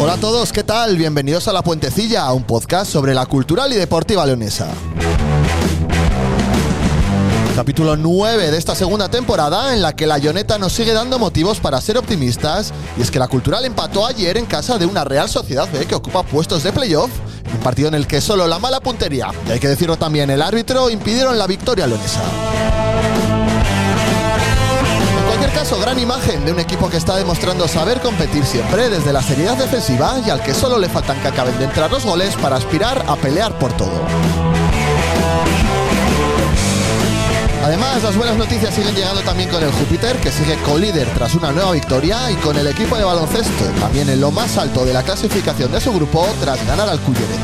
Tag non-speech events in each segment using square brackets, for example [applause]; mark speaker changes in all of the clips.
Speaker 1: Hola a todos, ¿qué tal? Bienvenidos a La Puentecilla, un podcast sobre la cultural y deportiva leonesa. Capítulo 9 de esta segunda temporada en la que la Ioneta nos sigue dando motivos para ser optimistas y es que la Cultural empató ayer en casa de una Real Sociedad B que ocupa puestos de playoff, en un partido en el que solo la mala puntería y hay que decirlo también el árbitro impidieron la victoria leonesa. En cualquier caso, gran imagen de un equipo que está demostrando saber competir siempre desde la seriedad defensiva y al que solo le faltan que acaben de entrar los goles para aspirar a pelear por todo. Además, las buenas noticias siguen llegando también con el Júpiter, que sigue colíder tras una nueva victoria, y con el equipo de baloncesto, también en lo más alto de la clasificación de su grupo tras ganar al Culleredo.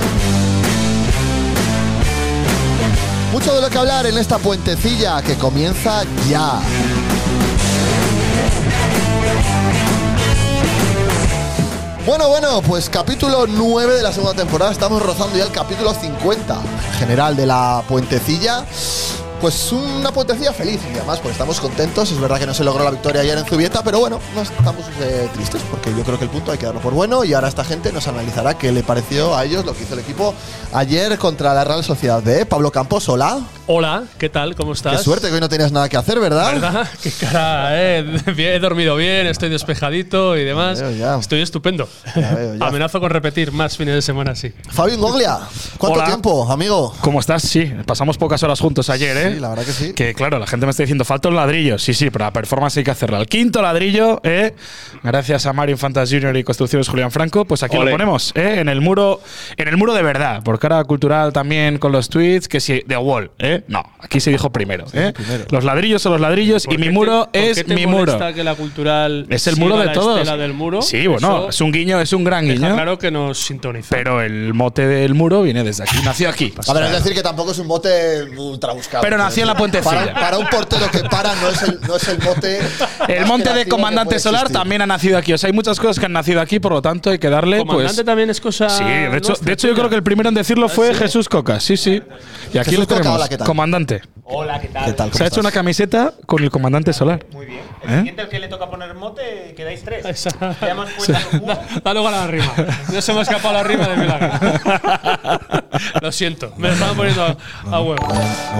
Speaker 1: Mucho de lo que hablar en esta puentecilla que comienza ya. Bueno, bueno, pues capítulo 9 de la segunda temporada, estamos rozando ya el capítulo 50 general de la puentecilla. Pues una puentecilla feliz y además pues estamos contentos, es verdad que no se logró la victoria ayer en Zubieta, pero bueno, no estamos eh, tristes porque yo creo que el punto hay que darlo por bueno y ahora esta gente nos analizará qué le pareció a ellos lo que hizo el equipo ayer contra la Real Sociedad de Pablo Campos, hola.
Speaker 2: Hola, ¿qué tal? ¿Cómo estás?
Speaker 1: Qué
Speaker 2: [laughs]
Speaker 1: suerte que hoy no tenías nada que hacer, ¿verdad?
Speaker 2: ¿Verdad? Qué cara, eh. Bien, He dormido bien, estoy despejadito y demás.
Speaker 1: Ya veo, ya.
Speaker 2: Estoy estupendo.
Speaker 1: Ya veo, Eh, ya.
Speaker 2: Amenazo con repetir más fines de semana así.
Speaker 1: Fabio Goglia, ¿cuánto
Speaker 3: Hola.
Speaker 1: tiempo, amigo?
Speaker 3: ¿Cómo estás? Sí, pasamos pocas horas juntos ayer, ¿eh?
Speaker 1: Sí, la verdad que sí.
Speaker 3: Que claro, la gente me está diciendo, falta un ladrillo. Sí, sí, pero la performance hay que hacerla. El quinto ladrillo, ¿eh? Gracias a Mario Infantas Junior y Construcciones Julián Franco, pues aquí
Speaker 4: Ole.
Speaker 3: lo ponemos, ¿eh? En el muro, en el muro de verdad. Por cara cultural también con los tweets, que sí, The Wall, ¿eh? No, aquí se dijo primero, ¿eh? Los ladrillos son los ladrillos y mi muro es mi muro.
Speaker 2: que la cultural
Speaker 3: Es el muro de todos.
Speaker 2: del muro?
Speaker 3: Sí, bueno, es un guiño, es un gran guiño.
Speaker 2: Claro que nos sintoniza.
Speaker 3: Pero el mote del muro viene desde aquí. Nació aquí.
Speaker 1: A ver, es decir que tampoco es un bote ultra buscado.
Speaker 3: Pero nació en la Puentecilla.
Speaker 1: Para, para un portero que para no es el, no es el bote.
Speaker 3: El
Speaker 1: más
Speaker 3: monte
Speaker 1: creativo
Speaker 3: de
Speaker 1: que
Speaker 3: Comandante
Speaker 1: puede
Speaker 3: Solar
Speaker 1: existir.
Speaker 3: también ha nacido aquí. O sea, hay muchas cosas que han nacido aquí, por lo tanto hay que darle.
Speaker 2: Comandante
Speaker 3: pues,
Speaker 2: también es cosa.
Speaker 3: Sí, de hecho,
Speaker 2: nuestra,
Speaker 3: de hecho yo creo que el primero en decirlo fue Jesús Coca. Sí, sí. Y aquí
Speaker 1: Ah, Jesús
Speaker 3: lo
Speaker 1: Coca,
Speaker 3: tenemos.
Speaker 1: hola, ¿qué tal?
Speaker 3: Comandante.
Speaker 5: Hola, ¿qué
Speaker 1: ¿Qué
Speaker 5: tal?
Speaker 1: tal?
Speaker 3: Se ha hecho una camiseta con el Comandante Solar.
Speaker 5: Muy bien. El
Speaker 3: ¿Eh?
Speaker 5: siguiente al que le toca poner mote, quedáis tres.
Speaker 2: [laughs] Esa-
Speaker 4: [laughs]
Speaker 5: Ya hemos puesto uno.
Speaker 2: [laughs] Da luego a la rima. No se me ha escapado la rima de milagro.
Speaker 3: [laughs]
Speaker 2: Lo siento, me lo estaban poniendo a, a huevo.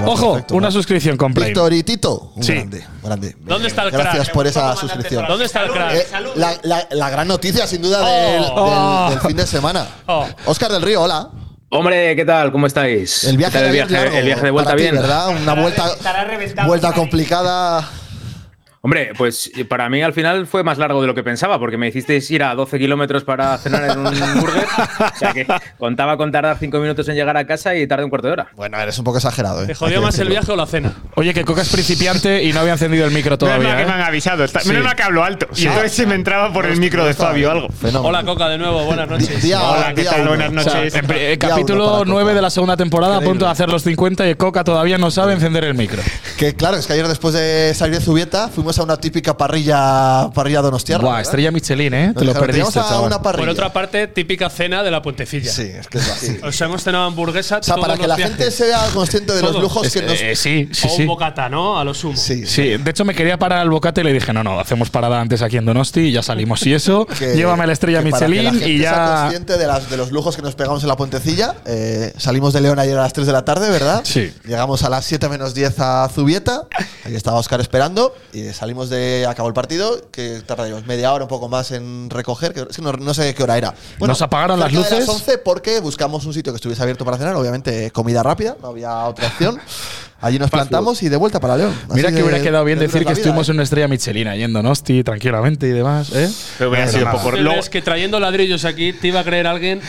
Speaker 3: Ojo, una
Speaker 1: suscripción.
Speaker 3: suscripción con Prime.
Speaker 1: Víctor y Tito, un
Speaker 3: Sí.
Speaker 1: grande, grande.
Speaker 2: ¿Dónde está el
Speaker 1: Gracias
Speaker 2: crack?
Speaker 1: por esa
Speaker 5: Comandante
Speaker 1: suscripción.
Speaker 5: Solar.
Speaker 2: ¿Dónde está el
Speaker 5: Salud,
Speaker 2: crack?
Speaker 1: Eh,
Speaker 5: salud.
Speaker 1: la, la- la gran noticia, sin duda, del,
Speaker 3: Oh.
Speaker 1: del- del fin de semana.
Speaker 2: Oh.
Speaker 1: Oscar del Río, hola.
Speaker 6: Hombre, ¿qué tal? ¿Cómo estáis?
Speaker 1: El viaje,
Speaker 6: ¿Qué tal
Speaker 1: de,
Speaker 6: el,
Speaker 1: ayer,
Speaker 6: viaje
Speaker 1: largo
Speaker 6: el viaje de vuelta
Speaker 1: para ti,
Speaker 6: bien.
Speaker 1: ¿verdad? Una
Speaker 5: Estará-
Speaker 1: vuelta,
Speaker 5: estará reventado.
Speaker 1: vuelta complicada.
Speaker 6: Hombre, pues eh, para mí al final fue más largo de lo que pensaba, porque me hicisteis ir a 12 kilómetros para cenar en un burger. O sea que contaba con tardar 5 minutos en llegar a casa y tardé un cuarto de hora.
Speaker 1: Bueno, eres un poco exagerado, ¿eh?
Speaker 2: ¿Te jodió
Speaker 1: Hay que
Speaker 2: más el
Speaker 1: decirlo.
Speaker 2: viaje o la cena?
Speaker 3: Oye, que Coca es principiante y no había encendido el micro
Speaker 4: Menos mal
Speaker 3: todavía.
Speaker 4: que
Speaker 3: ¿eh?
Speaker 4: me han avisado. Está,
Speaker 3: Sí.
Speaker 4: Menos mal que hablo alto. Y entonces se me entraba por el micro de Fabio algo.
Speaker 1: Fenómeno.
Speaker 2: Hola, Coca, de nuevo. Buenas noches.
Speaker 1: Día-
Speaker 4: Hola, ¿qué
Speaker 1: día
Speaker 4: tal?
Speaker 1: uno.
Speaker 4: Buenas
Speaker 3: O sea,
Speaker 4: noches.
Speaker 3: en pri- eh,
Speaker 1: Día uno para
Speaker 3: capítulo
Speaker 1: Coca.
Speaker 3: 9 de la segunda temporada, a punto
Speaker 1: Increíble.
Speaker 3: de hacer los 50 y Coca todavía no sabe encender el micro.
Speaker 1: Que claro, es que ayer después de salir de Zubieta fuimos a una típica parrilla, parrilla donostiarra.
Speaker 3: Buah,
Speaker 1: ¿verdad?
Speaker 3: estrella Michelin, ¿eh?
Speaker 1: Nos
Speaker 3: Te lo
Speaker 1: dijeron, "Te
Speaker 3: perdiste,
Speaker 1: vamos a
Speaker 3: chaval.
Speaker 1: una parrilla.
Speaker 2: Por otra parte, típica cena de la puentecilla.
Speaker 1: Sí, es que es así.
Speaker 2: O sea, hemos cenado hamburguesa
Speaker 1: O sea, para
Speaker 2: todos
Speaker 1: que
Speaker 2: los
Speaker 1: la
Speaker 2: viajes.
Speaker 1: gente sea consciente de los
Speaker 2: Todos.
Speaker 1: lujos que nos.
Speaker 3: Eh, sí, sí,
Speaker 2: O un
Speaker 3: sí.
Speaker 2: bocata, ¿no? A lo sumo.
Speaker 1: Sí,
Speaker 3: Sí, de hecho me quería parar al bocate y le dije, no, no, hacemos parada antes aquí en Donosti y ya salimos y eso.
Speaker 1: [laughs] que-
Speaker 3: Llévame a la estrella
Speaker 1: que para que la
Speaker 3: Michelin
Speaker 1: gente
Speaker 3: y
Speaker 1: sea
Speaker 3: ya.
Speaker 1: consciente de, las- de los lujos que nos pegamos en la puentecilla. eh, salimos de León ayer a las 3 de la tarde, ¿verdad?
Speaker 3: Sí.
Speaker 1: Llegamos a las 7 menos 10 a Zubieta. Ahí estaba Oscar esperando. Y salimos de. Acabó el partido. Que tardaríamos media hora, un poco más en recoger. que- es que no, no sé qué hora era.
Speaker 3: Nos apagaron las
Speaker 1: cerca de
Speaker 3: luces.
Speaker 1: 11 porque buscamos un sitio que estuviese abierto para cenar. Obviamente, eh, comida rápida. No había otra opción. Allí nos plantamos y de vuelta para León. Así
Speaker 3: Mira que
Speaker 1: de-
Speaker 3: hubiera quedado bien
Speaker 1: de
Speaker 3: decir
Speaker 1: dura
Speaker 3: que
Speaker 1: es la vida,
Speaker 3: estuvimos
Speaker 1: ¿eh?
Speaker 3: en una estrella Michelin ahí en Donosti tranquilamente y demás, ¿eh?
Speaker 4: Pero hubiera sido poco.
Speaker 2: ¿Tú
Speaker 4: Luego,
Speaker 2: crees que trayendo ladrillos aquí te iba a creer alguien?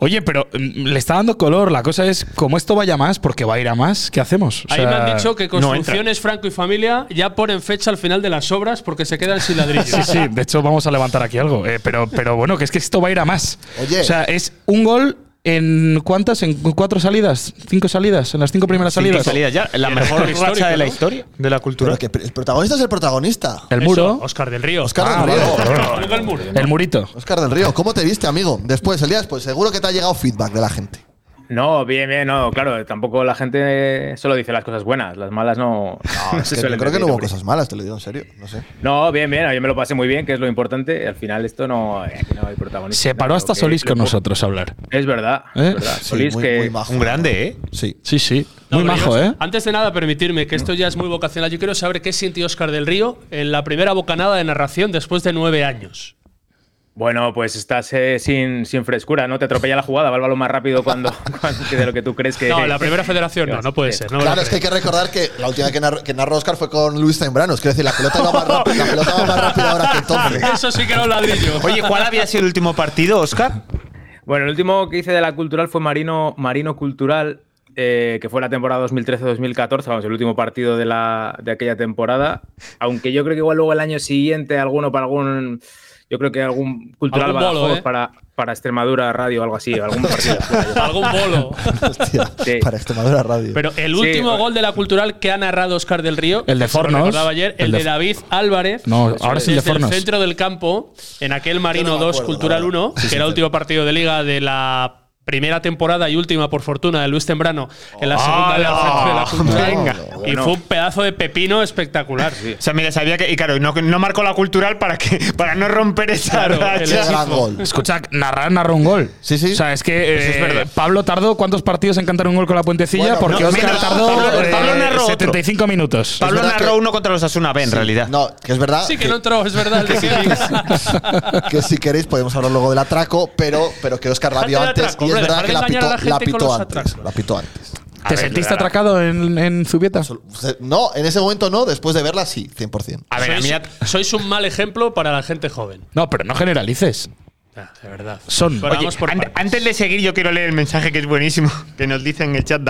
Speaker 3: Oye, pero mm, le está dando color. La cosa es, como esto vaya más, porque va a ir a más, ¿qué hacemos? O
Speaker 2: Ahí
Speaker 3: sea,
Speaker 2: me han dicho que
Speaker 4: no entra.
Speaker 2: Construcciones Franco y Familia ya ponen fecha al final de las obras porque se quedan sin ladrillos.
Speaker 3: Sí, sí, de hecho vamos a levantar aquí algo. Eh, pero, pero bueno, que es que esto va a ir a más.
Speaker 1: Oye.
Speaker 3: O sea, es un gol en cuántas, en cuatro salidas, cinco salidas, en las cinco primeras
Speaker 4: Cinco
Speaker 3: salidas.
Speaker 4: salidas ya. La mejor racha de la historia, de la
Speaker 1: Pero
Speaker 4: cultura.
Speaker 1: que el protagonista es el protagonista.
Speaker 3: El muro.
Speaker 2: Oscar del Río.
Speaker 1: Oscar
Speaker 3: Ah,
Speaker 1: del Río.
Speaker 3: vale, vale, vale.
Speaker 2: Arriba el muro.
Speaker 3: El murito.
Speaker 1: Oscar del Río, ¿cómo te viste, amigo? Después, el día después, seguro que te ha llegado feedback de la gente.
Speaker 6: No, bien, bien, no, claro, tampoco la gente solo dice las cosas buenas, las malas no. No, no
Speaker 1: Es
Speaker 6: se
Speaker 1: que
Speaker 6: Ah, suelen
Speaker 1: creo que
Speaker 6: decir,
Speaker 1: no hubo
Speaker 6: hombre.
Speaker 1: cosas malas, te lo digo en serio. No sé.
Speaker 6: No, bien, bien, yo me lo pasé muy bien, que es lo importante. Al final, esto no, aquí no hay protagonista.
Speaker 3: Se paró hasta
Speaker 6: Lo que-
Speaker 3: Solís con
Speaker 6: lo-
Speaker 3: nosotros a hablar.
Speaker 6: Es verdad,
Speaker 3: ¿Eh?
Speaker 6: es verdad.
Speaker 1: Sí,
Speaker 6: Solís
Speaker 1: muy-
Speaker 6: que.
Speaker 1: muy majo.
Speaker 4: Un grande, ¿eh?
Speaker 1: Sí.
Speaker 3: Sí, sí.
Speaker 2: No,
Speaker 3: Muy
Speaker 2: pero
Speaker 3: majo,
Speaker 2: yo-
Speaker 3: ¿eh?
Speaker 2: Antes de nada, permitirme que esto ya es muy vocacional. Yo quiero saber qué sintió Oscar del Río en la primera bocanada de narración después de nueve años.
Speaker 6: Bueno, pues estás eh, sin, sin frescura, ¿no? Te atropella la jugada, va el balón más rápido cuando, [laughs] cuando- que de lo que tú crees que.
Speaker 2: No, en la primera federación no, no puede ser. No me
Speaker 1: claro,
Speaker 2: la
Speaker 1: es que hay
Speaker 2: creo.
Speaker 1: que recordar que la última que, narró- que narró Oscar fue con Luis Zambrano. Es decir, la pelota va más rápido, la pelota va más rápido ahora que entonces.
Speaker 2: [laughs] Eso sí que era un ladrillo.
Speaker 4: Oye, ¿cuál había sido el último partido, Oscar?
Speaker 6: Bueno, el último que hice de la cultural fue Marino, Marino Cultural, eh, que fue la temporada 2013-2014, vamos, el último partido de, la, de aquella temporada. Aunque yo creo que igual luego el año siguiente, alguno para algún. Yo creo que algún cultural
Speaker 2: Algún bolo,
Speaker 6: Badajoz
Speaker 2: ¿eh?
Speaker 6: para, para Extremadura Radio o algo así, algún partido.
Speaker 2: Algún bolo.
Speaker 1: Hostia,
Speaker 6: Sí.
Speaker 1: para Extremadura Radio.
Speaker 2: [laughs] Pero el
Speaker 6: Sí,
Speaker 2: último
Speaker 6: bueno.
Speaker 2: gol de la cultural que ha narrado Oscar del Río.
Speaker 3: El de
Speaker 2: eso lo
Speaker 3: Fornos.
Speaker 2: recordaba ayer. El,
Speaker 3: El
Speaker 2: de,
Speaker 3: de-
Speaker 2: David Álvarez.
Speaker 3: No, ahora sí el de
Speaker 2: desde
Speaker 3: Fornos.
Speaker 2: centro del campo, en aquel Marino
Speaker 1: Yo no me
Speaker 2: 2
Speaker 1: acuerdo,
Speaker 2: Cultural
Speaker 1: la verdad.
Speaker 2: 1, que era el último partido de liga de la primera temporada y última, por fortuna, de Luis Tembrano en la segunda de la,
Speaker 4: ¡Hala!
Speaker 2: de la cultural.
Speaker 4: Venga.
Speaker 2: Y fue un pedazo de pepino espectacular.
Speaker 4: O sea, mira, sabía que. Y claro, no, no marcó la cultural para que para no romper esa
Speaker 2: Claro, el
Speaker 1: Qué
Speaker 4: racha.
Speaker 1: gran gol.
Speaker 3: Escucha, narrar narra un gol.
Speaker 1: Sí, sí.
Speaker 3: O sea, es que
Speaker 4: Eso es
Speaker 3: eh,
Speaker 4: verdad.
Speaker 3: Pablo tardó cuántos partidos en cantar un gol con la puentecilla
Speaker 1: Bueno,
Speaker 3: porque
Speaker 1: no,
Speaker 3: Oscar
Speaker 1: mira,
Speaker 3: tardó
Speaker 4: Pablo-
Speaker 3: eh,
Speaker 4: Pablo narró otro.
Speaker 3: 75 minutos.
Speaker 4: Pablo
Speaker 1: verdad
Speaker 4: narró
Speaker 1: que-
Speaker 4: uno contra los Asuna B, en realidad.
Speaker 1: No, que es verdad.
Speaker 2: Sí, que no entró, es verdad. el de [laughs] Kevin.
Speaker 1: que si queréis podemos hablar luego del atraco, pero, pero que Oscar la
Speaker 2: Dejad
Speaker 1: vio
Speaker 2: del
Speaker 1: antes
Speaker 2: atraco,
Speaker 1: y es
Speaker 2: hombre,
Speaker 1: verdad
Speaker 2: dejad
Speaker 1: que
Speaker 2: de
Speaker 1: la
Speaker 2: engañar
Speaker 1: pitó, la
Speaker 2: a la gente con
Speaker 1: pitó
Speaker 2: los
Speaker 1: antes.
Speaker 2: atracos.
Speaker 1: La pitó antes.
Speaker 3: ¿Te sentiste atracado en, en Zubieta?
Speaker 1: No, en ese momento no, después de verla sí, 100%.
Speaker 4: A ver, a mí.
Speaker 2: sois, sois un mal ejemplo para la gente joven.
Speaker 3: No, pero no generalices.
Speaker 2: Ah, de verdad.
Speaker 3: Son.
Speaker 2: Pero
Speaker 4: Oye,
Speaker 2: vamos por
Speaker 4: ante-
Speaker 2: partes.
Speaker 4: antes de seguir, yo quiero leer el mensaje que es buenísimo, que nos dice en el chat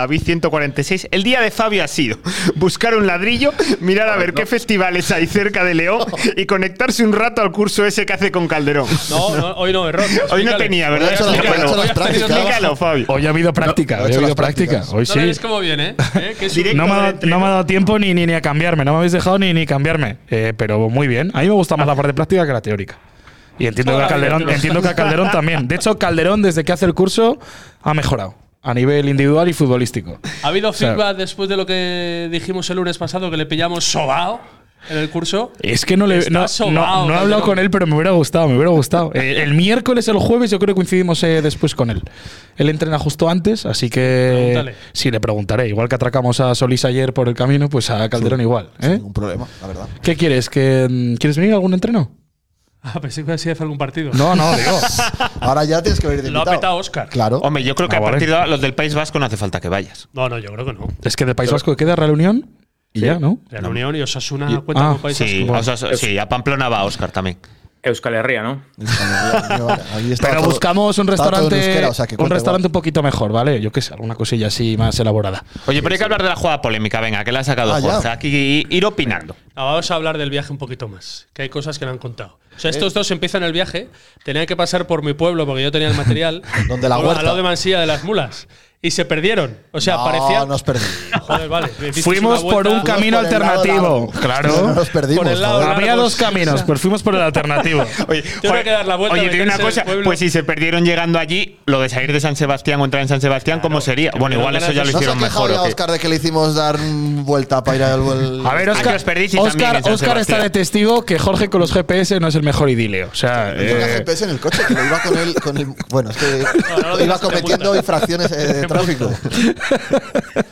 Speaker 4: David146. El día de Fabio ha sido buscar un ladrillo, mirar a ver qué festivales hay cerca de León y conectarse un rato al curso ese que hace con Calderón.
Speaker 2: No, no, hoy no, error.
Speaker 4: Hoy no
Speaker 2: Explícale.
Speaker 4: tenía,
Speaker 1: Hoy ha
Speaker 4: ¿verdad?
Speaker 1: hecho las-
Speaker 4: Explícalo.
Speaker 1: hoy ha hecho las prácticas.
Speaker 4: Explícalo, Fabio.
Speaker 3: Hoy ha habido práctica.
Speaker 1: no he
Speaker 3: hoy ha
Speaker 1: hecho
Speaker 3: habido
Speaker 1: las
Speaker 3: práctica.
Speaker 1: prácticas.
Speaker 3: Hoy
Speaker 2: No veréis
Speaker 3: sí.
Speaker 2: cómo viene, ¿eh? ¿Eh? Que es un-
Speaker 4: Directo
Speaker 3: No me, ha
Speaker 4: del
Speaker 3: dado,
Speaker 4: entreno.
Speaker 3: no me ha dado tiempo ni, ni, ni a cambiarme, no me habéis dejado ni, ni cambiarme. Eh, pero muy bien. A mí me gusta más la parte práctica que la teórica. Y entiendo que, a Calderón, entiendo
Speaker 2: [laughs]
Speaker 3: que a Calderón también. De hecho, Calderón, desde que hace el curso, ha mejorado a nivel individual y futbolístico.
Speaker 2: ¿Ha habido
Speaker 3: sea-
Speaker 2: feedback después de lo que dijimos el lunes pasado que le pillamos sobao en el curso?
Speaker 3: Es que no le
Speaker 2: Está
Speaker 3: no,
Speaker 2: sobao,
Speaker 3: no- no he hablado
Speaker 2: Calderón.
Speaker 3: con él, pero me hubiera gustado, me hubiera
Speaker 2: [laughs]
Speaker 3: gustado. Eh, el miércoles, el jueves, yo creo que coincidimos eh, después con él. Él entrena justo antes, así que
Speaker 2: Pregúntale.
Speaker 3: sí le preguntaré. Igual que atracamos a Solís ayer por el camino, pues a Calderón igual.
Speaker 1: Sin
Speaker 3: ¿eh?
Speaker 1: ningún problema, la verdad.
Speaker 3: ¿Qué quieres? ¿Que, mm, ¿Quieres venir a algún entreno?
Speaker 2: Ah, pensé que hacía algún partido.
Speaker 3: No, no, digo.
Speaker 1: Ahora ya tienes que venir de
Speaker 2: Lo ha
Speaker 1: invitado.
Speaker 2: petado
Speaker 1: [laughs]
Speaker 2: Oscar.
Speaker 1: Claro.
Speaker 4: Hombre, yo creo que
Speaker 3: Ah,
Speaker 4: a
Speaker 3: vale.
Speaker 4: partir de ahora los del País Vasco no hace falta que vayas.
Speaker 2: No, no, yo creo que no.
Speaker 3: es que del País Vasco queda reunión. Y ya, ¿no?
Speaker 2: Real Unión y Osasuna cuentan
Speaker 3: Ah,
Speaker 2: como países.
Speaker 7: Sí,
Speaker 3: Bueno.
Speaker 7: o sea, sí, a Pamplona va Oscar también.
Speaker 6: Euskal Herria, ¿no?
Speaker 1: Ahí estaba
Speaker 3: Pero
Speaker 1: todo-
Speaker 3: buscamos un
Speaker 1: estaba todo en
Speaker 3: restaurante,
Speaker 1: euskera, o sea, que
Speaker 3: un
Speaker 1: cuenta
Speaker 3: restaurante un poquito mejor, ¿vale? Yo qué sé, alguna cosilla así más elaborada.
Speaker 7: Oye, pero hay que hablar de la jugada polémica, venga, que la ha sacado
Speaker 1: Ah, ya.
Speaker 7: Jorge. Aquí ir opinando.
Speaker 2: No, Ah, vamos a hablar del viaje un poquito más, que hay cosas que no han contado. O sea, estos dos empiezan el viaje, tenían que pasar por mi pueblo porque yo tenía el material.
Speaker 1: Donde la
Speaker 2: al-
Speaker 1: huerta.
Speaker 2: Al lado de Mansilla de las Mulas. Y se perdieron. O sea,
Speaker 1: igual.
Speaker 2: parecía.
Speaker 1: No, nos perdí.
Speaker 2: Joder, vale. me dices
Speaker 3: Fuimos
Speaker 2: una
Speaker 3: por
Speaker 2: vuelta-
Speaker 3: un camino
Speaker 1: por el lado
Speaker 3: alternativo.
Speaker 1: largo.
Speaker 3: Claro.
Speaker 1: No nos perdimos.
Speaker 2: Por el lado
Speaker 1: joder.
Speaker 2: largo.
Speaker 3: Había dos caminos,
Speaker 2: Sí.
Speaker 3: pero fuimos por
Speaker 1: [laughs]
Speaker 3: el alternativo.
Speaker 7: Oye,
Speaker 2: que
Speaker 7: joder,
Speaker 2: dar la vuelta,
Speaker 7: oye, te digo una
Speaker 2: meterse en el
Speaker 7: cosa,
Speaker 2: pueblo.
Speaker 7: pues si se perdieron llegando allí, lo de salir de San Sebastián o entrar en San Sebastián, ¿cómo sería? Bueno,
Speaker 2: me
Speaker 7: igual
Speaker 2: dan
Speaker 7: eso ya
Speaker 2: ganas
Speaker 7: lo
Speaker 2: de-
Speaker 1: ¿No se ha
Speaker 7: hicieron
Speaker 1: quejado
Speaker 7: mejor.
Speaker 1: ya
Speaker 7: ¿o qué?
Speaker 1: Oscar de que le hicimos dar mm, vuelta para ir al. al-
Speaker 3: A ver,
Speaker 7: Aquí
Speaker 3: Oscar,
Speaker 7: os perdís y
Speaker 3: Oscar-
Speaker 7: también en San
Speaker 3: Oscar está
Speaker 7: Sebastián.
Speaker 3: de testigo que Jorge con los GPS no es el mejor idilio. O sea,
Speaker 1: Yo tenía
Speaker 3: eh,
Speaker 1: GPS en el coche, pero iba con él. Con el, bueno, es que
Speaker 2: no lo
Speaker 1: iba
Speaker 2: digas, te
Speaker 1: cometiendo
Speaker 2: multan.
Speaker 1: infracciones eh, de
Speaker 2: Te
Speaker 1: tráfico.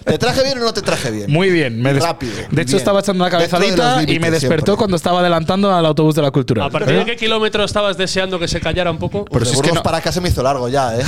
Speaker 1: ¿Te traje bien o no te traje bien?
Speaker 3: muy bien. me des-
Speaker 1: Rápido,
Speaker 3: De hecho,
Speaker 1: bien.
Speaker 3: estaba echando una
Speaker 1: Dentro de los
Speaker 3: cabezadita y me
Speaker 1: límites,
Speaker 3: despertó
Speaker 1: siempre.
Speaker 3: cuando estaba adelantando al autobús de la cultura. ¿Eh?
Speaker 2: ¿A partir de qué kilómetro estabas deseando que se callara un poco? Pues
Speaker 1: Pero si es que
Speaker 3: no-
Speaker 1: Pues para acá se me hizo largo ya,
Speaker 3: [laughs]
Speaker 1: ¿eh?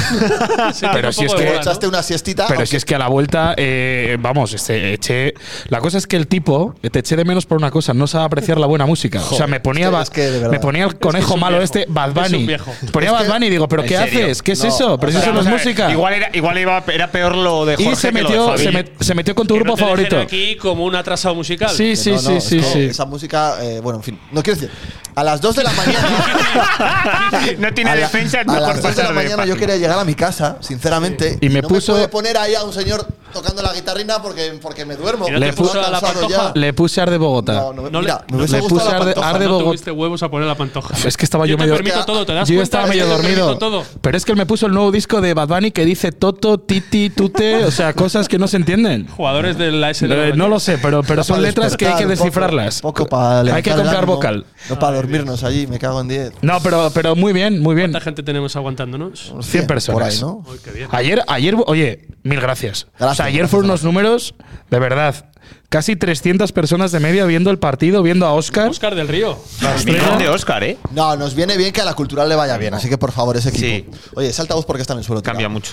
Speaker 2: Se tiene
Speaker 3: pero
Speaker 2: un
Speaker 3: si es
Speaker 2: poco de
Speaker 3: que-
Speaker 2: bola, ¿no?
Speaker 1: Echaste una siestita.
Speaker 3: Pero
Speaker 1: aunque-
Speaker 3: si es que a la vuelta, eh, vamos, este, eché. La cosa es que el tipo, te eché de menos por una cosa, no sabe apreciar la buena música. o sea, me ponía,
Speaker 1: es que-
Speaker 3: Bad-
Speaker 1: es que de verdad.
Speaker 3: me ponía el
Speaker 2: Es
Speaker 3: conejo
Speaker 2: un
Speaker 3: malo
Speaker 2: viejo.
Speaker 3: este, Bad
Speaker 2: Es un
Speaker 3: Bunny.
Speaker 2: viejo.
Speaker 3: Ponía Bad Bunny y digo, ¿pero
Speaker 7: ¿En
Speaker 3: qué
Speaker 7: serio?
Speaker 3: haces? ¿Qué es
Speaker 1: No,
Speaker 3: eso? Pero si eso no es
Speaker 7: Vamos a ver,
Speaker 3: música.
Speaker 7: Igual, era, igual iba, era peor lo de Jorge.
Speaker 3: y se
Speaker 7: que lo de
Speaker 3: metió,
Speaker 7: Fabi.
Speaker 3: se, met- se metió con tu
Speaker 2: Que
Speaker 3: grupo
Speaker 2: no te dejen
Speaker 3: favorito.
Speaker 2: aquí como un atrasado musical.
Speaker 3: Sí,
Speaker 1: que
Speaker 3: sí,
Speaker 1: no, no,
Speaker 3: sí,
Speaker 1: es
Speaker 3: sí,
Speaker 1: que
Speaker 3: sí.
Speaker 1: Esa música, eh, bueno, en fin, no quiero decir. A las 2 de la
Speaker 2: [laughs]
Speaker 1: mañana.
Speaker 7: [laughs] No tiene
Speaker 1: a la-
Speaker 7: defensa, no
Speaker 1: A
Speaker 7: por
Speaker 1: las 2 de
Speaker 7: pasar
Speaker 1: la
Speaker 7: de
Speaker 1: mañana yo
Speaker 7: página.
Speaker 1: quería llegar a mi casa, sinceramente.
Speaker 3: Y me
Speaker 1: no
Speaker 3: puso-
Speaker 1: Me pude poner ahí a un señor tocando la guitarrina porque, porque me duermo.
Speaker 2: ¿Y no te
Speaker 1: Me
Speaker 2: puso
Speaker 1: pongo
Speaker 2: a la
Speaker 1: cansado
Speaker 2: pantoja?
Speaker 1: ya.
Speaker 3: Le puse Ar de Bogotá.
Speaker 1: No, no, me-
Speaker 2: No le-
Speaker 1: mira, me
Speaker 2: no
Speaker 1: hubiese
Speaker 3: le
Speaker 1: gustado
Speaker 3: puse
Speaker 1: la
Speaker 3: ar de-
Speaker 1: pantoja.
Speaker 3: ar de
Speaker 2: No
Speaker 3: Bogotá.
Speaker 2: tuviste huevos a poner la pantoja.
Speaker 3: Es que estaba yo,
Speaker 2: Yo te
Speaker 3: medio.
Speaker 2: permito todo, ¿te das
Speaker 3: yo
Speaker 2: cuenta?
Speaker 3: estaba
Speaker 2: Es que
Speaker 3: medio
Speaker 2: te permito
Speaker 3: dormido.
Speaker 2: todo.
Speaker 3: Pero es que él me puso el nuevo disco de Bad Bunny que dice Toto, Titi, Tute, o sea, cosas que no se entienden.
Speaker 2: Jugadores de la SD.
Speaker 3: Eh, no lo sé, pero, pero
Speaker 1: Era
Speaker 3: son
Speaker 1: para
Speaker 3: letras que hay que
Speaker 1: despertar un poco,
Speaker 3: descifrarlas.
Speaker 1: un poco para
Speaker 3: hay que
Speaker 1: levantar el
Speaker 3: comprar
Speaker 1: ánimo,
Speaker 3: vocal.
Speaker 1: No para dormirnos allí, me cago en 10.
Speaker 3: No, pero, pero muy bien, muy bien.
Speaker 2: ¿Cuánta gente tenemos aguantándonos?
Speaker 1: Unos
Speaker 3: 100 personas.
Speaker 1: Por ahí, ¿no?
Speaker 2: Uy, qué bien.
Speaker 3: Ayer, ayer, oye, mil gracias. o
Speaker 1: Gracias,
Speaker 3: sea, ayer
Speaker 1: gracias,
Speaker 3: fueron unos números, de verdad, casi 300 personas de media viendo el partido, viendo a Oscar.
Speaker 2: Oscar del Río.
Speaker 7: Millón de Oscar, ¿eh?
Speaker 1: No, nos viene bien que a la cultural le vaya bien, así que por favor, ese equipo.
Speaker 7: Sí.
Speaker 1: Oye, salta voz porque está en el suelo. tirado.
Speaker 7: Cambia mucho.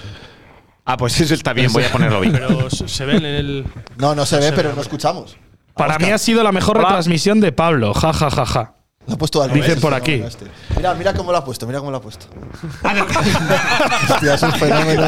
Speaker 7: Ah, pues eso está bien, voy a ponerlo bien.
Speaker 2: Pero se se ven en el.
Speaker 1: No, no se ve,
Speaker 2: se
Speaker 1: pero
Speaker 2: ve,
Speaker 1: no escuchamos.
Speaker 3: Para mí ha sido la mejor retransmisión de Pablo, ja, ja, ja, ja.
Speaker 1: Lo ha puesto al
Speaker 3: Dicen
Speaker 1: es un
Speaker 3: por aquí. Ah,
Speaker 1: fenómeno este. Mira, mira cómo lo ha puesto, mira cómo lo ha puesto. [laughs] Hostia,
Speaker 3: [laughs]
Speaker 1: es un fenómeno.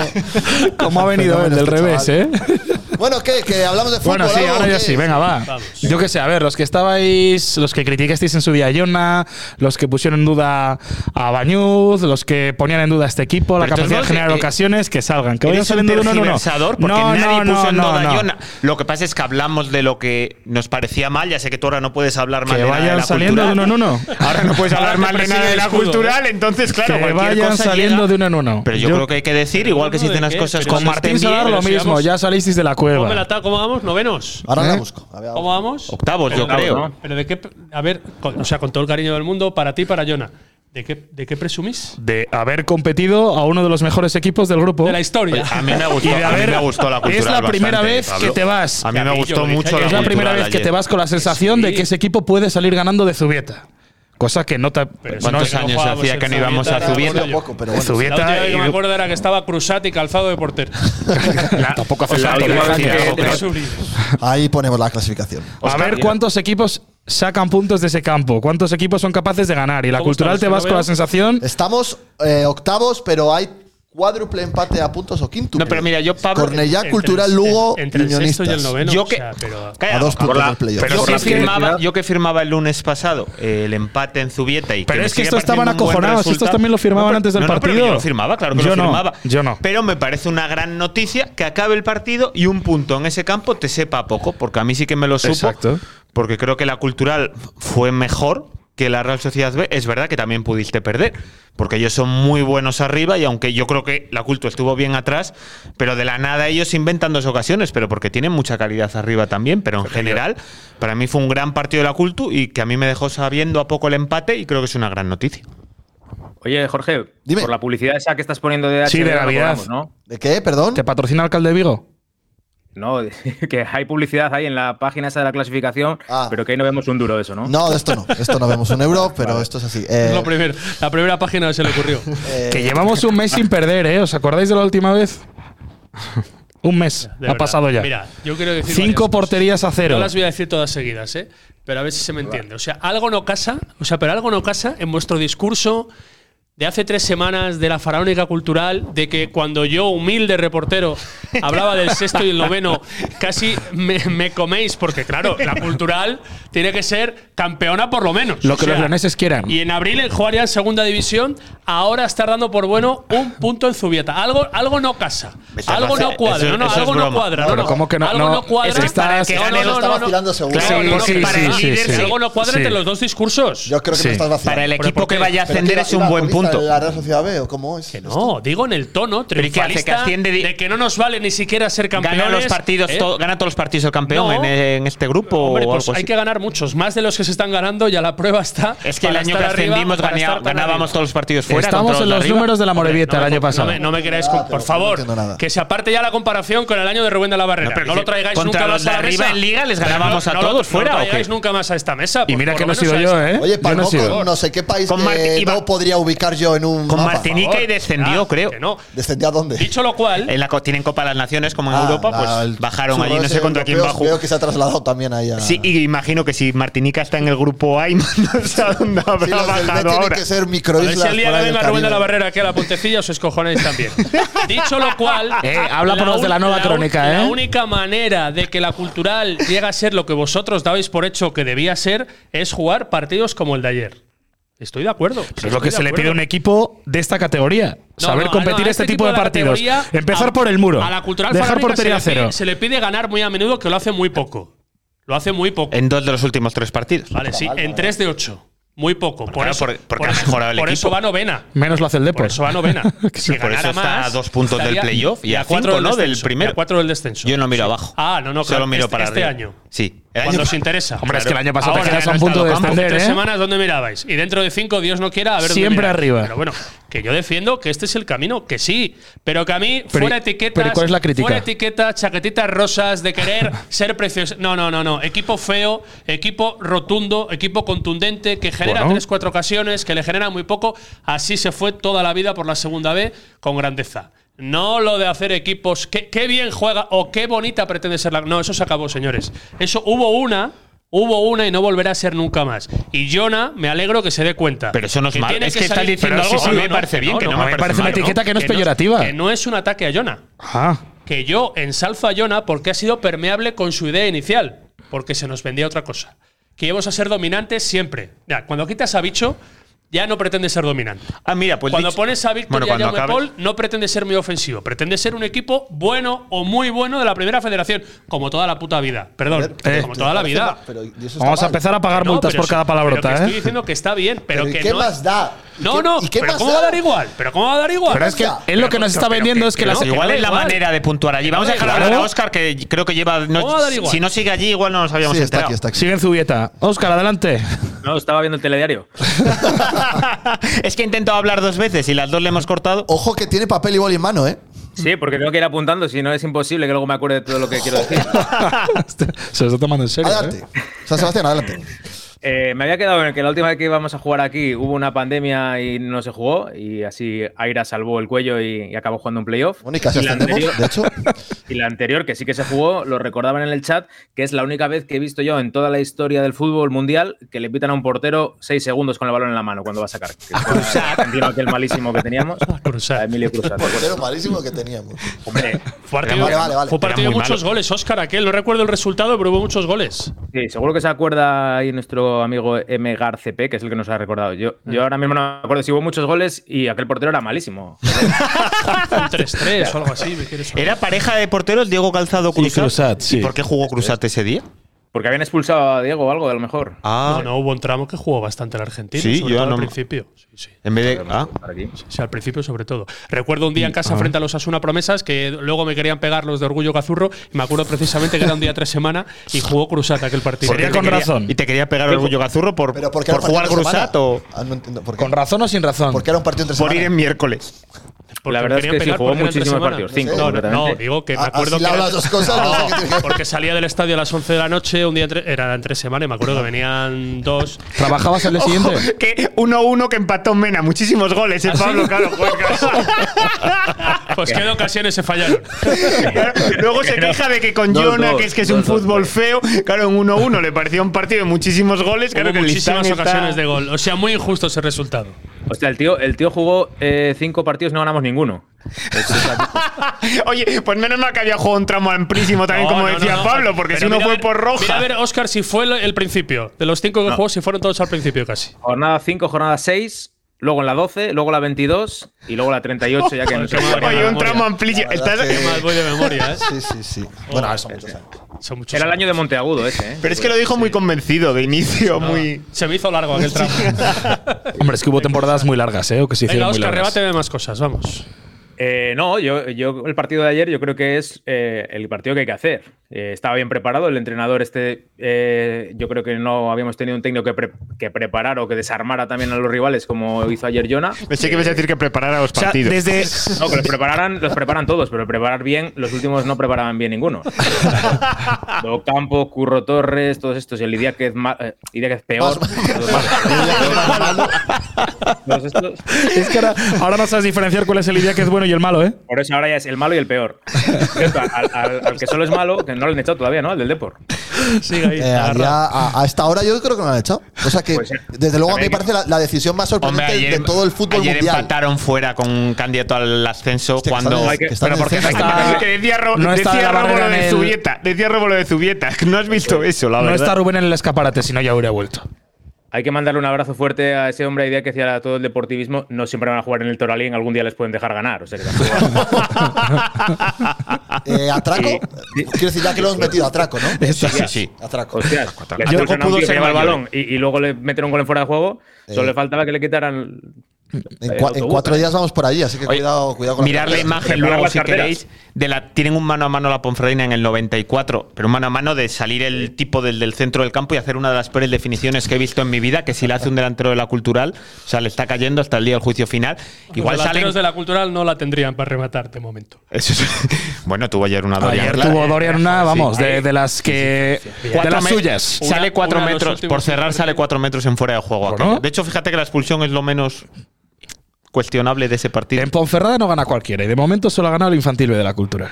Speaker 3: ¿Cómo [laughs] ha venido el
Speaker 1: Fenómeno
Speaker 3: del
Speaker 1: este
Speaker 3: revés, eh?
Speaker 1: chaval. Bueno, ¿qué? Que hablamos de fútbol.
Speaker 3: Bueno, sí,
Speaker 1: algo,
Speaker 3: ahora ya
Speaker 1: ¿qué?
Speaker 3: sí, venga, va. Yo qué sé, a ver, los que estabais, los que criticasteis en su día a Jona, los que pusieron en duda a Bañuz, los que ponían en duda a este equipo, la
Speaker 7: Pero
Speaker 3: capacidad de
Speaker 7: entonces,
Speaker 3: generar
Speaker 7: eh,
Speaker 3: ocasiones, que salgan. Que vayan
Speaker 7: Eres un
Speaker 3: saliendo de uno en uno.
Speaker 7: tergiversador, porque
Speaker 3: No,
Speaker 7: nadie
Speaker 3: no,
Speaker 7: puso en
Speaker 3: no,
Speaker 7: duda a
Speaker 3: no.
Speaker 7: Jona. Lo que pasa es que hablamos de lo que nos parecía mal. Ya sé que tú ahora no puedes hablar mal
Speaker 3: Que
Speaker 7: de nada de
Speaker 3: vayan
Speaker 7: la
Speaker 3: saliendo de
Speaker 7: cultural.
Speaker 3: uno en uno.
Speaker 7: Ahora no puedes hablar
Speaker 2: Ahora te
Speaker 7: mal de nada
Speaker 2: persigue
Speaker 7: de
Speaker 2: el
Speaker 7: la
Speaker 2: escudo,
Speaker 7: cultural, entonces, claro,
Speaker 3: que
Speaker 7: cualquier
Speaker 3: vayan
Speaker 7: cosa
Speaker 3: saliendo
Speaker 7: llega.
Speaker 3: de uno en uno.
Speaker 7: Pero yo, creo que hay que decir, igual que se
Speaker 2: ¿De
Speaker 7: dicen las
Speaker 2: qué?
Speaker 7: cosas
Speaker 2: Pero
Speaker 7: como
Speaker 3: Con
Speaker 2: eso
Speaker 3: Martín
Speaker 2: está bien,
Speaker 3: Solar lo
Speaker 2: pero
Speaker 3: mismo,
Speaker 2: sigamos.
Speaker 3: ya salisteis de la
Speaker 2: ¿Cómo, me la
Speaker 3: cueva.
Speaker 2: ta- cómo vamos? ¿Novenos?
Speaker 1: Ahora la
Speaker 3: ¿Eh?
Speaker 1: busco. A ver,
Speaker 2: ¿Cómo vamos?
Speaker 7: Octavos, Pues yo
Speaker 6: Octavos,
Speaker 7: creo.
Speaker 6: Pues ¿no?
Speaker 2: Pero de qué. A ver, con- o sea, con todo el cariño del mundo, para ti y para Jonah, ¿de qué, ¿de qué presumís?
Speaker 3: De haber competido a uno de los mejores equipos del grupo.
Speaker 2: De la historia.
Speaker 7: Pues A mí me
Speaker 3: Y
Speaker 7: gustó,
Speaker 3: de
Speaker 7: a mí
Speaker 3: haber-
Speaker 7: me gustó la cultural.
Speaker 3: es la primera
Speaker 7: bastante,
Speaker 3: vez
Speaker 7: Pablo.
Speaker 3: que te vas.
Speaker 7: A mí
Speaker 2: Y a
Speaker 7: me
Speaker 2: mí, yo
Speaker 7: gustó
Speaker 2: lo dije
Speaker 7: mucho
Speaker 2: ayer.
Speaker 7: la
Speaker 3: Es la
Speaker 7: cultural
Speaker 3: primera vez que
Speaker 7: ayer.
Speaker 3: te vas con la sensación de que ese equipo puede salir ganando de Zubieta. Cosa que no te.
Speaker 2: Pero eso
Speaker 7: ¿Cuántos
Speaker 2: que no
Speaker 7: años
Speaker 2: jugábamos
Speaker 7: hacía
Speaker 2: en
Speaker 7: que no íbamos
Speaker 2: Zubieta,
Speaker 7: a
Speaker 2: era
Speaker 7: Zubieta?
Speaker 2: rollo.
Speaker 1: poco, pero bueno.
Speaker 2: La última
Speaker 3: Zubieta
Speaker 2: vez
Speaker 3: y-
Speaker 2: que me acuerdo era que estaba Cruzat y calzado de portero. [laughs]
Speaker 3: La- [laughs] tampoco hace
Speaker 7: la
Speaker 3: falta
Speaker 7: última
Speaker 3: que-
Speaker 7: vez que-
Speaker 3: que-
Speaker 7: Pero-
Speaker 2: Subir.
Speaker 1: Ahí ponemos la clasificación.
Speaker 3: A ver cuántos equipos sacan puntos de ese campo, cuántos equipos son capaces de ganar. Y la
Speaker 2: ¿Cómo
Speaker 3: cultural
Speaker 2: estamos?
Speaker 3: te
Speaker 2: ¿Que no
Speaker 3: vas con
Speaker 2: veo?
Speaker 3: la sensación.
Speaker 1: Estamos eh, octavos, pero hay cuádruple empate a puntos o quintuple.
Speaker 7: No, pero mira, yo, Pablo.
Speaker 1: Cornellá,
Speaker 2: Entre
Speaker 1: Cultural,
Speaker 2: el-
Speaker 1: Lugo,
Speaker 2: Entre el sexto y el
Speaker 1: Unionistas.
Speaker 2: noveno.
Speaker 7: Yo
Speaker 2: o
Speaker 7: que-
Speaker 2: sea, pero-
Speaker 7: Calla,
Speaker 1: A dos
Speaker 7: boca.
Speaker 1: puntos del playoff.
Speaker 7: Yo que,
Speaker 3: por la
Speaker 7: firmaba,
Speaker 3: final-
Speaker 7: yo que firmaba el lunes pasado eh, el empate en Zubieta y
Speaker 3: Pero
Speaker 7: me
Speaker 3: es que
Speaker 7: sigue
Speaker 3: estos estaban
Speaker 7: pareciendo un buen
Speaker 3: acojonados, estos
Speaker 7: resultado.
Speaker 3: también lo firmaban
Speaker 7: pero-
Speaker 3: antes del
Speaker 7: no, no, pero
Speaker 3: partido.
Speaker 7: yo lo firmaba, claro que
Speaker 3: Yo
Speaker 7: lo
Speaker 3: no,
Speaker 7: firmaba.
Speaker 3: yo no.
Speaker 7: Pero me parece una gran noticia que acabe el partido y un punto en ese campo te sepa a poco, porque a mí sí que me lo supo.
Speaker 3: Exacto.
Speaker 7: Porque creo que la cultural fue mejor que la Real Sociedad B. Es verdad que también pudiste perder, porque ellos son muy buenos arriba y aunque yo creo que la culto estuvo bien atrás, pero de la nada ellos inventan dos ocasiones, pero porque tienen mucha calidad arriba también. Pero en general, para mí fue un gran partido de la culto y que a mí me dejó sabiendo a poco el empate y creo que es una gran noticia.
Speaker 6: Oye, Jorge,
Speaker 1: Dime.
Speaker 6: por la publicidad esa que estás poniendo de
Speaker 3: Sí, de
Speaker 6: HBO, no
Speaker 3: Navidad.
Speaker 6: cobramos, ¿no?
Speaker 1: ¿De qué? Perdón.
Speaker 3: ¿Te patrocina el alcalde de Vigo?
Speaker 6: No, [laughs] que hay publicidad ahí en la página esa de la clasificación,
Speaker 1: Ah.
Speaker 6: pero que ahí no vemos un duro de eso, ¿no?
Speaker 1: No, de esto no. Esto no vemos un euro, pero esto es así. Eh,
Speaker 2: Es lo primero. La primera página se le ocurrió.
Speaker 1: eh,
Speaker 3: Que llevamos un mes sin perder, ¿eh? ¿Os acordáis de la última vez? Un mes.
Speaker 2: De
Speaker 3: ha
Speaker 2: verdad.
Speaker 3: pasado ya.
Speaker 2: Mira, yo quiero decir
Speaker 3: Cinco
Speaker 2: varias cosas.
Speaker 3: porterías a cero.
Speaker 2: No las voy a decir todas seguidas, ¿eh? Pero a ver si se me entiende. O sea, algo no casa, o sea, pero algo no casa en vuestro discurso de hace tres semanas de la faraónica cultural, de que cuando yo, humilde reportero, hablaba del sexto y el noveno, casi me, me coméis, porque claro, la cultural tiene que ser campeona por lo menos.
Speaker 3: Lo
Speaker 2: O
Speaker 3: que los
Speaker 2: sea,
Speaker 3: leoneses quieran.
Speaker 2: y en abril el jugaría en segunda división. Ahora estar dando por bueno un punto en Zubieta. Algo, algo no casa. Algo no
Speaker 3: Eso-
Speaker 2: cuadra. no, no,
Speaker 3: eso es
Speaker 2: algo no
Speaker 3: broma.
Speaker 2: cuadra.
Speaker 3: Pero
Speaker 2: no,
Speaker 3: ¿cómo que no?
Speaker 2: Algo
Speaker 3: No,
Speaker 2: no cuadra.
Speaker 3: eso es para
Speaker 7: este
Speaker 3: el que
Speaker 2: No,
Speaker 3: gane, lo
Speaker 2: no, no,
Speaker 3: estás
Speaker 2: no, no.
Speaker 1: vacilando seguro.
Speaker 2: Claro,
Speaker 1: Sí,
Speaker 2: no,
Speaker 1: sí,
Speaker 2: para el
Speaker 3: sí,
Speaker 2: líder,
Speaker 3: sí,
Speaker 2: si
Speaker 3: sí.
Speaker 2: Algo no cuadra
Speaker 3: Sí.
Speaker 2: entre los dos discursos.
Speaker 1: Yo creo que
Speaker 3: Sí.
Speaker 1: me estás vacilando.
Speaker 7: Para el
Speaker 2: Pero
Speaker 7: equipo
Speaker 2: ¿por qué?
Speaker 7: que vaya a
Speaker 1: Pero
Speaker 7: ascender
Speaker 1: que
Speaker 7: es
Speaker 1: iba-
Speaker 7: un
Speaker 1: iba
Speaker 7: buen
Speaker 1: colista
Speaker 7: punto.
Speaker 1: en ¿La Real Sociedad B o cómo es?
Speaker 2: No, digo en el tono
Speaker 7: Pero ¿y qué hace? Que
Speaker 2: triunfalista
Speaker 7: asciende di-
Speaker 2: de que no nos vale ni siquiera ser campeones.
Speaker 7: Gana, los partidos,
Speaker 2: ¿eh?
Speaker 7: todo- gana todos los partidos el campeón
Speaker 2: No.
Speaker 7: en, en este grupo
Speaker 2: Hombre,
Speaker 7: o
Speaker 2: pues
Speaker 7: algo
Speaker 2: hay
Speaker 7: así.
Speaker 2: que ganar muchos, más de los que se están ganando, ya la prueba está.
Speaker 7: Es que el
Speaker 2: para
Speaker 7: año que
Speaker 2: estar arriba,
Speaker 7: ascendimos
Speaker 2: para
Speaker 7: ganea-
Speaker 2: estar tan
Speaker 7: ganábamos
Speaker 2: arriba.
Speaker 7: todos los partidos fuera.
Speaker 3: Estamos
Speaker 7: contra
Speaker 3: en los
Speaker 7: de arriba.
Speaker 3: númros de la
Speaker 2: No
Speaker 3: morevieta
Speaker 2: me-
Speaker 3: el año pasado.
Speaker 2: No me, no me queráis, con- por
Speaker 1: No
Speaker 2: favor,
Speaker 1: entiendo nada.
Speaker 2: que se aparte ya la comparación con el año de Rubén de la Barrera. No,
Speaker 7: No, pero que
Speaker 2: lo
Speaker 7: si-
Speaker 2: traigáis
Speaker 7: contra
Speaker 2: nunca
Speaker 7: los
Speaker 2: más a
Speaker 7: de
Speaker 2: la
Speaker 7: arriba
Speaker 2: mesa.
Speaker 7: en Liga les
Speaker 2: Pero
Speaker 7: ganábamos a
Speaker 2: lo-
Speaker 7: todos fuera,
Speaker 2: No
Speaker 7: ¿o
Speaker 2: lo
Speaker 7: qué?
Speaker 2: traigáis nunca más a esta mesa.
Speaker 3: Y
Speaker 2: por-
Speaker 3: mira
Speaker 2: por
Speaker 3: que
Speaker 2: lo
Speaker 3: no he
Speaker 2: menos
Speaker 3: sido
Speaker 2: a
Speaker 3: yo,
Speaker 2: esta.
Speaker 1: Oye,
Speaker 3: ¿eh? Yo no he
Speaker 1: Palmo,
Speaker 3: sido.
Speaker 1: con no sé qué país
Speaker 7: Con
Speaker 1: que
Speaker 7: Martini-
Speaker 1: no podría ubicar yo en un
Speaker 7: Con
Speaker 1: mapa.
Speaker 7: Martinica y descendió,
Speaker 2: Ah,
Speaker 7: creo.
Speaker 2: que no.
Speaker 1: ¿Descendí a dónde?
Speaker 2: Dicho lo cual,
Speaker 7: En la, co- tienen Copa de las Naciones, como en
Speaker 1: Ah,
Speaker 7: Europa,
Speaker 1: la- el
Speaker 7: pues bajaron allí, no
Speaker 1: suroeste
Speaker 7: sé contra quién
Speaker 1: europeo,
Speaker 7: bajó.
Speaker 1: Veo que se ha trasladado también ahí a…
Speaker 7: Sí, y imagino que si Martinica está en el grupo A, [laughs] no sé a dónde
Speaker 1: Sí,
Speaker 7: habrá
Speaker 1: los del B
Speaker 7: bajado
Speaker 1: tienen
Speaker 7: ahora.
Speaker 1: que ser
Speaker 2: a ver
Speaker 1: microislas.
Speaker 2: si el día
Speaker 1: por
Speaker 2: que
Speaker 1: ahí del
Speaker 2: venga Rubén de la
Speaker 1: Caribe.
Speaker 2: Barrera aquí a la puntecilla os escojonáis también.
Speaker 3: [laughs]
Speaker 2: Dicho lo cual.
Speaker 3: Eh, habla por los de la
Speaker 2: un-
Speaker 3: nueva
Speaker 2: un-
Speaker 3: crónica,
Speaker 2: La
Speaker 3: ¿eh?
Speaker 2: única manera de que la cultural llegue a ser lo que vosotros dabais por hecho que debía ser es jugar partidos como el de ayer. Estoy de acuerdo.
Speaker 3: Pero es lo que se le pide a
Speaker 2: un
Speaker 3: un equipo de esta categoría.
Speaker 2: No,
Speaker 3: Saber
Speaker 2: no,
Speaker 3: competir
Speaker 2: no, a
Speaker 3: este tipo de
Speaker 2: la
Speaker 3: partidos.
Speaker 2: categoría,
Speaker 3: Empezar
Speaker 2: a-
Speaker 3: por el muro.
Speaker 2: A la cultural
Speaker 3: dejar
Speaker 2: fanática
Speaker 3: portería a
Speaker 2: se le
Speaker 3: cero.
Speaker 2: pide- se le pide ganar muy a menudo, que lo hace muy poco. Lo hace muy poco.
Speaker 7: En dos de los últimos tres partidos.
Speaker 2: vale, sí, en 3 de 8. Muy poco. Por
Speaker 7: claro,
Speaker 2: eso,
Speaker 7: por- porque ha mejorado el
Speaker 2: por eso
Speaker 7: equipo.
Speaker 2: va novena.
Speaker 3: [laughs] Menos lo hace el
Speaker 2: Por
Speaker 3: Depor.
Speaker 2: eso va
Speaker 3: [laughs]
Speaker 2: novena. si
Speaker 7: por
Speaker 2: ganara
Speaker 7: eso está
Speaker 2: más,
Speaker 7: a dos puntos del
Speaker 2: estaría-
Speaker 7: playoff y a
Speaker 2: cuatro
Speaker 7: cinco, ¿no? Del
Speaker 2: descenso,
Speaker 7: primero.
Speaker 2: y a cuatro del descenso.
Speaker 7: Yo no miro abajo.
Speaker 2: Ah, no, no,
Speaker 7: Solo
Speaker 2: claro,
Speaker 7: miro
Speaker 2: este-
Speaker 7: para
Speaker 2: este
Speaker 7: arriba.
Speaker 2: año.
Speaker 7: Sí. El año
Speaker 2: Cuando os
Speaker 7: pasado-
Speaker 2: interesa.
Speaker 3: Homro, es que el año pasado
Speaker 2: Ahora,
Speaker 3: te quedas a
Speaker 7: no
Speaker 3: un
Speaker 7: está
Speaker 3: punto de
Speaker 7: Locampo.
Speaker 3: descender,
Speaker 2: tres
Speaker 3: ¿eh?
Speaker 2: semanas, ¿dónde mirabais? Y dentro de cinco, Dios no quiera, a ver dónde
Speaker 3: Siempre
Speaker 2: mirabais.
Speaker 3: arriba.
Speaker 2: Pero bueno, que yo defiendo que este es el camino, que sí. Pero que a mí,
Speaker 3: Pero
Speaker 2: fuera
Speaker 3: y-
Speaker 2: etiquetas.
Speaker 3: pero ¿y cuál es la crítica?
Speaker 2: Fuera etiquetas, chaquetitas rosas, de
Speaker 7: [laughs]
Speaker 2: querer ser precioso. No, no, no, no. Equipo feo, equipo rotundo, equipo contundente, que genera
Speaker 3: Bueno.
Speaker 2: tres, cuatro ocasiones, que le genera muy poco. Así se fue toda la vida por la segunda B con grandeza. No lo de hacer equipos. Qué, qué bien juega o qué bonita pretende ser la. No, eso se acabó, señores. Eso hubo una. Hubo una y no volverá a ser nunca más. Y Jonah, me alegro que se dé cuenta.
Speaker 7: Pero eso no es mal.
Speaker 2: tiene
Speaker 7: Es que está
Speaker 2: salir-
Speaker 7: diciendo
Speaker 2: Pero
Speaker 7: algo
Speaker 2: sí,
Speaker 7: que
Speaker 2: sí,
Speaker 7: a mí me parece bien, que no me
Speaker 3: me parece
Speaker 7: parece
Speaker 3: una
Speaker 7: mal, ¿no?
Speaker 3: etiqueta que no es
Speaker 2: que
Speaker 3: peyorativa.
Speaker 2: Que no es un ataque a Jonah
Speaker 3: Ah.
Speaker 2: que yo ensalzo a Jonah porque ha sido permeable con su idea inicial, porque se nos vendía otra cosa. Que íbamos a ser dominantes siempre. Ya, cuando quitas a Bicho, ya no pretende ser dominante.
Speaker 7: Ah, mira, pues.
Speaker 2: cuando
Speaker 7: dicho-
Speaker 2: pones a Víctor
Speaker 7: Bueno,
Speaker 2: y a
Speaker 7: cuando
Speaker 2: Jaume
Speaker 7: acabe-
Speaker 2: Paul, no pretende ser muy ofensivo. Pretende ser un equipo bueno o muy bueno de la primera federación, como toda la puta vida. Perdón,
Speaker 3: Eh.
Speaker 2: como toda la vida.
Speaker 1: Pero, y eso está
Speaker 3: Vamos a
Speaker 1: mal.
Speaker 3: empezar a pagar
Speaker 2: No,
Speaker 3: multas
Speaker 2: pero
Speaker 3: por
Speaker 2: sí,
Speaker 3: cada
Speaker 2: pero que
Speaker 3: palabrota,
Speaker 2: Estoy
Speaker 3: ¿eh?
Speaker 2: diciendo que está bien, pero,
Speaker 1: ¿y
Speaker 2: que
Speaker 1: ¿Qué
Speaker 2: no.
Speaker 1: más da? ¿Y
Speaker 2: No,
Speaker 1: qué-
Speaker 2: no,
Speaker 1: ¿Y qué
Speaker 2: pero
Speaker 1: más
Speaker 2: ¿cómo va a dar igual? ¿Pero cómo va a dar igual?
Speaker 3: Pero es que
Speaker 1: Pero-
Speaker 3: él lo que nos está vendiendo es que la
Speaker 2: no,
Speaker 7: Igual es la
Speaker 2: igual.
Speaker 7: manera de puntuar allí.
Speaker 2: Que no
Speaker 7: Vamos a
Speaker 2: da
Speaker 7: dejar
Speaker 2: igual.
Speaker 7: hablar a Oscar, que creo que lleva. no-
Speaker 2: No va a dar igual.
Speaker 7: si no sigue allí, igual no nos habíamos
Speaker 1: Sí, está
Speaker 7: enterado.
Speaker 1: aquí, está aquí.
Speaker 3: Sigue en Zubieta. Óscar, adelante. [laughs]
Speaker 6: No, estaba viendo el telediario.
Speaker 7: [laughs] es que he intentado hablar dos veces y las dos le hemos cortado.
Speaker 1: Ojo que tiene papel y boli en mano, ¿eh?
Speaker 6: Sí, porque tengo que ir apuntando, si no es imposible que luego me acuerde de todo lo que quiero decir.
Speaker 3: Este, Se lo está tomando en serio. ¿eh?
Speaker 1: Adelante. San Sebastián, adelante.
Speaker 6: Eh, me había quedado en que la última vez que íbamos a jugar aquí hubo una pandemia y no se jugó, y así Aira salvó el cuello y, y acabó jugando un playoff.
Speaker 1: Bueno, y casi
Speaker 6: Y la
Speaker 1: ascendemos,
Speaker 6: anterior-
Speaker 1: de
Speaker 6: [laughs]
Speaker 1: hecho.
Speaker 6: Y la anterior, que sí que se jugó, lo recordaban en el chat, que es la única vez que he visto yo en toda la historia del fútbol mundial que le pitan a un portero seis segundos con el balón en la mano cuando va a sacar. Que fue Argentino aquel malísimo que teníamos.
Speaker 2: Cruzar.
Speaker 6: A Emilio Cruzat. ¿te acuerdas?
Speaker 1: Portero malísimo que teníamos.
Speaker 6: Hombre,
Speaker 2: Fue partido,
Speaker 1: Vale, vale, vale.
Speaker 2: fue partido
Speaker 7: Era
Speaker 2: de
Speaker 7: muy
Speaker 2: muchos
Speaker 7: malo.
Speaker 2: goles, Óscar, aquel. No recuerdo el resultado, pero hubo muchos goles.
Speaker 6: sí, seguro que se acuerda ahí nuestro amigo M. Garcep, que es el que nos ha recordado. Yo, yo ahora mismo no me acuerdo si hubo muchos goles y aquel portero era malísimo.
Speaker 2: Un 3-3 o algo así. me quieres
Speaker 7: Era pareja de porteros Diego Calzado
Speaker 3: Sí,
Speaker 7: Cruzat.
Speaker 3: Cruzat, sí.
Speaker 7: ¿Y por qué jugó Cruzat ese día?
Speaker 6: Porque habían expulsado a Diego o algo, a lo mejor.
Speaker 7: Ah,
Speaker 2: No, no, hubo un tramo que jugó bastante el argentino.
Speaker 7: Sí,
Speaker 2: sobre
Speaker 7: yo
Speaker 2: todo
Speaker 7: no
Speaker 2: al
Speaker 7: me-
Speaker 2: principio. Sí, sí.
Speaker 7: En vez de. Ah,
Speaker 6: Aquí.
Speaker 2: Sí, sí, al principio sobre todo. Recuerdo un día en casa frente a los Asuna Promesas que luego me querían pegar los de Orgullo Gazurro y me acuerdo precisamente que era un día tres semanas y jugó Cruzat aquel partido.
Speaker 3: Sería
Speaker 7: te
Speaker 3: con
Speaker 7: quería-
Speaker 3: razón.
Speaker 7: Y te quería pegar el orgullo gazurro por,
Speaker 1: Pero ¿por qué
Speaker 7: por
Speaker 1: era un
Speaker 7: jugar
Speaker 1: partido entre
Speaker 7: Cruzat
Speaker 1: semana?
Speaker 7: o
Speaker 1: Ah, no entiendo. ¿Por qué?
Speaker 3: ¿Con razón o sin razón?
Speaker 1: ¿Por qué era un partido entre
Speaker 7: por
Speaker 1: semana?
Speaker 7: ir en miércoles.
Speaker 2: Porque
Speaker 6: La verdad es
Speaker 2: querían
Speaker 6: que sí,
Speaker 2: pegar
Speaker 6: jugó
Speaker 2: porque eran tres
Speaker 6: muchísimos
Speaker 2: semanas.
Speaker 6: partidos, cinco
Speaker 2: No, no, no,
Speaker 6: concretamente.
Speaker 2: digo que me
Speaker 1: Ah,
Speaker 2: acuerdo
Speaker 1: así
Speaker 2: que.
Speaker 1: hablas dos cosas, no sé qué tiene que ver.
Speaker 2: porque salía del estadio a las 11 de la noche, un día entre- eran tres semanas, y me acuerdo que venían dos.
Speaker 3: ¿Trabajabas
Speaker 1: [laughs]
Speaker 3: el día siguiente?
Speaker 4: Que 1-1 que empató Mena. Muchísimos goles, ¿eh, Pablo? Claro,
Speaker 2: ¿Ah, [laughs] Pues qué ocasiones se fallaron.
Speaker 4: [laughs] Pues juegas. Luego se queja de que con
Speaker 6: Dos,
Speaker 4: Jonah,
Speaker 6: dos,
Speaker 4: que es que es un
Speaker 6: dos, dos,
Speaker 4: fútbol
Speaker 6: dos.
Speaker 4: feo. Claro, en 1-1 le parecía un partido de muchísimos goles. Claro
Speaker 2: Hubo
Speaker 4: que el
Speaker 2: muchísimas
Speaker 4: listón está-
Speaker 2: ocasiones de gol. O sea, muy injusto ese resultado.
Speaker 6: O sea, el tío, el tío jugó eh, cinco partidos y no ganamos ninguno.
Speaker 4: Oye, pues menos mal que había jugado un tramo amplísimo también,
Speaker 2: No,
Speaker 4: como
Speaker 2: no, no,
Speaker 4: decía
Speaker 2: no.
Speaker 4: Pablo, porque
Speaker 2: Pero
Speaker 4: si no
Speaker 2: mira a
Speaker 4: fue
Speaker 2: ver-
Speaker 4: por
Speaker 2: Mira, a
Speaker 4: roja.
Speaker 2: ver, Oscar, si fue el, el principio. De los cinco que jugó, si fueron todos al principio casi.
Speaker 6: Jornada 5, jornada 6, luego en la 12, luego la 22 y luego la
Speaker 4: [laughs]
Speaker 6: 38, ya que no sé
Speaker 2: Qué madre.
Speaker 4: Oye, un
Speaker 2: memoria.
Speaker 4: tramo amplísimo.
Speaker 1: La verdad
Speaker 4: Estás-
Speaker 1: que-
Speaker 2: Qué mal voy de
Speaker 1: [laughs]
Speaker 2: memoria, ¿eh?
Speaker 1: Sí, sí, sí. Bueno, a ver, son muchos años.
Speaker 2: Son muchos
Speaker 6: Era el
Speaker 2: años.
Speaker 6: año de Monteagudo ese, ¿eh?
Speaker 4: Pero es que lo dijo muy convencido de inicio, muy.
Speaker 2: Se me hizo largo aquel tramo.
Speaker 3: Hombre, es que hubo temporadas muy largas, ¿eh? O que se
Speaker 2: Venga,
Speaker 3: hicieron muy
Speaker 2: Oscar,
Speaker 3: largas.
Speaker 2: rebáteme más cosas, vamos.
Speaker 6: Eh, no, yo, yo el partido de ayer yo creo que es eh, el partido que hay que hacer. Eh, estaba bien preparado el entrenador este. eh, yo creo que no habíamos tenido un técnico que, pre- que preparara o que desarmara también a los rivales como hizo ayer Jonah.
Speaker 4: Pensé que ibas a decir que preparara los
Speaker 3: O sea,
Speaker 4: partidos.
Speaker 2: [laughs]
Speaker 3: desde,
Speaker 6: No, que los prepararan, los preparan todos, pero preparar bien, los últimos no preparaban bien ninguno.
Speaker 7: [laughs]
Speaker 6: Do Campo, Curro Torres, todos estos, y el Idiáquez, ma- eh, Idiáquez peor. Todos
Speaker 1: Más malo.
Speaker 6: todos estos.
Speaker 3: es que ahora, ahora no sabes diferenciar cuál es el idea que es bueno y el malo, ¿eh?
Speaker 6: Por eso ahora ya es el malo y el peor. Cierto, Al, al- al que solo es malo, que no lo han echado todavía, ¿no? Al del Depor.
Speaker 2: Sigue ahí.
Speaker 1: Eh, había- a, a esta hora yo creo que no lo han hecho. O sea que,
Speaker 6: Pues, eh,
Speaker 1: desde luego, a mí me
Speaker 6: también-
Speaker 1: parece la, la decisión más sorprendente de todo el fútbol
Speaker 7: ayer
Speaker 1: mundial.
Speaker 7: empataron fuera con un candidato al ascenso
Speaker 1: Hostia, que
Speaker 7: cuando.
Speaker 1: están en-
Speaker 6: hay que-
Speaker 1: que están
Speaker 6: pero
Speaker 1: en el
Speaker 6: porque
Speaker 1: centro.
Speaker 3: está-
Speaker 4: que decía, Ro-
Speaker 3: no está
Speaker 4: decía
Speaker 3: la barrera
Speaker 4: Rómulo
Speaker 3: en
Speaker 4: de
Speaker 3: el-
Speaker 4: Zubieta. Decía Rómulo de Zubieta. [laughs] No has visto eso, la
Speaker 3: No
Speaker 4: verdad.
Speaker 3: está Rubén en el escaparate, si no ya hubiera vuelto.
Speaker 6: Hay que mandarle un abrazo fuerte a ese hombre idea que hacía todo el deportivismo. No siempre van a jugar en el Toralín, algún día les pueden dejar ganar. O sea que
Speaker 7: [laughs]
Speaker 6: tampoco-
Speaker 1: Eh, atraco. Quiero decir, ya que lo hemos metido, atraco, ¿no?
Speaker 7: Sí, sí, sí.
Speaker 1: Atraco.
Speaker 6: Hostias, le
Speaker 7: Yo-
Speaker 6: expulsan a un
Speaker 7: pudo
Speaker 6: tío que
Speaker 7: ser
Speaker 6: lleva el
Speaker 7: mayor.
Speaker 6: balón y, y luego le meten un gol en fuera de juego. Solo
Speaker 1: Eh.
Speaker 6: le faltaba que le quitaran.
Speaker 1: En,
Speaker 6: el
Speaker 1: cua- en
Speaker 6: autobús,
Speaker 1: cuatro
Speaker 6: eh.
Speaker 1: días vamos por allí, así que
Speaker 7: Oye,
Speaker 1: cuidado,
Speaker 7: [laughs]
Speaker 1: cuidado con
Speaker 7: Mirar la
Speaker 1: carteras.
Speaker 7: imagen
Speaker 6: Preparar
Speaker 7: luego,
Speaker 6: las
Speaker 7: si
Speaker 6: carteras.
Speaker 7: queréis. De la, tienen un mano a mano la Ponferradina en el 94, pero un mano a mano de salir el tipo del, del centro del campo y hacer una de las peores definiciones que he visto en mi vida, que si la hace un delantero de la cultural, o sea, le está cayendo hasta el día del juicio final. Igual
Speaker 2: los
Speaker 7: salen…
Speaker 2: delanteros de la cultural no la tendrían para rematar de momento.
Speaker 7: Eso es- [laughs] bueno, tuvo ayer una Dorian
Speaker 3: Ayer
Speaker 7: Clara,
Speaker 3: tuvo
Speaker 7: eh.
Speaker 3: Dorian una, vamos,
Speaker 7: Sí.
Speaker 3: de, de las que. De
Speaker 7: Cuatro
Speaker 3: las
Speaker 7: me-
Speaker 3: suyas.
Speaker 2: Una-
Speaker 7: sale cuatro
Speaker 2: una de los
Speaker 7: metros.
Speaker 2: últimos
Speaker 7: Por cerrar,
Speaker 2: partidos.
Speaker 7: sale cuatro metros en fuera de juego.
Speaker 3: Bueno.
Speaker 7: aquella. De hecho, fíjate que la expulsión es lo menos cuestionable de ese partido.
Speaker 3: En Ponferrada no gana cualquiera y de momento solo ha ganado el infantil B de la
Speaker 7: [laughs]
Speaker 3: cultura.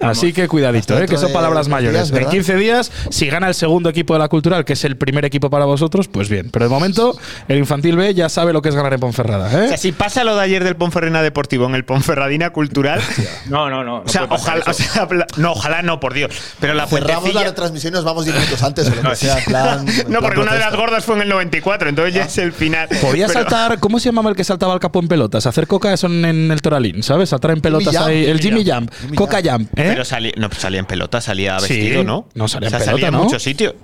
Speaker 3: Así que
Speaker 1: Hasta
Speaker 3: cuidadito, ¿eh? que
Speaker 1: dentro
Speaker 3: son
Speaker 1: de
Speaker 3: palabras
Speaker 1: 15 días,
Speaker 3: mayores.
Speaker 1: ¿verdad?
Speaker 3: en 15 días, si gana el segundo equipo de la cultural, que es el primer equipo para vosotros, pues bien. Pero de momento, el infantil B ya sabe lo que es ganar en Ponferrada.
Speaker 7: O
Speaker 3: ¿eh?
Speaker 7: sea, si pasa lo de ayer del Ponferradina Deportivo en el Ponferradina Cultural.
Speaker 6: No, no, no. no
Speaker 7: o sea,
Speaker 6: puede pasar
Speaker 7: ojalá,
Speaker 6: eso.
Speaker 7: o sea, la- no, ojalá no, por Dios. Pero la
Speaker 1: Cerramos la
Speaker 7: puentecilla.
Speaker 1: retransmisión y nos vamos 10 minutos antes
Speaker 7: [laughs]
Speaker 1: o lo que sea. en plan- en
Speaker 4: No,
Speaker 1: plan
Speaker 4: porque una de las
Speaker 1: protesta. Ah.
Speaker 4: gordas fue en el 94, entonces ya es el final.
Speaker 3: Podía
Speaker 4: Pero-
Speaker 3: saltar, ¿cómo se llamaba el que saltaba al capo en pelotas? Hacer coca son en el Toralín, ¿sabes? Saltar en pelotas
Speaker 1: Jump,
Speaker 3: ahí. el
Speaker 1: Jimmy
Speaker 3: Jimmy Jump,
Speaker 1: Jump.
Speaker 3: Coca Jump. ¿eh?
Speaker 7: Pero salía, no, pues salía en pelota, salía
Speaker 3: Sí.
Speaker 7: vestido, ¿no?
Speaker 3: No, salía
Speaker 7: O sea,
Speaker 3: en pelota,
Speaker 7: salía en
Speaker 3: ¿no?
Speaker 7: muchos sitios.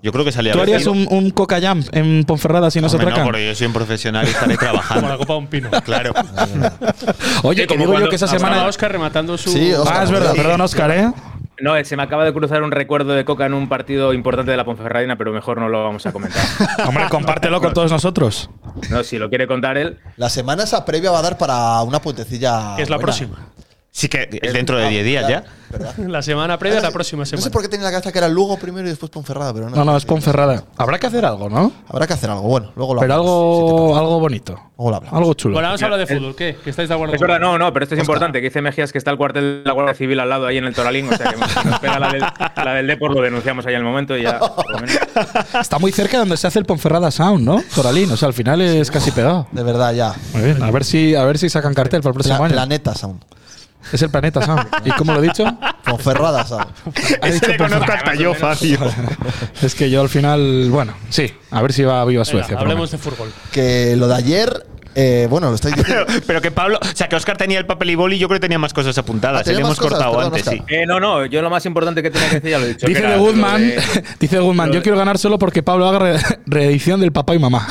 Speaker 7: Yo creo que salía
Speaker 3: ¿Tú harías
Speaker 7: vestido.
Speaker 3: un, un Coca Jump en Ponferrada si no se
Speaker 7: Hombre, no,
Speaker 3: atracan?
Speaker 7: porque yo soy un profesional y
Speaker 3: [laughs]
Speaker 7: estaré
Speaker 2: Como la
Speaker 7: trabajando.
Speaker 2: copa de un pino.
Speaker 1: [laughs]
Speaker 7: claro.
Speaker 3: Oye, que
Speaker 6: Sí,
Speaker 3: digo
Speaker 6: como
Speaker 3: yo
Speaker 6: cuando
Speaker 3: que esa
Speaker 6: hablaba
Speaker 3: semana.
Speaker 2: Estaba Oscar rematando su.
Speaker 1: Sí, Oscar.
Speaker 3: Ah, es verdad,
Speaker 1: Sí.
Speaker 3: perdón, Oscar, ¿eh?
Speaker 6: No, eh, se me acaba de cruzar un recuerdo de Coca en un partido importante de la Ponferradina, pero mejor no lo vamos a [laughs] comentar.
Speaker 3: Hombre, compártelo con todos nosotros.
Speaker 6: No, si lo quiere contar él.
Speaker 1: La semana esa previa va a dar para una puentecilla.
Speaker 2: que es la
Speaker 1: Ah, buena.
Speaker 2: próxima.
Speaker 7: Sí que es dentro de 10 días ya.
Speaker 1: ¿Verdad?
Speaker 2: La semana previa, la próxima
Speaker 1: No sé
Speaker 2: semana.
Speaker 1: por qué tenía la cabeza que era Lugo primero y después Ponferrada, pero no.
Speaker 3: No, no, es Ponferrada. Habrá que hacer algo, ¿no?
Speaker 1: Habrá que hacer algo. Bueno, luego lo
Speaker 3: Pero
Speaker 1: hablamos, si te
Speaker 3: algo, algo bonito.
Speaker 1: Luego lo hablamos.
Speaker 3: Algo
Speaker 2: Bueno,
Speaker 3: chulo.
Speaker 2: vamos a hablar de fútbol. ¿Qué? ¿Que estáis de acuerdo?
Speaker 6: Es verdad, no, no, pero esto es importante. Que dice Mejías que está el cuartel de la Guardia Civil al lado ahí en el Toralín. O sea que nos pega la del, la del Depor, lo denunciamos ahí en el momento y ya. por lo menos.
Speaker 3: Está muy cerca de donde se hace el Ponferrada Sound, ¿no? Toralín, o sea, al final es casi pegado.
Speaker 1: De verdad, ya.
Speaker 3: Muy bien, a ver si, a ver si sacan cartel para el próximo
Speaker 1: Pla-
Speaker 3: año.
Speaker 1: planeta Sound.
Speaker 3: Es el planeta
Speaker 1: [laughs]
Speaker 3: Sound. ¿Y cómo lo he dicho?
Speaker 1: Ponferrada Sound.
Speaker 3: Ha
Speaker 4: Ese
Speaker 3: dicho Ah,
Speaker 4: le conozco
Speaker 3: Ponferrada.
Speaker 4: hasta yo, fácil.
Speaker 3: [laughs] Es que yo al final, bueno, sí, a ver si va viva
Speaker 2: Venga,
Speaker 3: Suecia. por lo
Speaker 2: hablemos
Speaker 3: menos.
Speaker 2: de fútbol.
Speaker 1: Que lo de ayer, eh, bueno, lo estáis
Speaker 7: Pero, [laughs]
Speaker 1: diciendo.
Speaker 7: pero que Pablo, o sea, que Oscar tenía el papel y boli, yo creo que tenía más cosas
Speaker 1: Ah,
Speaker 7: apuntadas. y le
Speaker 1: tenía
Speaker 7: hemos
Speaker 1: más cosas,
Speaker 7: cortado
Speaker 1: perdón,
Speaker 7: antes,
Speaker 1: Óscar.
Speaker 7: sí.
Speaker 6: [laughs] Eh, no, no, yo lo más importante que tenía que decir ya lo he dicho. que
Speaker 3: Dice
Speaker 6: era
Speaker 3: de
Speaker 6: lo
Speaker 3: Goodman,
Speaker 6: de-
Speaker 3: [laughs] dice de Goodman, yo quiero ganar solo porque Pablo haga re- [laughs] reedición del papá y mamá.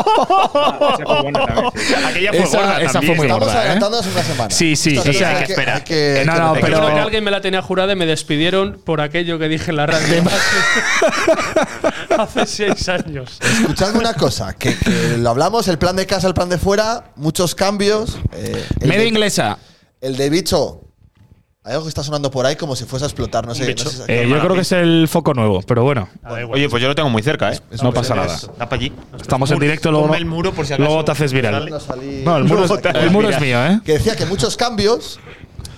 Speaker 6: Esa fue buena también, sí.
Speaker 7: Aquella fue
Speaker 3: Esa-
Speaker 7: gorda
Speaker 3: esa
Speaker 7: también.
Speaker 3: fue muy
Speaker 1: Estamos
Speaker 3: gorda, ¿eh?
Speaker 1: adelantándonos una semana.
Speaker 3: Sí, sí,
Speaker 1: Estas
Speaker 3: sí,
Speaker 1: cosas
Speaker 3: hay
Speaker 7: que esperar.
Speaker 1: que-
Speaker 3: No, no,
Speaker 1: que-
Speaker 3: pero-
Speaker 2: Creo que alguien me la tenía jurada y me despidieron por aquello que dije en la radio [laughs] hace, hace seis años.
Speaker 1: Escuchadme una cosa, que, que lo hablamos, el plan de casa, el plan Fran de fuera, muchos cambios. eh, el
Speaker 3: Media
Speaker 1: de-
Speaker 3: inglesa.
Speaker 1: El de bicho. Hay algo que está sonando por ahí como si fuese a explotar, no sé. no sé si-
Speaker 3: Eh, yo creo que es el foco nuevo, pero bueno,
Speaker 7: Oye, pues yo lo tengo muy cerca, ¿eh?
Speaker 3: no pasa nada.
Speaker 7: Está para allí.
Speaker 3: Estamos en
Speaker 7: Muro.
Speaker 3: directo, luego,
Speaker 7: Ponme el muro por si acaso.
Speaker 3: luego te haces viral.
Speaker 7: Dale.
Speaker 1: No salí-
Speaker 3: No, Eh, el muro, es, el muro es mío, ¿eh?
Speaker 1: Que decía que muchos cambios,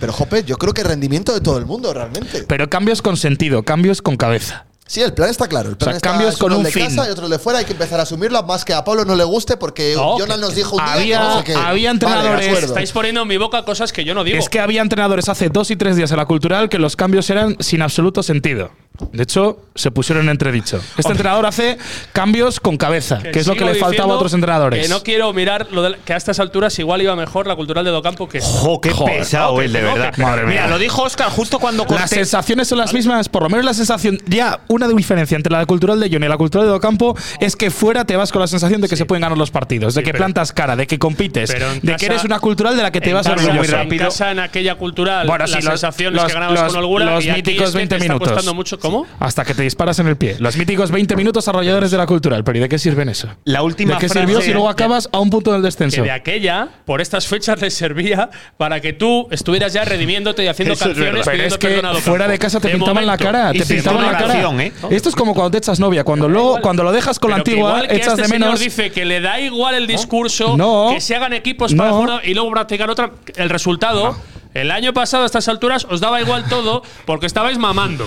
Speaker 1: pero Jope, yo creo que rendimiento de todo el mundo realmente.
Speaker 3: Pero cambios con sentido, cambios con cabeza.
Speaker 1: Sí, el plan está claro. El plan
Speaker 3: sea,
Speaker 1: está
Speaker 3: cambios
Speaker 1: es
Speaker 3: con
Speaker 1: unos
Speaker 3: un
Speaker 1: de
Speaker 3: fin.
Speaker 1: casa y otros de fuera. Hay que empezar a asumirlo, más que a Pablo no le guste porque
Speaker 3: No,
Speaker 1: Jonas
Speaker 3: que-
Speaker 1: nos dijo un día
Speaker 3: había-
Speaker 1: que no sé qué.
Speaker 3: había
Speaker 1: Vale, de
Speaker 3: entrenadores-
Speaker 1: acuerdo.
Speaker 2: Estáis poniendo en mi boca cosas que yo no digo.
Speaker 3: Es que había entrenadores hace dos y tres días en la cultural que los cambios eran sin absoluto sentido. De hecho, se pusieron en entredicho. Este entrenador hace cambios con cabeza, que, es lo que
Speaker 2: sigo
Speaker 3: le faltaba
Speaker 2: diciendo
Speaker 3: a otros entrenadores.
Speaker 2: Que no quiero mirar lo de la- que a estas alturas igual iba mejor la cultural de Docampo que.
Speaker 7: Jo, qué
Speaker 3: Joder,
Speaker 7: pesado
Speaker 2: no,
Speaker 7: el de
Speaker 2: que no,
Speaker 7: verdad.
Speaker 2: que-
Speaker 3: Madre
Speaker 7: Mira,
Speaker 3: mía.
Speaker 7: lo dijo Oscar justo cuando
Speaker 3: Las
Speaker 7: corté.
Speaker 3: sensaciones son las mismas, por lo menos la sensación. Ya, una diferencia entre la cultural de Johnny y la cultural de Docampo es que fuera te vas con la sensación de que se pueden ganar los partidos, de que plantas cara, de que compites,
Speaker 2: pero en
Speaker 3: de
Speaker 2: casa-
Speaker 3: que eres una cultural de la que te
Speaker 2: en
Speaker 3: vas a
Speaker 2: casa-
Speaker 3: ver muy
Speaker 2: en
Speaker 3: rápido.
Speaker 2: casa, en aquella cultural,
Speaker 3: Bueno,
Speaker 2: las
Speaker 3: sí, los-
Speaker 2: sensaciones
Speaker 3: los-
Speaker 2: que ganabas
Speaker 3: los-
Speaker 2: con holgura.
Speaker 3: los
Speaker 2: y aquí
Speaker 3: míticos
Speaker 2: es que
Speaker 3: 20
Speaker 2: te está
Speaker 3: minutos.
Speaker 2: costando mucho. ¿Cómo?
Speaker 3: Hasta que te disparas en el pie. Los míticos 20 minutos arrolladores de la cultural. Pero ¿y de qué sirven eso?
Speaker 7: La última
Speaker 3: ¿De qué
Speaker 7: frase
Speaker 3: sirvió
Speaker 7: de-
Speaker 3: si luego acabas a un punto del
Speaker 2: Que
Speaker 3: descenso?
Speaker 2: de aquella, por estas fechas, les servía para que tú estuvieras ya redimiéndote y haciendo
Speaker 7: Eso es
Speaker 2: canciones.
Speaker 7: verdad.
Speaker 3: Pero
Speaker 2: pidiendo
Speaker 3: es que
Speaker 2: perdón a Docampo.
Speaker 3: fuera de casa te pintaban
Speaker 2: momento.
Speaker 3: la cara,
Speaker 7: Y
Speaker 3: te
Speaker 7: sin
Speaker 3: pintaban la cara.
Speaker 7: valoración, ¿eh?
Speaker 3: Esto es como cuando te echas novia, cuando luego cuando lo dejas con la
Speaker 2: Pero que
Speaker 3: antigua
Speaker 2: igual que
Speaker 3: echas
Speaker 2: este
Speaker 3: de
Speaker 2: señor
Speaker 3: menos.
Speaker 2: dice que le da igual el discurso,
Speaker 3: No.
Speaker 2: que se hagan equipos para
Speaker 3: No.
Speaker 2: una- y luego practicar otra. El resultado, el año pasado a estas alturas os daba igual todo porque estabais mamando.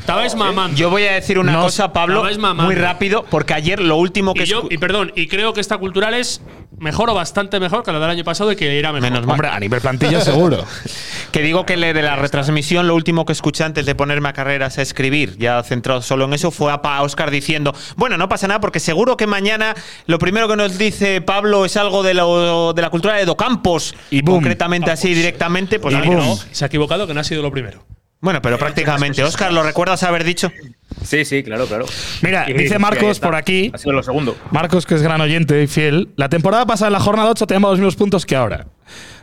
Speaker 2: Estabais mamando.
Speaker 7: Yo voy a decir una
Speaker 3: No,
Speaker 7: cosa, Pablo,
Speaker 2: no es mamá.
Speaker 7: muy rápido, porque ayer lo último que
Speaker 2: y yo,
Speaker 7: escu-
Speaker 2: y perdón, y creo que esta cultural es mejor o bastante mejor que la del año pasado y que irá mejor.
Speaker 7: Menos mal.
Speaker 3: Hombre, a nivel plantilla
Speaker 2: [laughs]
Speaker 3: seguro.
Speaker 7: Que digo que le- de la retransmisión, lo último que escuché antes de ponerme a carreras a escribir, ya centrado solo en eso, fue a Pa- a Oscar diciendo: Bueno, no pasa nada, porque seguro que mañana lo primero que nos dice Pablo es algo de, lo- de la cultura de Docampos.
Speaker 3: Y boom.
Speaker 7: Concretamente así, directamente. Pues
Speaker 3: Y
Speaker 7: a mí
Speaker 3: boom.
Speaker 7: no.
Speaker 2: Se ha equivocado que no ha sido lo primero.
Speaker 7: Bueno, pero prácticamente. Oscar, ¿lo recuerdas haber dicho?
Speaker 6: Sí, sí, claro, claro.
Speaker 3: Mira,
Speaker 6: Y-
Speaker 3: Ah, dice
Speaker 6: y ahí
Speaker 3: Marcos
Speaker 6: está.
Speaker 3: por aquí.
Speaker 6: Ha sido lo segundo.
Speaker 3: Marcos, que es gran oyente y fiel, la temporada pasada en la jornada 8 teníamos los mismos puntos que ahora.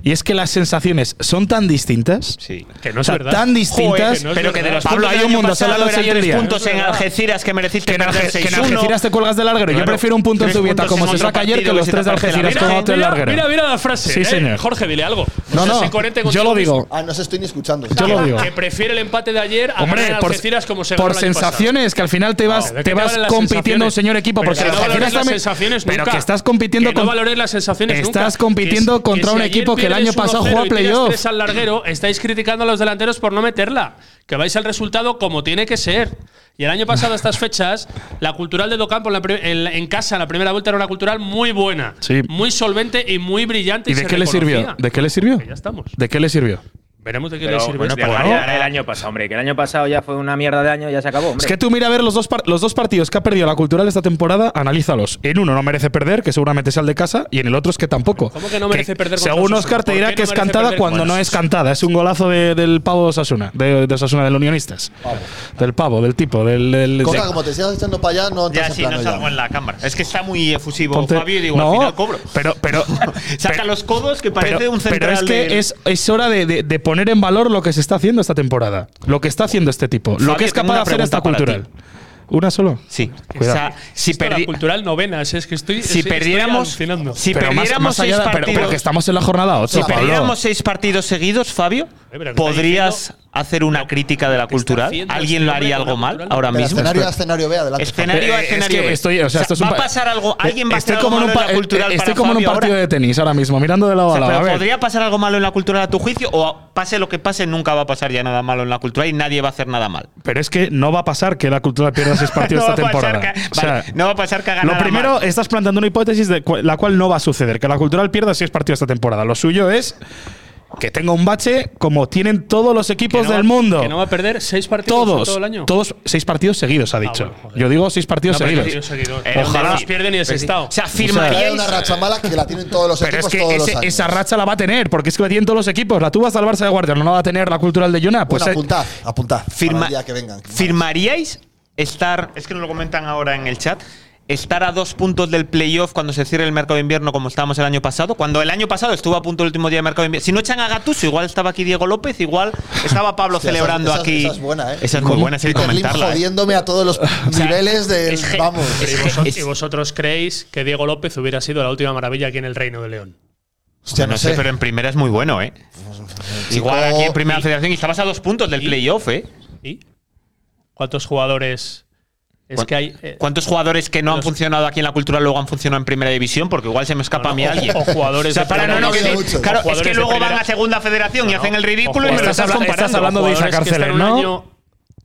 Speaker 3: Y es que las sensaciones son tan distintas.
Speaker 7: Sí.
Speaker 2: Que no
Speaker 3: o
Speaker 2: es
Speaker 3: sea,
Speaker 2: verdad.
Speaker 3: tan
Speaker 7: Joder,
Speaker 3: distintas.
Speaker 2: que no es
Speaker 7: pero que de
Speaker 2: verdad.
Speaker 7: los
Speaker 3: Pablo,
Speaker 7: puntos
Speaker 3: hay
Speaker 7: del
Speaker 3: un
Speaker 7: año
Speaker 3: mundo, se habla de
Speaker 7: pasado eran
Speaker 3: hoy en
Speaker 7: tres
Speaker 3: día.
Speaker 7: puntos
Speaker 2: No es
Speaker 7: en
Speaker 2: verdad.
Speaker 7: Algeciras que mereciste
Speaker 3: Que en,
Speaker 7: perder
Speaker 3: Alge- que en
Speaker 7: 6-1.
Speaker 3: Algeciras te cuelgas del larguero. Yo
Speaker 7: Claro.
Speaker 3: prefiero un punto en
Speaker 7: Tres
Speaker 3: Zubieta
Speaker 7: puntos
Speaker 3: como
Speaker 7: en
Speaker 3: se
Speaker 7: otro
Speaker 3: saca ayer que
Speaker 7: partido
Speaker 3: los
Speaker 7: que
Speaker 3: tres de
Speaker 7: se te parte la
Speaker 3: Algeciras
Speaker 7: vida.
Speaker 3: como otro del
Speaker 2: mira,
Speaker 3: larguero.
Speaker 2: mira, mira la frase.
Speaker 3: Sí,
Speaker 2: eh.
Speaker 3: señor.
Speaker 2: Jorge, dile algo.
Speaker 3: No,
Speaker 2: O sea,
Speaker 3: no,
Speaker 2: sé coherente
Speaker 3: yo
Speaker 2: contigo
Speaker 3: lo
Speaker 2: mismo.
Speaker 3: digo.
Speaker 1: Ah, no se estoy ni escuchando.
Speaker 3: Yo lo digo.
Speaker 2: Que prefiere el empate de ayer a
Speaker 3: Hombre,
Speaker 2: ganar
Speaker 3: por,
Speaker 2: Algeciras como se ganó
Speaker 3: por
Speaker 2: el año pasado.
Speaker 3: sensaciones, que al final te vas,
Speaker 2: No, ¿de
Speaker 3: te
Speaker 2: qué
Speaker 3: vas
Speaker 2: valen las
Speaker 3: compitiendo,
Speaker 2: sensaciones?
Speaker 3: señor equipo,
Speaker 2: Pero
Speaker 3: porque
Speaker 2: que
Speaker 3: el
Speaker 2: no valores
Speaker 3: Algeciras
Speaker 2: las
Speaker 3: también.
Speaker 2: sensaciones
Speaker 3: pero
Speaker 2: nunca.
Speaker 3: que estás compitiendo
Speaker 2: Que no
Speaker 3: con.
Speaker 2: valores las sensaciones
Speaker 3: Estás
Speaker 2: nunca.
Speaker 3: compitiendo
Speaker 2: Que
Speaker 3: contra
Speaker 2: si- que
Speaker 3: un
Speaker 2: si ayer
Speaker 3: equipo que el
Speaker 2: pierdes
Speaker 3: año pasado
Speaker 2: 1-0
Speaker 3: jugó a
Speaker 2: y tiras
Speaker 3: playoff.
Speaker 2: tres al larguero, estáis criticando a los delanteros por no meterla. Que vais al resultado como tiene que ser. Y el año pasado, a estas fechas, la cultural de Docampo en, la pri- en la- en casa, en la primera vuelta, era una cultural muy buena.
Speaker 3: Sí.
Speaker 2: Muy solvente y muy brillante.
Speaker 3: ¿Y de
Speaker 2: se
Speaker 3: qué le sirvió?
Speaker 2: reconocía.
Speaker 3: ¿De qué le sirvió?
Speaker 2: Que ya estamos.
Speaker 3: ¿De qué le sirvió?
Speaker 2: Veremos de qué
Speaker 6: Pero,
Speaker 2: le sirve.
Speaker 6: bueno,
Speaker 2: este
Speaker 6: pues
Speaker 2: año.
Speaker 6: ganar el año pasado, hombre. Que el año pasado ya fue una mierda de año, ya se acabó. Hombre.
Speaker 3: Es que tú mira a ver los dos, par- los dos partidos que ha perdido la cultural esta temporada, analízalos. En uno no merece perder, que seguramente es el de casa, y en el otro es que tampoco.
Speaker 2: ¿Cómo que no merece perder contra
Speaker 3: Según
Speaker 2: Osasuna?
Speaker 3: Oscar, te
Speaker 2: ¿Por
Speaker 3: dirá
Speaker 2: qué
Speaker 3: que
Speaker 2: no
Speaker 3: es
Speaker 2: merece
Speaker 3: cantada
Speaker 2: perder
Speaker 3: cuando
Speaker 2: con
Speaker 3: no es cantada. Es un golazo de- del pavo Osasuna, de, de Osasuna, del Unionistas. Del pavo, del tipo, del. del-
Speaker 1: Coca,
Speaker 3: de-
Speaker 1: como te sigas echando para allá, no entras
Speaker 7: Ya,
Speaker 1: en
Speaker 7: sí, no
Speaker 1: plano ya.
Speaker 7: salgo en la cámara. Es que está muy efusivo
Speaker 3: Ponte-
Speaker 7: Fabio y digo,
Speaker 3: No,
Speaker 7: al final cobro.
Speaker 3: Pero, pero,
Speaker 7: [laughs] Saca
Speaker 3: pero-
Speaker 7: los codos que parece
Speaker 3: pero,
Speaker 7: un central
Speaker 3: pero es que
Speaker 7: del-
Speaker 3: es, es hora de, de- de poner en valor lo que se está haciendo esta temporada. Lo que está haciendo este tipo. lo
Speaker 7: Fabio,
Speaker 3: que es
Speaker 7: tengo
Speaker 3: capaz de
Speaker 7: una
Speaker 3: hacer esta
Speaker 7: pregunta para
Speaker 3: cultural. ¿Una solo?
Speaker 7: Sí.
Speaker 3: Cuidado.
Speaker 7: O sea, si,
Speaker 2: Esto, la
Speaker 7: perdi-
Speaker 2: cultural novenas, es que estoy. estoy-
Speaker 7: si
Speaker 2: estoy
Speaker 7: perdiéramos,
Speaker 2: alucinando.
Speaker 7: si
Speaker 3: Pero más-
Speaker 7: perdiéramos
Speaker 3: más allá de-
Speaker 7: seis
Speaker 3: pero-
Speaker 7: partidos,
Speaker 3: pero que estamos en la jornada 8,
Speaker 7: si
Speaker 3: Pablo.
Speaker 7: perdiéramos seis partidos seguidos, Fabio,
Speaker 2: pero que está
Speaker 7: podrías
Speaker 2: diciendo-
Speaker 7: hacer una crítica de la
Speaker 2: que está
Speaker 7: cultural.
Speaker 2: haciendo
Speaker 7: ¿Alguien
Speaker 2: este
Speaker 7: lo
Speaker 2: hombre
Speaker 7: haría
Speaker 2: con la
Speaker 7: algo mal
Speaker 2: cultural?
Speaker 7: ahora
Speaker 1: Pero
Speaker 7: mismo?
Speaker 1: escenario a escenario, ve adelante.
Speaker 7: Escenario,
Speaker 3: Pero,
Speaker 7: a
Speaker 3: eh, es
Speaker 7: escenario.
Speaker 3: que
Speaker 7: ve.
Speaker 3: estoy- o sea, esto es un
Speaker 7: va a
Speaker 3: pa- eh,
Speaker 7: pasar algo. Alguien va a
Speaker 3: estoy
Speaker 7: hacer
Speaker 3: como
Speaker 7: algo
Speaker 3: en
Speaker 7: malo
Speaker 3: un
Speaker 7: en
Speaker 3: pa- eh,
Speaker 7: la cultural.
Speaker 3: Estoy
Speaker 7: para
Speaker 3: como en un
Speaker 7: Fabio
Speaker 3: partido
Speaker 7: ahora.
Speaker 3: de tenis ahora mismo, mirando de lado
Speaker 7: O sea,
Speaker 3: a lado.
Speaker 7: pero
Speaker 3: a ver.
Speaker 7: podría pasar algo malo en la cultural a tu juicio o pase lo que pase nunca va a pasar ya nada malo en la cultural y nadie va a hacer nada
Speaker 3: [laughs]
Speaker 7: mal.
Speaker 3: Pero es que no va a pasar que la cultura pierda
Speaker 7: [laughs]
Speaker 3: seis partidos
Speaker 7: No
Speaker 3: esta
Speaker 7: va a pasar
Speaker 3: temporada.
Speaker 7: que-
Speaker 3: O sea,
Speaker 7: vale, no va a pasar que haga
Speaker 3: Lo
Speaker 7: nada
Speaker 3: primero,
Speaker 7: mal.
Speaker 3: estás planteando una hipótesis de cu- la cual no va a suceder, que la cultural pierda seis partidos esta temporada. Lo suyo es que tenga un bache como tienen todos los equipos
Speaker 2: Que no
Speaker 3: del
Speaker 2: va-
Speaker 3: mundo.
Speaker 2: Que no va a perder seis partidos
Speaker 3: todos,
Speaker 2: todo el año.
Speaker 3: todos seis partidos seguidos ha
Speaker 7: Ah,
Speaker 3: dicho.
Speaker 2: bueno, joder.
Speaker 3: Yo digo seis partidos
Speaker 2: No, pero
Speaker 3: seguidos.
Speaker 2: yo seguido.
Speaker 7: Eh,
Speaker 2: Ojalá
Speaker 7: no
Speaker 2: nos pierden y el Sestao.
Speaker 7: O sea,
Speaker 1: Trae
Speaker 7: firmaríais.
Speaker 1: una racha mala que la tienen todos los
Speaker 3: Pero es
Speaker 1: equipos
Speaker 3: que
Speaker 1: todos
Speaker 3: ese-
Speaker 1: los años.
Speaker 3: esa racha la va a tener, porque es que la tienen todos los equipos. La tuvo hasta el Barça de Guardia, no la va a tener la cultural de Jona. Pues
Speaker 1: Bueno,
Speaker 3: eh,
Speaker 1: apuntad, apuntad. para
Speaker 7: Firma-
Speaker 1: el día que vengan.
Speaker 7: ¿Firmaríais estar, es que nos lo comentan ahora en el chat, estar a dos puntos del playoff cuando se cierre el mercado de invierno como estábamos el año pasado, cuando el año pasado estuvo a punto el último día de mercado de invierno, si no echan a Gatuso, igual estaba aquí Diego López, igual
Speaker 1: [laughs]
Speaker 7: estaba Pablo
Speaker 1: Hostia, esa-
Speaker 7: celebrando
Speaker 1: esa-
Speaker 7: aquí.
Speaker 1: esa es buena, ¿eh?
Speaker 7: Esa es muy buena, es el
Speaker 1: Peter Lim
Speaker 7: comentarla. ¿eh?
Speaker 1: jodiéndome a todos los niveles de.
Speaker 7: es que-
Speaker 1: vamos.
Speaker 2: Pero ¿Y, vosotros,
Speaker 7: Es-
Speaker 2: y vosotros creéis que Diego López hubiera sido la última maravilla aquí en el Reino de León?
Speaker 1: Hostia, Ah,
Speaker 7: No sé, pero en primera es muy bueno, ¿eh? Igual aquí en primera federación y estabas a dos puntos del
Speaker 2: Sí.
Speaker 7: playoff, ¿eh?
Speaker 2: ¿Y cuántos jugadores es
Speaker 7: ¿Cuán-
Speaker 2: que hay? eh,
Speaker 7: ¿Cuántos jugadores que no han
Speaker 2: los-
Speaker 7: funcionado aquí en la cultura luego han funcionado en primera división? Porque igual se me
Speaker 2: No,
Speaker 7: escapa
Speaker 2: no,
Speaker 7: a mí
Speaker 2: o-
Speaker 7: alguien.
Speaker 2: o jugadores
Speaker 7: O sea,
Speaker 2: de
Speaker 7: para, no,
Speaker 2: primera
Speaker 7: no, que sí.
Speaker 1: división.
Speaker 7: Claro, es
Speaker 2: Jugadores
Speaker 7: que
Speaker 2: de
Speaker 7: luego van
Speaker 2: primera-
Speaker 7: a segunda federación y
Speaker 2: No, no.
Speaker 7: hacen el ridículo
Speaker 2: O
Speaker 7: y me lo
Speaker 2: jugadores-
Speaker 7: estás
Speaker 3: habla-
Speaker 7: comparando.
Speaker 3: estás hablando de
Speaker 2: jugadores
Speaker 3: Isaac
Speaker 2: que están
Speaker 3: Arcelor,
Speaker 2: un
Speaker 3: ¿no?
Speaker 2: año-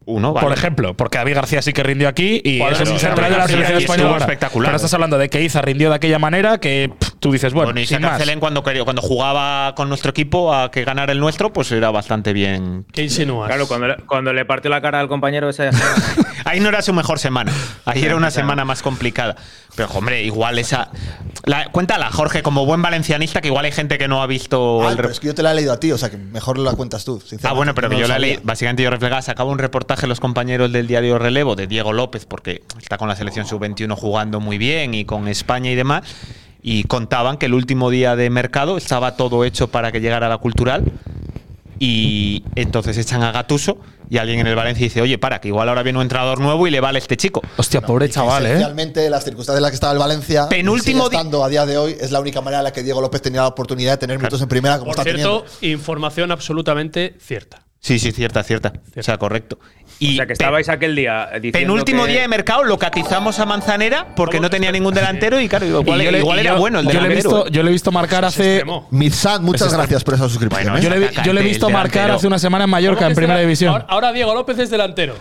Speaker 7: Uno, vale.
Speaker 3: Por ejemplo, porque Avi García sí que rindió aquí y
Speaker 2: Jugadores
Speaker 3: eso es un
Speaker 2: que
Speaker 3: central de la
Speaker 2: estuvo
Speaker 3: selección española. ahora.
Speaker 7: espectacular.
Speaker 3: Pero estás hablando de que Iza rindió de aquella manera que pff, tú dices, bueno,
Speaker 7: Bueno, y
Speaker 3: sin
Speaker 7: se
Speaker 3: más.
Speaker 7: cancelen cuando, quería- cuando jugaba con nuestro equipo a que ganara el nuestro, pues era bastante bien.
Speaker 2: ¿Qué insinúas?
Speaker 6: Claro, cuando le, cuando le partió la cara al compañero, esa. esa-
Speaker 7: Ahí no era su mejor semana. Ahí era una
Speaker 6: Claro.
Speaker 7: semana más complicada. Pero, hombre, igual esa. La, cuéntala, Jorge, como buen valencianista, que igual hay gente que no ha visto
Speaker 1: Ah,
Speaker 7: el.
Speaker 1: pero
Speaker 7: re-
Speaker 1: es que yo te la he leído a ti, o sea que mejor la cuentas tú, sinceramente.
Speaker 7: Ah, bueno, pero
Speaker 1: no
Speaker 7: que
Speaker 1: lo
Speaker 7: yo la
Speaker 1: sabía.
Speaker 7: leí. Básicamente yo reflejaba, sacaba un reportaje los compañeros del diario Relevo de Diego López, porque está con la selección
Speaker 3: Oh.
Speaker 7: sub-21 jugando muy bien y con España y demás. Y contaban que el último día de mercado estaba todo hecho para que llegara la cultural. Y entonces echan a Gatuso y alguien en el Valencia dice: Oye, para, que igual ahora viene un entrenador nuevo y le vale este chico.
Speaker 3: Hostia, pobre chaval, ¿eh?
Speaker 1: Realmente, las circunstancias en las que estaba el Valencia,
Speaker 7: Penúltimo
Speaker 1: sigue
Speaker 7: di-
Speaker 1: estando a día de hoy, es la única manera en la que Diego López tenía la oportunidad de tener minutos en primera, como
Speaker 2: Por
Speaker 1: está
Speaker 2: cierto,
Speaker 1: teniendo.
Speaker 2: información absolutamente cierta.
Speaker 7: Sí, sí, cierta, cierta. O sea, correcto. [laughs] Y
Speaker 6: o sea, que
Speaker 7: pe-
Speaker 6: estabais aquel día diciendo.
Speaker 7: penúltimo
Speaker 6: que-
Speaker 7: día de mercado lo catizamos a Manzanera porque no tenía ningún delantero y claro, igual,
Speaker 3: Y yo le-
Speaker 7: igual
Speaker 3: y
Speaker 7: era
Speaker 3: yo-
Speaker 7: bueno el
Speaker 3: yo le, he
Speaker 7: delantero.
Speaker 2: ¿eh?
Speaker 3: visto, yo le he visto marcar
Speaker 2: Pues
Speaker 3: hace.
Speaker 2: extremó.
Speaker 1: Mizan, muchas
Speaker 3: Ese es-
Speaker 1: gracias por esa suscripción.
Speaker 7: Bueno,
Speaker 1: ¿eh?
Speaker 3: Yo le, vi-
Speaker 7: Atacante,
Speaker 3: yo le he
Speaker 7: el
Speaker 3: visto marcar
Speaker 7: delantero.
Speaker 3: hace una semana en
Speaker 2: ¿Cómo
Speaker 3: Mallorca
Speaker 2: que
Speaker 3: en
Speaker 2: es
Speaker 3: primera
Speaker 2: dela-
Speaker 3: división.
Speaker 2: Ahora, ahora Diego López es delantero.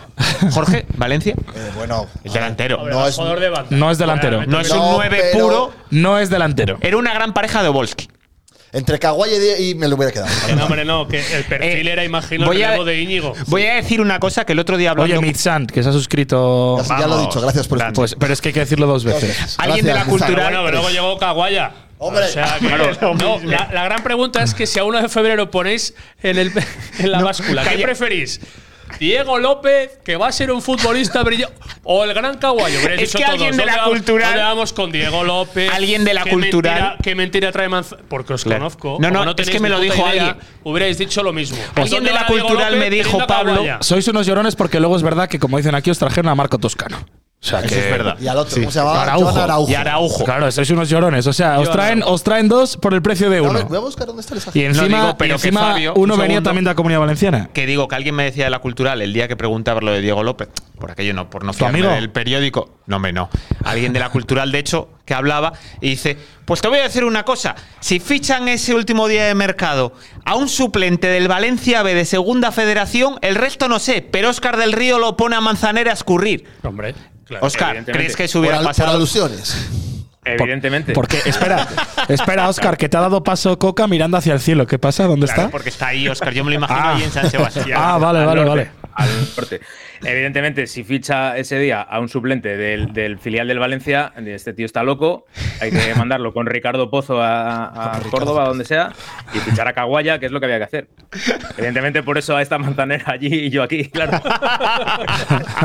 Speaker 7: Jorge, Valencia.
Speaker 1: Eh, bueno,
Speaker 7: El
Speaker 1: a ver.
Speaker 7: delantero.
Speaker 2: A ver,
Speaker 1: No
Speaker 2: al
Speaker 1: es-
Speaker 2: jugador de banda.
Speaker 3: no es delantero.
Speaker 7: No es un
Speaker 1: No,
Speaker 7: 9
Speaker 1: pero-
Speaker 7: puro.
Speaker 3: No es delantero.
Speaker 7: Era una gran pareja de Obolski.
Speaker 1: Entre Caguay y Die- y me lo hubiera quedado.
Speaker 2: Que Eh, No, hombre, no, que el perfil
Speaker 7: Eh,
Speaker 2: era, imagino,
Speaker 7: voy
Speaker 2: el
Speaker 7: a-
Speaker 2: relevo de Íñigo.
Speaker 7: Voy a decir una cosa que el otro día hablando
Speaker 3: Oye, Mitzant, que se ha suscrito.
Speaker 1: Ya- ya lo he dicho, gracias por
Speaker 3: Pues, pero es que hay que decirlo dos veces.
Speaker 7: Alguien de la
Speaker 1: Gracias, Gonzalo.
Speaker 2: Pero
Speaker 7: cultural.
Speaker 2: bueno, pero luego llegó Caguaya.
Speaker 1: Hombre.
Speaker 2: O sea, que- no, la, la gran pregunta es que si a 1 de febrero ponéis en, el- en la báscula, ¿qué
Speaker 7: calla.
Speaker 2: preferís? Diego López, que va a ser un futbolista brillante, o el gran Caguayo. Habréis
Speaker 7: Es
Speaker 2: dicho
Speaker 7: que alguien
Speaker 2: todos,
Speaker 7: de
Speaker 2: ¿dónde
Speaker 7: la
Speaker 2: vamos-
Speaker 7: cultural-
Speaker 2: dónde vamos con Diego López.
Speaker 7: Alguien de la
Speaker 2: ¿Qué
Speaker 7: cultural-
Speaker 2: mentira- ¿Qué mentira trae Manzana? Porque os
Speaker 7: Claro.
Speaker 2: conozco.
Speaker 7: No, no,
Speaker 2: como
Speaker 7: es
Speaker 2: tenéis
Speaker 7: que me
Speaker 2: ni
Speaker 7: lo
Speaker 2: puta
Speaker 7: dijo
Speaker 2: idea,
Speaker 7: alguien.
Speaker 2: Hubierais dicho lo mismo.
Speaker 7: Alguien
Speaker 2: ¿Dónde
Speaker 7: de la
Speaker 2: va Diego
Speaker 7: cultural me
Speaker 2: López
Speaker 7: dijo,
Speaker 2: teniendo a
Speaker 7: Pablo,
Speaker 2: Caguaya?
Speaker 3: Sois unos llorones porque luego es verdad que, como dicen aquí, os trajeron a Marco Toscano. O sea,
Speaker 7: Eso
Speaker 3: que-
Speaker 7: es verdad.
Speaker 1: Y al otro, ¿cómo se llamaba?
Speaker 3: Araujo.
Speaker 1: John Araujo.
Speaker 7: Y Araujo.
Speaker 3: Claro, sois unos llorones. O sea, os
Speaker 2: Yo
Speaker 3: traen,
Speaker 2: Araujo.
Speaker 3: os traen dos por el precio de
Speaker 1: A ver,
Speaker 3: uno.
Speaker 1: voy a buscar dónde está el examen.
Speaker 3: Y encima,
Speaker 7: digo, pero
Speaker 3: y
Speaker 7: que
Speaker 3: encima
Speaker 7: Fabio, un
Speaker 3: uno venía
Speaker 7: segundo.
Speaker 3: también de la Comunidad Valenciana.
Speaker 7: que digo que alguien me decía de la cultural el día que preguntaba lo de Diego López, por aquello no, por no fiarme
Speaker 3: amigo?
Speaker 7: del periódico. No, hombre, no. Alguien de la cultural, de hecho, que hablaba y dice: Pues te voy a decir una cosa. Si fichan ese último día de mercado a un suplente del Valencia B de Segunda Federación, el resto no sé, pero Óscar del Río lo pone a Manzanera a escurrir.
Speaker 2: Hombre, claro.
Speaker 7: Óscar,
Speaker 6: evidentemente.
Speaker 7: ¿crees que eso
Speaker 1: Por,
Speaker 7: hubiera
Speaker 1: al- por
Speaker 7: pasado?
Speaker 1: alusiones.
Speaker 6: Evidentemente.
Speaker 3: Porque,
Speaker 7: [laughs]
Speaker 3: espera, espera, Oscar, que te ha dado paso Coca mirando hacia el cielo. ¿Qué pasa? ¿Dónde
Speaker 7: Claro,
Speaker 1: ¿Ah?
Speaker 3: está?
Speaker 7: porque está ahí, Óscar. Yo me lo imagino
Speaker 3: Ah.
Speaker 7: ahí en San
Speaker 1: [laughs]
Speaker 7: Sebastián.
Speaker 3: Ah, vale,
Speaker 6: al
Speaker 3: vale, vale.
Speaker 6: norte, al norte. Evidentemente, si ficha ese día a un suplente del, del filial del Valencia, este tío está loco, hay que mandarlo con Ricardo Pozo a, a Córdoba, donde sea, y fichar a Caguaya, que es lo que había que hacer. Evidentemente, por eso a esta manzanera allí y yo aquí, claro.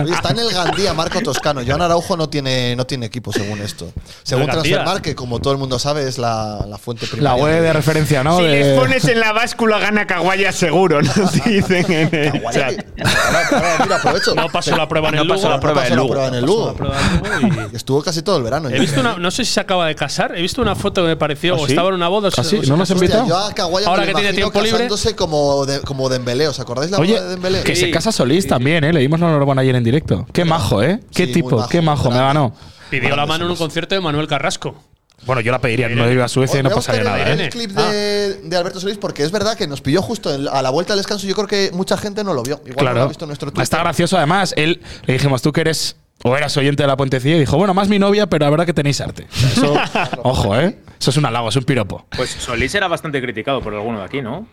Speaker 1: Oye, Está en el Gandía Marco Toscano. Joan Araujo no tiene, no tiene equipo, según esto. Según
Speaker 2: Gandía.
Speaker 1: Transfermarkt, que como todo el mundo sabe, es la, la fuente
Speaker 3: La
Speaker 1: primaria.
Speaker 3: web [laughs] de referencia, ¿no?
Speaker 7: Si
Speaker 3: De-
Speaker 7: les pones en la báscula, gana Caguaya seguro, nos [laughs] dicen en el
Speaker 1: Guay,
Speaker 7: chat.
Speaker 1: ahora- ahora, mira, aprovecho.
Speaker 2: No pasó la prueba en
Speaker 7: No
Speaker 2: el
Speaker 7: pasó
Speaker 2: Lugo.
Speaker 7: la prueba del
Speaker 1: pasó la
Speaker 7: Lugo.
Speaker 1: prueba en el Lugo. [laughs] Estuvo casi todo el verano.
Speaker 2: He visto una, no sé si se acaba de casar. He visto una foto que me pareció. o estaba en una boda. o
Speaker 3: ¿Ah,
Speaker 2: se-
Speaker 3: sí?
Speaker 2: o se
Speaker 3: ¿No nos
Speaker 2: casó.
Speaker 3: han invitado?
Speaker 1: yo a Kawaya
Speaker 2: Ahora
Speaker 1: me
Speaker 2: que
Speaker 1: lo
Speaker 2: tiene
Speaker 1: imagino
Speaker 2: tiempo libre.
Speaker 1: casándose como, de, como Dembélé. ¿Os acordáis la
Speaker 3: Oye,
Speaker 1: boda de Dembélé?
Speaker 3: que
Speaker 2: Sí.
Speaker 3: se casa Solís también, ¿eh? Le dimos la enhorabuena ayer en directo. Qué majo, ¿eh? Qué
Speaker 1: Sí,
Speaker 3: tipo,
Speaker 1: muy majo,
Speaker 3: qué majo, me
Speaker 1: grande.
Speaker 3: ganó.
Speaker 2: Pidió la mano en un concierto de Manuel Carrasco.
Speaker 1: Ah,
Speaker 3: Bueno, yo la pediría, no iba a Suecia y no
Speaker 1: Me
Speaker 3: pasaría
Speaker 1: gustaría
Speaker 3: nada,
Speaker 1: ver
Speaker 3: ¿eh?
Speaker 1: El clip de, de Alberto Solís, porque es verdad que nos pilló justo en- a la vuelta del descanso. Yo creo que mucha gente no lo vio. Igual no lo ha
Speaker 3: Claro.
Speaker 1: visto en nuestro Twitter.
Speaker 3: Está gracioso, además. Él le dijimos, tú que eres o eras oyente de la puentecilla, y dijo, bueno, más mi novia, pero la verdad que tenéis arte. O sea,
Speaker 1: [laughs]
Speaker 3: eso, ojo, ¿eh? Eso es un halago, es un piropo.
Speaker 6: Pues Solís era bastante criticado por alguno de aquí, ¿no?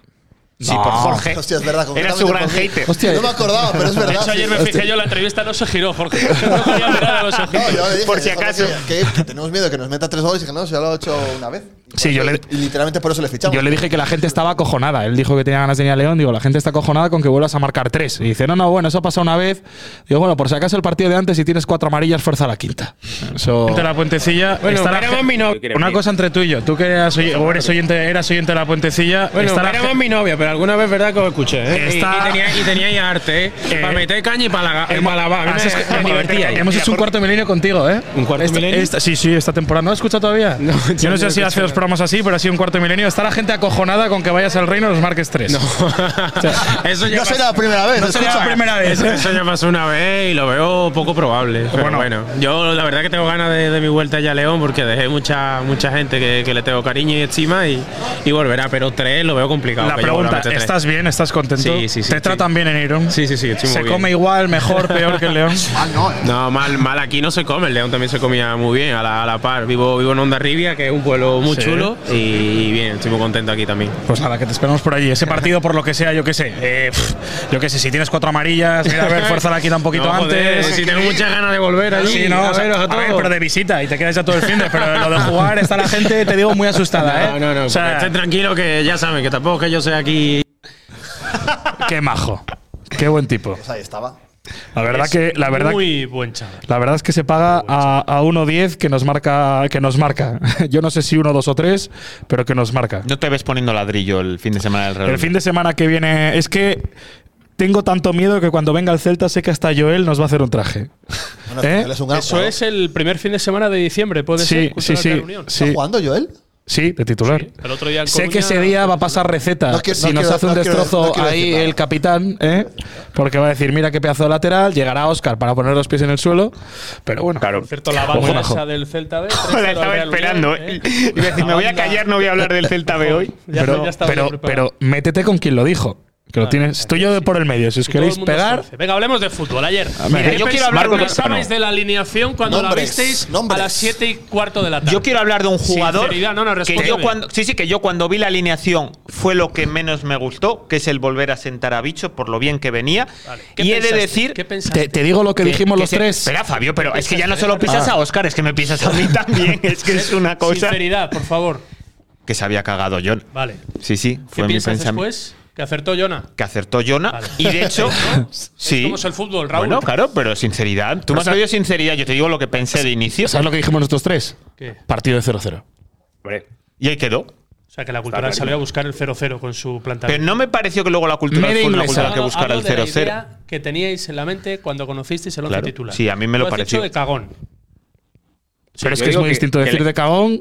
Speaker 7: Sí, por Jorge.
Speaker 1: Hostia, es verdad.
Speaker 7: Era
Speaker 1: concretamente
Speaker 7: su gran
Speaker 1: por mí.
Speaker 7: hater.
Speaker 3: Hostia.
Speaker 1: No me acordaba, pero es
Speaker 2: De
Speaker 1: verdad.
Speaker 2: hecho, ayer
Speaker 1: sí.
Speaker 2: me fijé yo, la entrevista no se giró, Jorge. [laughs] No podía mirar a los
Speaker 1: No, yo
Speaker 2: ojitos.
Speaker 1: le dije,
Speaker 7: Por si
Speaker 1: déjame
Speaker 7: acaso.
Speaker 1: Que, que tenemos miedo que nos meta tres goles y que no, si ya lo ha hecho una vez. Y
Speaker 3: Sí, yo le,
Speaker 1: Y literalmente por eso le fichamos.
Speaker 3: yo le dije que la gente estaba acojonada. Él dijo que tenía ganas de ir a León. Digo, la gente está acojonada con que vuelvas a marcar tres. Y dice, no, no, bueno, eso ha pasado una vez. Digo, bueno, por si acaso el partido de antes, si tienes cuatro amarillas, fuerza la quinta. Eso.
Speaker 8: de la puentecilla.
Speaker 3: Bueno,
Speaker 8: está la
Speaker 3: Vera
Speaker 8: gen-
Speaker 3: Mami no-
Speaker 8: Una cosa entre tú y yo. Tú que eras, oy- o eres oyente, eras oyente de la puentecilla.
Speaker 3: Bueno, Vera
Speaker 8: mi novia, pero alguna vez verdad que os escuché.
Speaker 3: Está-
Speaker 8: Y, tenía, y tenía ya arte, ¿eh? para meter caña y para la, lavar.
Speaker 3: Has- Ah, hemos- Hemos hecho un cuarto milenio contigo, ¿eh?
Speaker 8: ¿Un cuarto
Speaker 3: Esta-
Speaker 8: milenio?
Speaker 3: esta- sí, sí, esta temporada. ¿No has escuchado todavía? yo
Speaker 8: yo [laughs] no
Speaker 3: no sé
Speaker 8: he
Speaker 3: si hace
Speaker 8: escuchado.
Speaker 3: dos programas así, pero ha sido un cuarto milenio. Está la gente acojonada con que vayas al reino y los marques tres. [laughs]
Speaker 8: [laughs] [laughs] Eso ya
Speaker 1: No
Speaker 8: pasó-
Speaker 1: será la primera vez.
Speaker 8: no sería
Speaker 1: escucha.
Speaker 8: la primera
Speaker 3: ¿eh?
Speaker 8: vez. Eso ya pasó una vez y lo veo poco probable. Pero bueno, yo la verdad que tengo ganas de, de mi vuelta ya a León porque dejé mucha mucha gente que, que le tengo cariño y estima y, y volverá, pero tres lo veo complicado.
Speaker 3: La
Speaker 8: que yo vuelva a
Speaker 3: pregunta,
Speaker 8: meter tres.
Speaker 3: ¿estás bien? ¿Estás contento?
Speaker 8: Sí, sí, sí,
Speaker 3: ¿Te
Speaker 8: sí.
Speaker 3: tratan bien en Irón?
Speaker 8: Sí, sí, sí, estoy muy
Speaker 3: ¿Se
Speaker 8: bien.
Speaker 3: come igual, mejor, peor que en
Speaker 8: [laughs]
Speaker 3: León?
Speaker 1: Ah, no, eh.
Speaker 8: No, mal, mal aquí no se come. El León también se comía muy bien a la, a la par. Vivo, vivo en Ondarribia, que es un pueblo muy
Speaker 3: Sí.
Speaker 8: chulo. Y bien, estoy muy contento aquí también.
Speaker 3: Pues nada, que te esperamos por allí. Ese partido, por lo que sea, yo qué sé. eh, pf, yo qué sé, si tienes cuatro amarillas, mira,
Speaker 8: [laughs]
Speaker 3: a ver, fuerza la quita un poquito
Speaker 8: No, joder,
Speaker 3: antes.
Speaker 8: Si tengo muchas ganas de
Speaker 7: Ah,
Speaker 8: volver allí.
Speaker 3: Sí, no,
Speaker 8: a
Speaker 3: o sea,
Speaker 8: veros a
Speaker 3: a ver,
Speaker 8: todos.
Speaker 3: pero de visita y te quedas ya todo el fin de, pero lo de jugar está la gente, te digo, muy asustada,
Speaker 8: No,
Speaker 3: ¿eh?
Speaker 8: no, no.
Speaker 3: O sea,
Speaker 8: estén tranquilo que ya saben que tampoco que yo sea aquí.
Speaker 3: qué majo. Qué buen tipo.
Speaker 1: Pues ahí estaba.
Speaker 3: La verdad que la verdad
Speaker 2: Muy buen chaval.
Speaker 3: la verdad es que se paga a, a 1.10 que nos marca que nos marca. [laughs] Yo no sé si uno, dos o tres, pero que nos marca.
Speaker 7: No te ves poniendo ladrillo el fin de semana del Real.
Speaker 3: El fin de semana que viene es que tengo tanto miedo que cuando venga el Celta sé que hasta Joel nos va a hacer un traje.
Speaker 1: Bueno,
Speaker 3: ¿Eh?
Speaker 1: Joel es
Speaker 7: Ah,
Speaker 1: un gran
Speaker 2: Eso
Speaker 1: jugador.
Speaker 2: es el primer fin de semana de diciembre, puede
Speaker 3: Sí,
Speaker 2: ser.
Speaker 3: sí,
Speaker 2: Cultural
Speaker 3: sí,
Speaker 2: Reunión.
Speaker 1: ¿Está
Speaker 3: sí,
Speaker 1: jugando Joel?
Speaker 3: sí, de titular.
Speaker 2: El otro día en
Speaker 3: Sé que
Speaker 2: Coruña- pues,
Speaker 3: ese día va a pasar receta.
Speaker 1: No quiero-
Speaker 3: si
Speaker 1: no
Speaker 3: nos
Speaker 1: quiero-
Speaker 3: hace un
Speaker 1: no quiero-
Speaker 3: destrozo
Speaker 1: no quiero decir
Speaker 3: ahí
Speaker 1: nada.
Speaker 3: el capitán, ¿eh? porque va a decir, mira qué pedazo de lateral, llegará Oscar para poner los pies en el suelo, pero bueno.
Speaker 7: Claro.
Speaker 2: Por cierto, la banda
Speaker 3: Ojo.
Speaker 2: esa del Celta
Speaker 7: [laughs]
Speaker 2: B.
Speaker 7: Joder, estaba esperando, ¿eh? Iba a decir, me voy a callar, no voy a hablar del Celta B hoy.
Speaker 3: pero, pero, pero métete con quien lo dijo, que
Speaker 2: Ah,
Speaker 3: lo tienes tú y yo de por el medio, si os queréis pegar.
Speaker 2: Venga, hablemos de fútbol. Ayer.
Speaker 3: Mira,
Speaker 2: ¿qué
Speaker 7: yo quiero
Speaker 2: pens-
Speaker 7: hablar
Speaker 2: qué
Speaker 7: con-
Speaker 2: pensabais
Speaker 7: no.
Speaker 2: de la alineación cuando la
Speaker 1: Nombres,
Speaker 2: visteis
Speaker 1: nombres.
Speaker 2: a las 7 y cuarto de la tarde?
Speaker 7: Yo quiero hablar de un jugador
Speaker 2: Sinceridad, no, no,
Speaker 7: que yo
Speaker 2: respóndeme.
Speaker 7: cuando sí sí que yo cuando vi la alineación fue lo que menos me gustó, que es el volver a sentar a Bicho por lo bien que venía
Speaker 2: Vale. ¿Qué
Speaker 7: y he de
Speaker 2: pensaste?
Speaker 7: decir
Speaker 2: ¿Qué pensaste?
Speaker 3: Te, te digo lo que, dijimos los
Speaker 7: se-
Speaker 3: tres.
Speaker 7: Espera, Fabio, pero es que ya no solo pisas a Oscar, es que me pisas a mí
Speaker 2: [laughs]
Speaker 7: también, es que es una cosa
Speaker 2: Sinceridad, por favor.
Speaker 7: que se había cagado John.
Speaker 2: Vale.
Speaker 7: Sí, sí,
Speaker 2: ¿Qué
Speaker 7: fue mi
Speaker 2: piensas
Speaker 7: pensamiento.
Speaker 2: después? Que acertó Jonah.
Speaker 7: Que acertó Jonah
Speaker 2: Vale.
Speaker 7: y
Speaker 2: [laughs]
Speaker 7: de hecho [laughs] sí.
Speaker 2: ¿Cómo es el fútbol, Raúl?
Speaker 7: Bueno, claro, pero sinceridad. Tú me has
Speaker 3: sea-
Speaker 7: pedido sinceridad, yo te digo lo que pensé de inicio.
Speaker 3: ¿Sabes lo que dijimos nosotros tres?
Speaker 2: ¿Qué?
Speaker 3: Partido de 0-0.
Speaker 7: Y ahí quedó.
Speaker 2: O sea, que la cultural salió a buscar el 0-0 con su
Speaker 7: Pero
Speaker 2: planteamiento.
Speaker 7: no me pareció que luego la cultura
Speaker 3: Media
Speaker 7: fue una
Speaker 3: inglesa.
Speaker 7: cultura que
Speaker 2: Hablo-
Speaker 7: buscara el
Speaker 2: hablo de la
Speaker 7: 0-0.
Speaker 2: idea que teníais en la mente cuando conocisteis el once
Speaker 7: Claro.
Speaker 2: titular.
Speaker 7: Sí, a mí
Speaker 2: Tú
Speaker 7: me lo
Speaker 2: has
Speaker 7: pareció.
Speaker 2: dicho de cagón.
Speaker 3: Pero es
Speaker 6: yo
Speaker 3: que es
Speaker 6: digo
Speaker 3: muy
Speaker 6: que-
Speaker 3: distinto
Speaker 6: que
Speaker 3: decir
Speaker 6: le-
Speaker 3: de cagón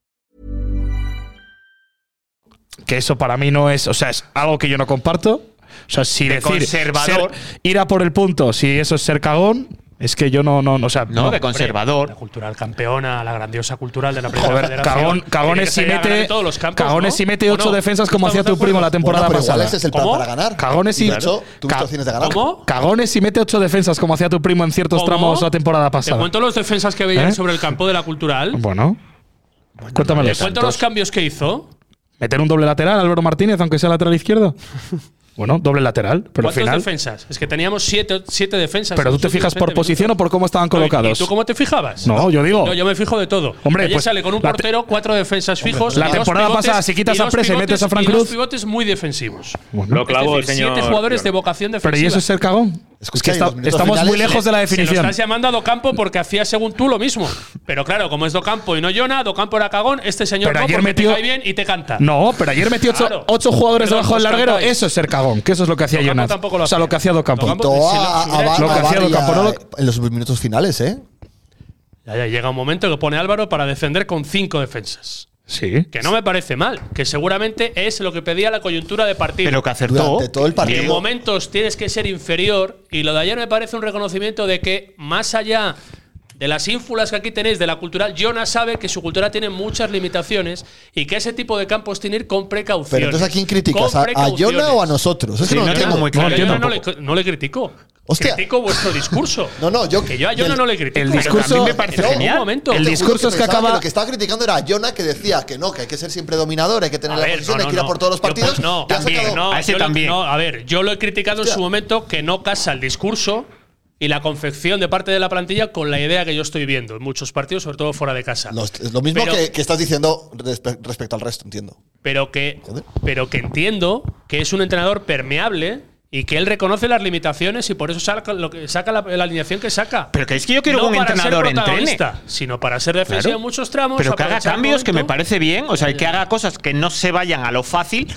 Speaker 3: que eso para mí no es, o sea, es algo que yo no comparto. O sea, si
Speaker 7: De
Speaker 3: decir
Speaker 7: conservador.
Speaker 3: ser- ir a por el punto, si eso es ser cagón, es que yo no, no, no, o sea,
Speaker 7: No, de
Speaker 2: La
Speaker 7: conservador.
Speaker 2: cultural campeona, la grandiosa cultural de la primera
Speaker 3: Joder,
Speaker 2: federación.
Speaker 3: cagón, cagones
Speaker 2: Que
Speaker 3: si
Speaker 2: tiene que salir a ganar
Speaker 3: mete,
Speaker 2: en todos los campos,
Speaker 3: cagones
Speaker 2: ¿no?
Speaker 3: si mete
Speaker 2: ¿O
Speaker 3: ocho
Speaker 2: no?
Speaker 3: defensas como
Speaker 2: ¿Estamos
Speaker 3: hacía tu
Speaker 2: de
Speaker 3: primo
Speaker 2: acuerdo?
Speaker 3: la temporada
Speaker 1: Bueno, pero igual
Speaker 3: pasada.
Speaker 1: ese es el plan
Speaker 2: ¿Cómo?
Speaker 1: para ganar.
Speaker 3: Cagones y
Speaker 1: De hecho, tuviste
Speaker 3: ca-
Speaker 1: opciones de ganar.
Speaker 2: ¿Cómo?
Speaker 3: Cagones si mete ocho defensas como hacía tu primo en ciertos
Speaker 2: ¿Cómo?
Speaker 3: tramos la temporada
Speaker 2: Te
Speaker 3: pasada.
Speaker 2: cuento los defensas que veían
Speaker 3: ¿Eh?
Speaker 2: sobre el campo de la cultural.
Speaker 3: Bueno, cuéntamelo.
Speaker 2: Te cuento los cambios que hizo.
Speaker 3: Meter un doble lateral, Álvaro Martínez, aunque sea lateral
Speaker 2: [laughs]
Speaker 3: izquierdo. bueno, doble lateral, pero al
Speaker 2: ¿Cuántos
Speaker 3: final.
Speaker 2: defensas? Es que teníamos siete, siete defensas.
Speaker 3: Pero
Speaker 2: en
Speaker 3: tú te
Speaker 2: los últimos
Speaker 3: fijas por
Speaker 2: 20 minutos.
Speaker 3: posición o por cómo estaban
Speaker 2: ¿Y
Speaker 3: colocados.
Speaker 2: tú cómo te fijabas?
Speaker 3: No, yo digo.
Speaker 2: No, yo me fijo de todo.
Speaker 3: Hombre,
Speaker 2: Ayer
Speaker 3: pues,
Speaker 2: sale con un
Speaker 3: la te-
Speaker 2: portero, cuatro defensas fijos.
Speaker 3: la
Speaker 2: y dos
Speaker 3: temporada
Speaker 2: pivotes-
Speaker 3: pasada, si quitas a
Speaker 2: dos
Speaker 3: Presa y metes a
Speaker 2: pivotes-
Speaker 3: Fran
Speaker 2: y dos
Speaker 3: Cruz-
Speaker 2: pivotes muy defensivos.
Speaker 3: Bueno.
Speaker 6: Lo clavó
Speaker 2: Es decir,
Speaker 6: el señor.
Speaker 2: Siete jugadores de vocación
Speaker 3: Pero
Speaker 2: defensiva.
Speaker 3: ¿y eso es ser cagón? Es que está-
Speaker 1: los minutos
Speaker 3: estamos muy
Speaker 1: finales-
Speaker 3: lejos de la
Speaker 2: Se lo
Speaker 3: definición.
Speaker 2: estás llamando a Docampo porque hacía según tú lo mismo. Pero claro, como es Docampo y no Jonah, Docampo era cagón, este señor
Speaker 3: Pero
Speaker 2: no,
Speaker 3: ayer
Speaker 2: porque te
Speaker 3: metió-
Speaker 2: cae bien y te canta.
Speaker 3: No, pero ayer metió ocho,
Speaker 2: Claro.
Speaker 3: ocho jugadores
Speaker 2: Perdón,
Speaker 3: debajo del
Speaker 2: os
Speaker 3: larguero.
Speaker 2: cantáis.
Speaker 3: Eso es ser cagón, que eso es lo que hacía
Speaker 2: Docampo
Speaker 3: Jonas.
Speaker 2: tampoco lo
Speaker 3: o sea, lo que hacía Docampo.
Speaker 1: Quitó a, a Ba-
Speaker 3: lo que
Speaker 1: a
Speaker 3: hacía
Speaker 1: Barria
Speaker 3: Docampo. no lo-
Speaker 1: en los minutos finales, ¿eh?
Speaker 2: Ya, ya, llega un momento que pone Álvaro para defender con cinco defensas.
Speaker 3: Sí.
Speaker 2: Que no me parece mal, que seguramente es lo que pedía la coyuntura de partido.
Speaker 7: Pero que acertó. Durante todo el partido.
Speaker 2: Que en momentos tienes que ser inferior y lo de ayer me parece un reconocimiento de que más allá de las ínfulas que aquí tenéis de la cultural, Jonas sabe que su cultura tiene muchas limitaciones y que ese tipo de campos tiene que ir con precaución.
Speaker 1: Pero entonces, ¿a quién criticas? ¿A, a Jonah o a nosotros? Es que no, entiendo.
Speaker 2: no, le, no le critico.
Speaker 1: Hostia.
Speaker 2: Critico vuestro discurso.
Speaker 1: [laughs] No, no, yo.
Speaker 2: que yo a Jonah no le critico.
Speaker 1: El
Speaker 2: Pero
Speaker 1: discurso-
Speaker 2: que a mí me parece
Speaker 1: No,
Speaker 2: genial. momento.
Speaker 1: Te juro pensaba que Lo que estaba criticando era a Jonah que decía que no, que hay que ser siempre dominador, hay que tener
Speaker 2: A
Speaker 1: la
Speaker 2: ver,
Speaker 1: posición,
Speaker 2: no,
Speaker 1: hay que ir
Speaker 2: no,
Speaker 1: a
Speaker 2: no.
Speaker 1: por todos los
Speaker 2: Yo, pues,
Speaker 1: partidos.
Speaker 2: no,
Speaker 1: Te has sacado-
Speaker 2: no, yo lo- no, a ver, yo lo he criticado en su momento que no casa el discurso y la confección de parte de la plantilla con la idea que yo estoy viendo en muchos partidos, sobre todo fuera de casa.
Speaker 1: Es lo mismo
Speaker 2: Pero-
Speaker 1: que, que estás diciendo respe- respecto al resto, entiendo.
Speaker 2: pero que, pero que entiendo que es un entrenador permeable y que él reconoce las limitaciones y por eso saca, lo que, saca la, la alineación que saca.
Speaker 7: Pero que es que yo quiero que un
Speaker 2: para ser
Speaker 7: entrenador entrene.
Speaker 2: protagonista, sino para ser defensivo
Speaker 7: Claro.
Speaker 2: en muchos tramos.
Speaker 7: Pero que haga
Speaker 2: aprovechar el
Speaker 7: cambios, que me
Speaker 2: momento.
Speaker 7: parece bien. O sea, y que haga cosas que no se vayan a lo fácil.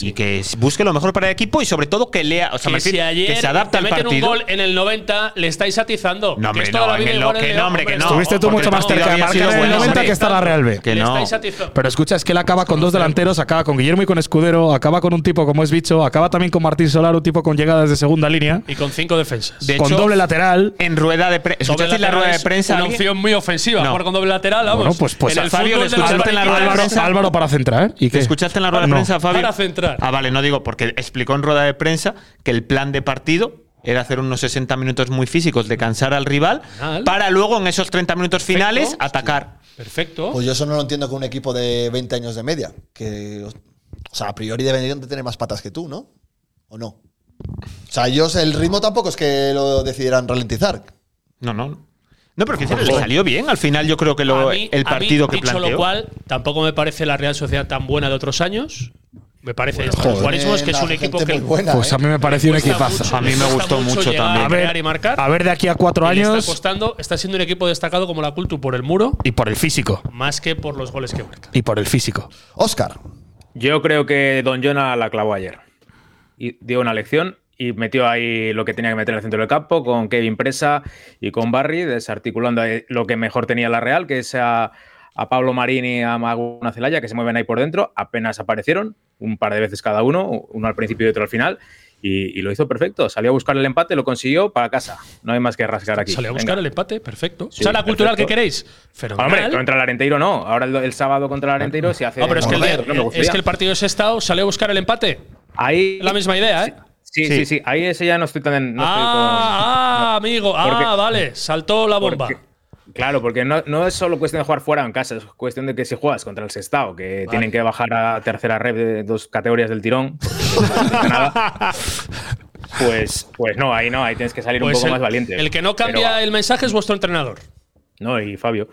Speaker 7: Y que busque lo mejor para el equipo y sobre todo que lea, o sea, me
Speaker 2: que si
Speaker 7: refiero,
Speaker 2: ayer
Speaker 7: que se adapte
Speaker 2: te
Speaker 7: al
Speaker 2: meten
Speaker 7: partido.
Speaker 2: un gol en el 90, le estáis atizando.
Speaker 7: No, hombre,
Speaker 2: Que es toda
Speaker 7: no,
Speaker 2: la vida
Speaker 7: en el
Speaker 2: igual
Speaker 7: lo- que
Speaker 2: el-
Speaker 7: no, hombre,
Speaker 2: hombre,
Speaker 7: que
Speaker 2: no.
Speaker 3: Estuviste tú
Speaker 7: porque
Speaker 3: mucho más
Speaker 7: el partido
Speaker 3: cerca de
Speaker 7: había
Speaker 3: marcar
Speaker 7: sido
Speaker 3: en el
Speaker 7: bueno,
Speaker 3: 90
Speaker 7: hombre.
Speaker 3: que está la Real B.
Speaker 7: Que Le no. estáis
Speaker 3: Pero escucha, es que él acaba con dos delanteros, acaba con Guillermo y con Escudero, acaba con un tipo como es Bicho, acaba también con Martín Solar, un tipo con llegadas de segunda línea.
Speaker 2: Y con cinco defensas.
Speaker 3: con doble lateral.
Speaker 7: En rueda de prensa.
Speaker 2: Doble
Speaker 7: ¿Escuchasteis la
Speaker 2: lateral
Speaker 7: rueda de
Speaker 2: es
Speaker 7: prensa?
Speaker 2: Una
Speaker 7: alguien?
Speaker 2: opción muy ofensiva.
Speaker 7: No.
Speaker 2: Jugar con doble lateral, vamos.
Speaker 3: Bueno, pues, pues
Speaker 2: en el
Speaker 7: Fabio,
Speaker 2: fútbol
Speaker 7: le
Speaker 2: de los
Speaker 7: escuchaste en la rueda de
Speaker 2: 20,
Speaker 7: prensa.
Speaker 3: Álvaro para centrar. ¿eh? ¿Y
Speaker 7: ¿Te
Speaker 3: qué?
Speaker 7: escuchaste en la rueda de
Speaker 3: No.
Speaker 7: prensa, Fabio?
Speaker 2: Para centrar.
Speaker 7: Ah, vale, no digo, porque explicó en rueda de prensa que el plan de partido era hacer unos 60 minutos muy físicos de cansar al rival
Speaker 1: Final.
Speaker 7: para luego en esos 30 minutos finales atacar.
Speaker 2: Perfecto.
Speaker 1: Pues yo eso no lo entiendo con un equipo de 20 años de media. Que, o sea, a priori deberían de tener más patas que tú, ¿no? ¿O no? O sea, ellos el ritmo tampoco es que lo decidieran ralentizar.
Speaker 7: No, no. No, pero que le salió bien. Al final yo creo que lo-
Speaker 2: A mí-
Speaker 7: el
Speaker 2: a
Speaker 7: partido
Speaker 2: mí,
Speaker 7: que
Speaker 2: dicho
Speaker 7: planteó.
Speaker 2: lo cual, tampoco me parece la Real Sociedad tan buena de otros años. Me parece esto.
Speaker 3: joder.
Speaker 2: Lo cual es que es un
Speaker 1: Tiene
Speaker 2: equipo
Speaker 1: gente
Speaker 2: que.
Speaker 1: muy buena,
Speaker 3: Pues a mí me pareció un
Speaker 2: cuesta
Speaker 3: equipazo.
Speaker 2: mucho, le cuesta llegar,
Speaker 3: A
Speaker 2: crear y
Speaker 3: ver,
Speaker 2: marcar.
Speaker 3: a ver de aquí a cuatro
Speaker 2: Y le Está
Speaker 3: años
Speaker 2: costando, está siendo un equipo destacado como la Cultu por el muro,
Speaker 3: y por el físico.
Speaker 2: más que por los goles que marca.
Speaker 3: Y por el físico.
Speaker 1: Oscar.
Speaker 6: Yo creo que Don Jonah la clavó ayer. Y dio una lección y metió ahí lo que tenía que meter en el centro del campo con Kevin Presa y con Barry, desarticulando ahí lo que mejor tenía la Real, que es a, a Pablo Marín y a Maguna Celaya, que se mueven ahí por dentro. Apenas aparecieron, un par de veces cada uno, uno al principio y otro al final. Y, y lo hizo perfecto. Salió a buscar el empate, lo consiguió para casa. No hay más que rasgar aquí.
Speaker 2: Salió a
Speaker 6: Venga.
Speaker 2: buscar el empate, perfecto.
Speaker 6: Sí,
Speaker 2: Sala cultural que
Speaker 6: perfecto.
Speaker 2: queréis.
Speaker 6: Hombre,
Speaker 2: Fenomenal.
Speaker 6: contra el Arenteiro no. Ahora el, el sábado contra el Arenteiro se hace.
Speaker 2: No, Ah, pero es que, el,
Speaker 6: morder, no me
Speaker 2: es
Speaker 6: gustaría.
Speaker 2: que el partido es estado, salió a buscar el empate.
Speaker 6: Ahí.
Speaker 2: La misma idea, ¿eh?
Speaker 6: Sí, sí, sí, Ahí ese ya no estoy tan. no estoy
Speaker 2: Ah, ah, amigo. Ah,
Speaker 6: Porque-
Speaker 2: vale. Saltó la bomba.
Speaker 6: Porque- con- claro, porque no, no es solo cuestión de jugar fuera o en casa, es cuestión de que si juegas contra el Sestao, que tienen que bajar a tercera red de dos categorías del
Speaker 2: [laughs]
Speaker 6: tirón, porque no pasa nada, pues, pues no, ahí no, ahí tienes que salir un
Speaker 2: Pues
Speaker 6: poco
Speaker 2: el-
Speaker 6: más valiente.
Speaker 2: El que no cambia
Speaker 6: Pero-
Speaker 2: el mensaje es vuestro entrenador.
Speaker 6: no, y Fabio.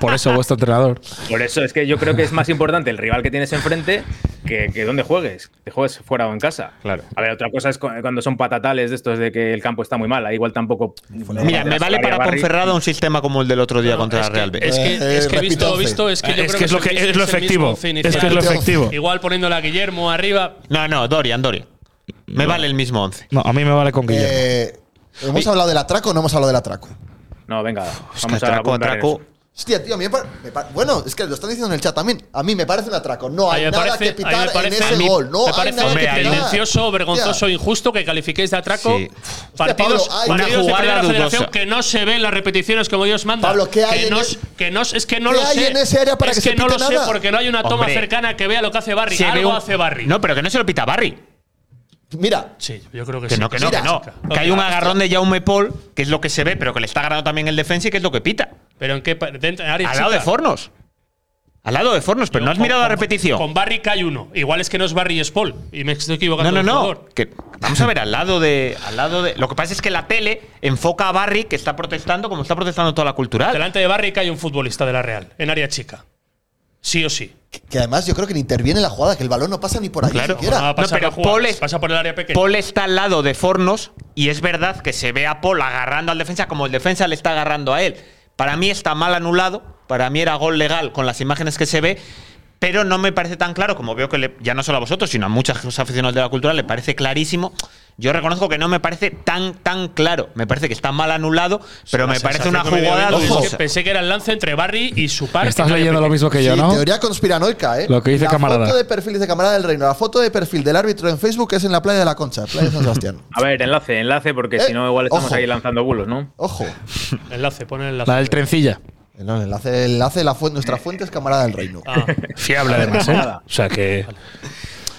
Speaker 3: Por eso vuestro entrenador.
Speaker 6: Por eso es que yo creo que es más importante el rival que tienes enfrente que, que dónde juegues. Que juegues fuera o en casa. Claro. A ver, otra cosa es cu- cuando son patatales de estos de que el campo está muy mal. Ahí igual tampoco.
Speaker 7: Mira, me vale para Ponferrada un sistema como el del otro día contra la Real B.
Speaker 2: Es que,
Speaker 1: Eh,
Speaker 2: es que visto lo visto, es que
Speaker 3: Ah,
Speaker 2: yo creo
Speaker 7: Eh, es
Speaker 2: el
Speaker 7: que
Speaker 2: mi-
Speaker 7: es
Speaker 2: el
Speaker 7: lo
Speaker 2: mismo
Speaker 7: efectivo.
Speaker 2: once
Speaker 7: Es que es lo
Speaker 2: inicial.
Speaker 7: efectivo.
Speaker 2: Igual poniéndole a Guillermo arriba.
Speaker 7: No, no, Dorian, Dorian. Me vale el mismo 11.
Speaker 3: No, a mí me vale con Guillermo.
Speaker 1: Eh, ¿Hemos hablado del atraco o no hemos hablado del atraco?
Speaker 6: No, venga.
Speaker 7: vamos a atraco, abundar en atraco. eso.
Speaker 1: Hostia, tío, a mí me par- me par- bueno, es que lo están diciendo en el chat también. A mí me parece un atraco. No hay
Speaker 2: Ahí me
Speaker 1: nada
Speaker 2: parece-
Speaker 1: que
Speaker 2: ahí me
Speaker 1: pitar en
Speaker 2: parece-
Speaker 1: ese
Speaker 2: a mí
Speaker 1: gol. No
Speaker 2: me
Speaker 1: hay
Speaker 2: parece
Speaker 1: nada que pitar.
Speaker 2: tendencioso, vergonzoso, injusto que califiquéis de atraco
Speaker 1: Sí.
Speaker 2: partidos,
Speaker 1: Pablo, hay
Speaker 2: partidos
Speaker 1: una
Speaker 2: de
Speaker 1: jugada
Speaker 2: primera federación
Speaker 1: dudosa.
Speaker 2: que no se ven las repeticiones como Dios manda.
Speaker 1: Pablo, ¿qué hay
Speaker 2: que
Speaker 1: en
Speaker 2: no,
Speaker 1: el-
Speaker 2: s- que no s- es que no
Speaker 1: ¿Qué
Speaker 2: lo
Speaker 1: hay
Speaker 2: sé.
Speaker 1: en ese área para
Speaker 2: es
Speaker 1: que
Speaker 2: que,
Speaker 1: se
Speaker 2: no lo
Speaker 1: pite
Speaker 2: sé
Speaker 1: nada?
Speaker 2: porque no hay una toma
Speaker 7: Hombre.
Speaker 2: cercana que vea lo que hace Barry.
Speaker 7: Se ve
Speaker 2: Algo
Speaker 7: un-
Speaker 2: hace Barry.
Speaker 7: No, pero que no se lo pita Barry.
Speaker 1: Mira.
Speaker 2: Sí, yo creo que,
Speaker 7: Que
Speaker 2: Pues sí.
Speaker 7: no, que no,
Speaker 2: Mira.
Speaker 7: que no. Que hay un agarrón de Jaume Paul, que es lo que se ve, pero que le está agarrando también el defensa y que es lo que pita.
Speaker 2: Pero en qué pa- dentro- en área
Speaker 7: Al lado de
Speaker 2: chica.
Speaker 7: Fornos. Al lado de Fornos, pero no has mirado la repetición.
Speaker 2: Con Barry cae uno. Igual es que no es Barry y es Paul. Y me estoy equivocando.
Speaker 7: No, no,
Speaker 2: de
Speaker 7: no.
Speaker 2: jugador.
Speaker 7: Que, vamos a ver, al lado de. Al lado de. Lo que pasa es que la tele enfoca a Barry que está protestando como está protestando toda la cultural.
Speaker 2: Delante de Barry cae un futbolista de la Real, en área chica. Sí o sí.
Speaker 1: que además yo creo que ni interviene la jugada, que el balón no pasa ni por ahí
Speaker 7: Claro,
Speaker 2: Pues
Speaker 1: siquiera.
Speaker 7: no, pasa No, pero por jugadas, Paul es-
Speaker 2: pasa por el área pequeña.
Speaker 7: Paul está al lado de Fornos y es verdad que se ve a Paul agarrando al defensa como el defensa le está agarrando a él. Para mí está mal anulado, para mí era gol legal con las imágenes que se ve, pero no me parece tan claro como veo que le- ya no solo a vosotros, sino a muchos aficionados de la cultura le parece clarísimo. Yo reconozco que no me parece tan tan claro, me parece que está mal anulado, pero me parece una jugada
Speaker 2: Ojo.
Speaker 7: dudosa.
Speaker 2: Pensé que era el lance entre Barry y su par.
Speaker 3: Estás
Speaker 2: que no le
Speaker 3: leyendo lo mismo que yo,
Speaker 1: Sí,
Speaker 3: ¿no?
Speaker 1: teoría conspiranoica, ¿eh?
Speaker 3: Lo que dice
Speaker 1: la
Speaker 3: camarada.
Speaker 1: foto de perfil dice camarada del reino. La foto de perfil del árbitro en Facebook es en la playa de la Concha, playa de San
Speaker 3: [laughs]
Speaker 1: Sebastián.
Speaker 6: A ver, enlace, enlace, porque si no, igual
Speaker 1: Eh,
Speaker 6: estamos
Speaker 1: ojo.
Speaker 6: ahí lanzando bulos, ¿no?
Speaker 1: Ojo.
Speaker 2: Enlace, pon el enlace.
Speaker 3: La del trencilla.
Speaker 1: No, el enlace, el enlace de la fuente, nuestra fuente es camarada del reino.
Speaker 3: Fiable además, ¿eh? O sea que.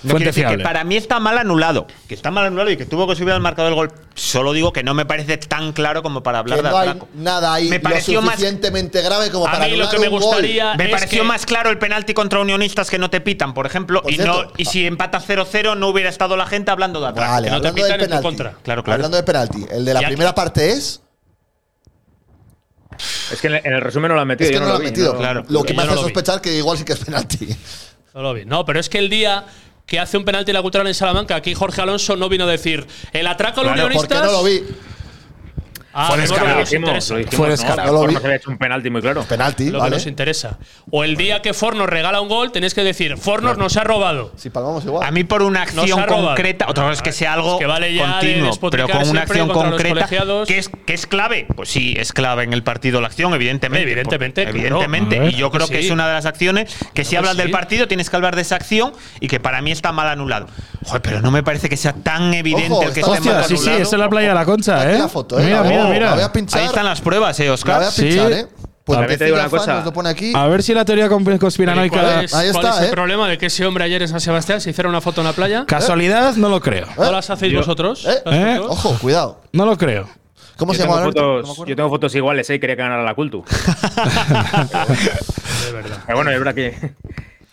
Speaker 7: No quiere
Speaker 3: Fuente
Speaker 7: decir que
Speaker 3: fiable.
Speaker 7: para mí está mal anulado. Que está mal anulado y que tuvo que subir al marcador del gol. Solo digo que no me parece tan claro como para hablar
Speaker 1: Que
Speaker 7: de
Speaker 1: no hay
Speaker 7: atraco.
Speaker 1: nada ahí
Speaker 7: Me pareció
Speaker 1: lo
Speaker 7: más-
Speaker 1: suficientemente grave como para anular un gol.
Speaker 7: Me pareció más claro el penalti contra unionistas que no te pitan, por ejemplo. y, no,
Speaker 1: cierto.
Speaker 7: y si empata 0-0 no hubiera estado la gente hablando de atraco.
Speaker 1: Vale,
Speaker 7: Que no te
Speaker 1: hablando del
Speaker 7: pitan en tu
Speaker 1: penalti.
Speaker 7: contra. Claro, claro.
Speaker 1: Hablando de penalti. El de
Speaker 7: Y
Speaker 1: la
Speaker 7: aquí-
Speaker 1: primera parte es.
Speaker 6: Es que en el, en el resumen no lo ha metido.
Speaker 1: Es que
Speaker 6: yo
Speaker 1: no
Speaker 6: no
Speaker 1: lo ha
Speaker 6: vi,
Speaker 1: metido.
Speaker 6: no
Speaker 1: Lo que me
Speaker 2: Yo no
Speaker 1: hace
Speaker 2: lo vi.
Speaker 1: sospechar que igual sí que es penalti.
Speaker 2: No lo vi. No, pero es que el día que hace un penalti la cultural en Salamanca, aquí Jorge Alonso no vino a decir el atraco al
Speaker 1: Claro, porque
Speaker 2: unionistas.
Speaker 1: no lo vi.
Speaker 2: Ah,
Speaker 6: Fue
Speaker 2: no,
Speaker 6: descarado.
Speaker 2: no
Speaker 6: Lo
Speaker 2: nos
Speaker 6: dijimos,
Speaker 2: interesa.
Speaker 6: lo dijimos, Fue ¿no? descarado. A lo mejor no se había hecho un penalti muy claro.
Speaker 1: Penalti,
Speaker 2: Lo que
Speaker 1: vale.
Speaker 2: nos interesa. O el día que Fornos regala un gol, tenéis que decir, Fornos nos ha robado.
Speaker 1: Si palmamos igual.
Speaker 7: A mí por una
Speaker 2: Nos
Speaker 7: acción
Speaker 2: ha robado. Ah,
Speaker 7: concreta, otra cosa es que sea algo
Speaker 2: Es que vale ya de
Speaker 7: continuo, pero
Speaker 2: despotricar
Speaker 7: con una
Speaker 2: siempre
Speaker 7: acción
Speaker 2: contra los
Speaker 7: concreta
Speaker 2: colegiados.
Speaker 7: que es, que es clave. Pues sí, es clave en el partido la acción, evidentemente.
Speaker 2: Evidentemente,
Speaker 7: Por-
Speaker 2: claro.
Speaker 7: evidentemente.
Speaker 2: A ver,
Speaker 7: Y yo creo
Speaker 2: sí.
Speaker 7: que es una de las acciones que
Speaker 2: Claro
Speaker 7: si
Speaker 2: que
Speaker 7: hablas del
Speaker 2: sí.
Speaker 7: partido tienes que hablar de esa acción y que para mí está mal anulado. Joder, pero no me parece que sea tan evidente el que esté mal
Speaker 3: Hostia,
Speaker 7: anulado.
Speaker 3: sí, sí, es en la playa de la Concha, ¿eh?
Speaker 1: ¿eh?
Speaker 3: Mira,
Speaker 1: La
Speaker 3: mira,
Speaker 1: voy-
Speaker 3: mira.
Speaker 1: la voy a pinchar.
Speaker 7: Ahí están las pruebas, eh, Oscar.
Speaker 1: La voy a pinchar, ¿eh? Pues
Speaker 3: También
Speaker 1: Tecilla
Speaker 3: te digo una
Speaker 1: Fan
Speaker 3: cosa.
Speaker 1: nos lo pone aquí.
Speaker 3: A ver si la teoría comp-
Speaker 2: ¿Y
Speaker 3: conspiranoica.
Speaker 2: ¿Cuál es,
Speaker 3: Ahí
Speaker 2: cuál
Speaker 3: está,
Speaker 2: es el
Speaker 3: ¿eh?
Speaker 2: problema de que ese hombre ayer en San Sebastián se hiciera una foto en la playa?
Speaker 3: Casualidad, no lo creo.
Speaker 2: ¿No las hacéis
Speaker 3: Yo-
Speaker 2: vosotros?
Speaker 3: ¿Eh?
Speaker 2: ¿Las
Speaker 3: ¿Eh?
Speaker 2: fotos?
Speaker 1: Ojo, cuidado.
Speaker 3: No lo creo.
Speaker 1: ¿Cómo
Speaker 6: yo tengo fotos, Yo tengo fotos iguales, ¿eh? y Quería que ganara la
Speaker 1: [laughs]
Speaker 6: Cultu. Pero bueno, es verdad que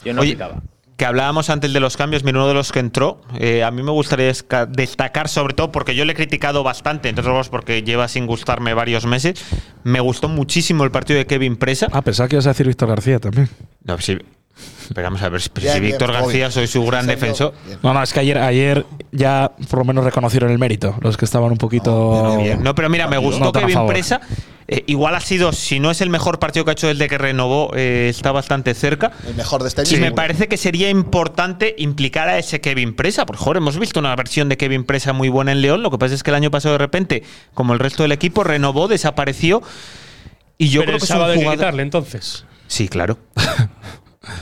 Speaker 6: yo no
Speaker 7: Oye,
Speaker 6: quitaba.
Speaker 7: que hablábamos antes de los cambios, mira, uno de los que entró, eh, a mí me gustaría desca- destacar sobre todo porque yo le he criticado bastante, entre otras cosas porque lleva sin gustarme varios meses, me gustó muchísimo el partido de Kevin Presa.
Speaker 3: Ah, pensaba que ibas a decir Víctor García también.
Speaker 7: No, sí, pero vamos a ver, pero
Speaker 3: Bien,
Speaker 7: si
Speaker 3: bien,
Speaker 7: Víctor García
Speaker 3: obvio.
Speaker 7: soy su gran
Speaker 3: Sí, señor.
Speaker 7: defensor.
Speaker 3: No, no, es que ayer, ayer ya por lo menos reconocieron el mérito, los que estaban un poquito.
Speaker 7: No, pero mira, me gustó
Speaker 3: no tan a
Speaker 7: Kevin
Speaker 3: favor.
Speaker 7: Presa. Eh, igual ha sido, si no es el mejor partido que ha hecho desde que renovó, eh, está bastante cerca.
Speaker 1: El mejor de este año.
Speaker 7: Y me
Speaker 1: seguro.
Speaker 7: parece que sería importante implicar a ese Kevin Presa. Por favor, hemos visto una versión de Kevin Presa muy buena en León. Lo que pasa es que el año pasado, de repente, como el resto del equipo, renovó, desapareció. Y yo
Speaker 2: Pero
Speaker 7: creo
Speaker 2: el
Speaker 7: que es un
Speaker 2: sábado hay que
Speaker 7: jugador.
Speaker 2: quitarle, entonces.
Speaker 7: Sí, claro.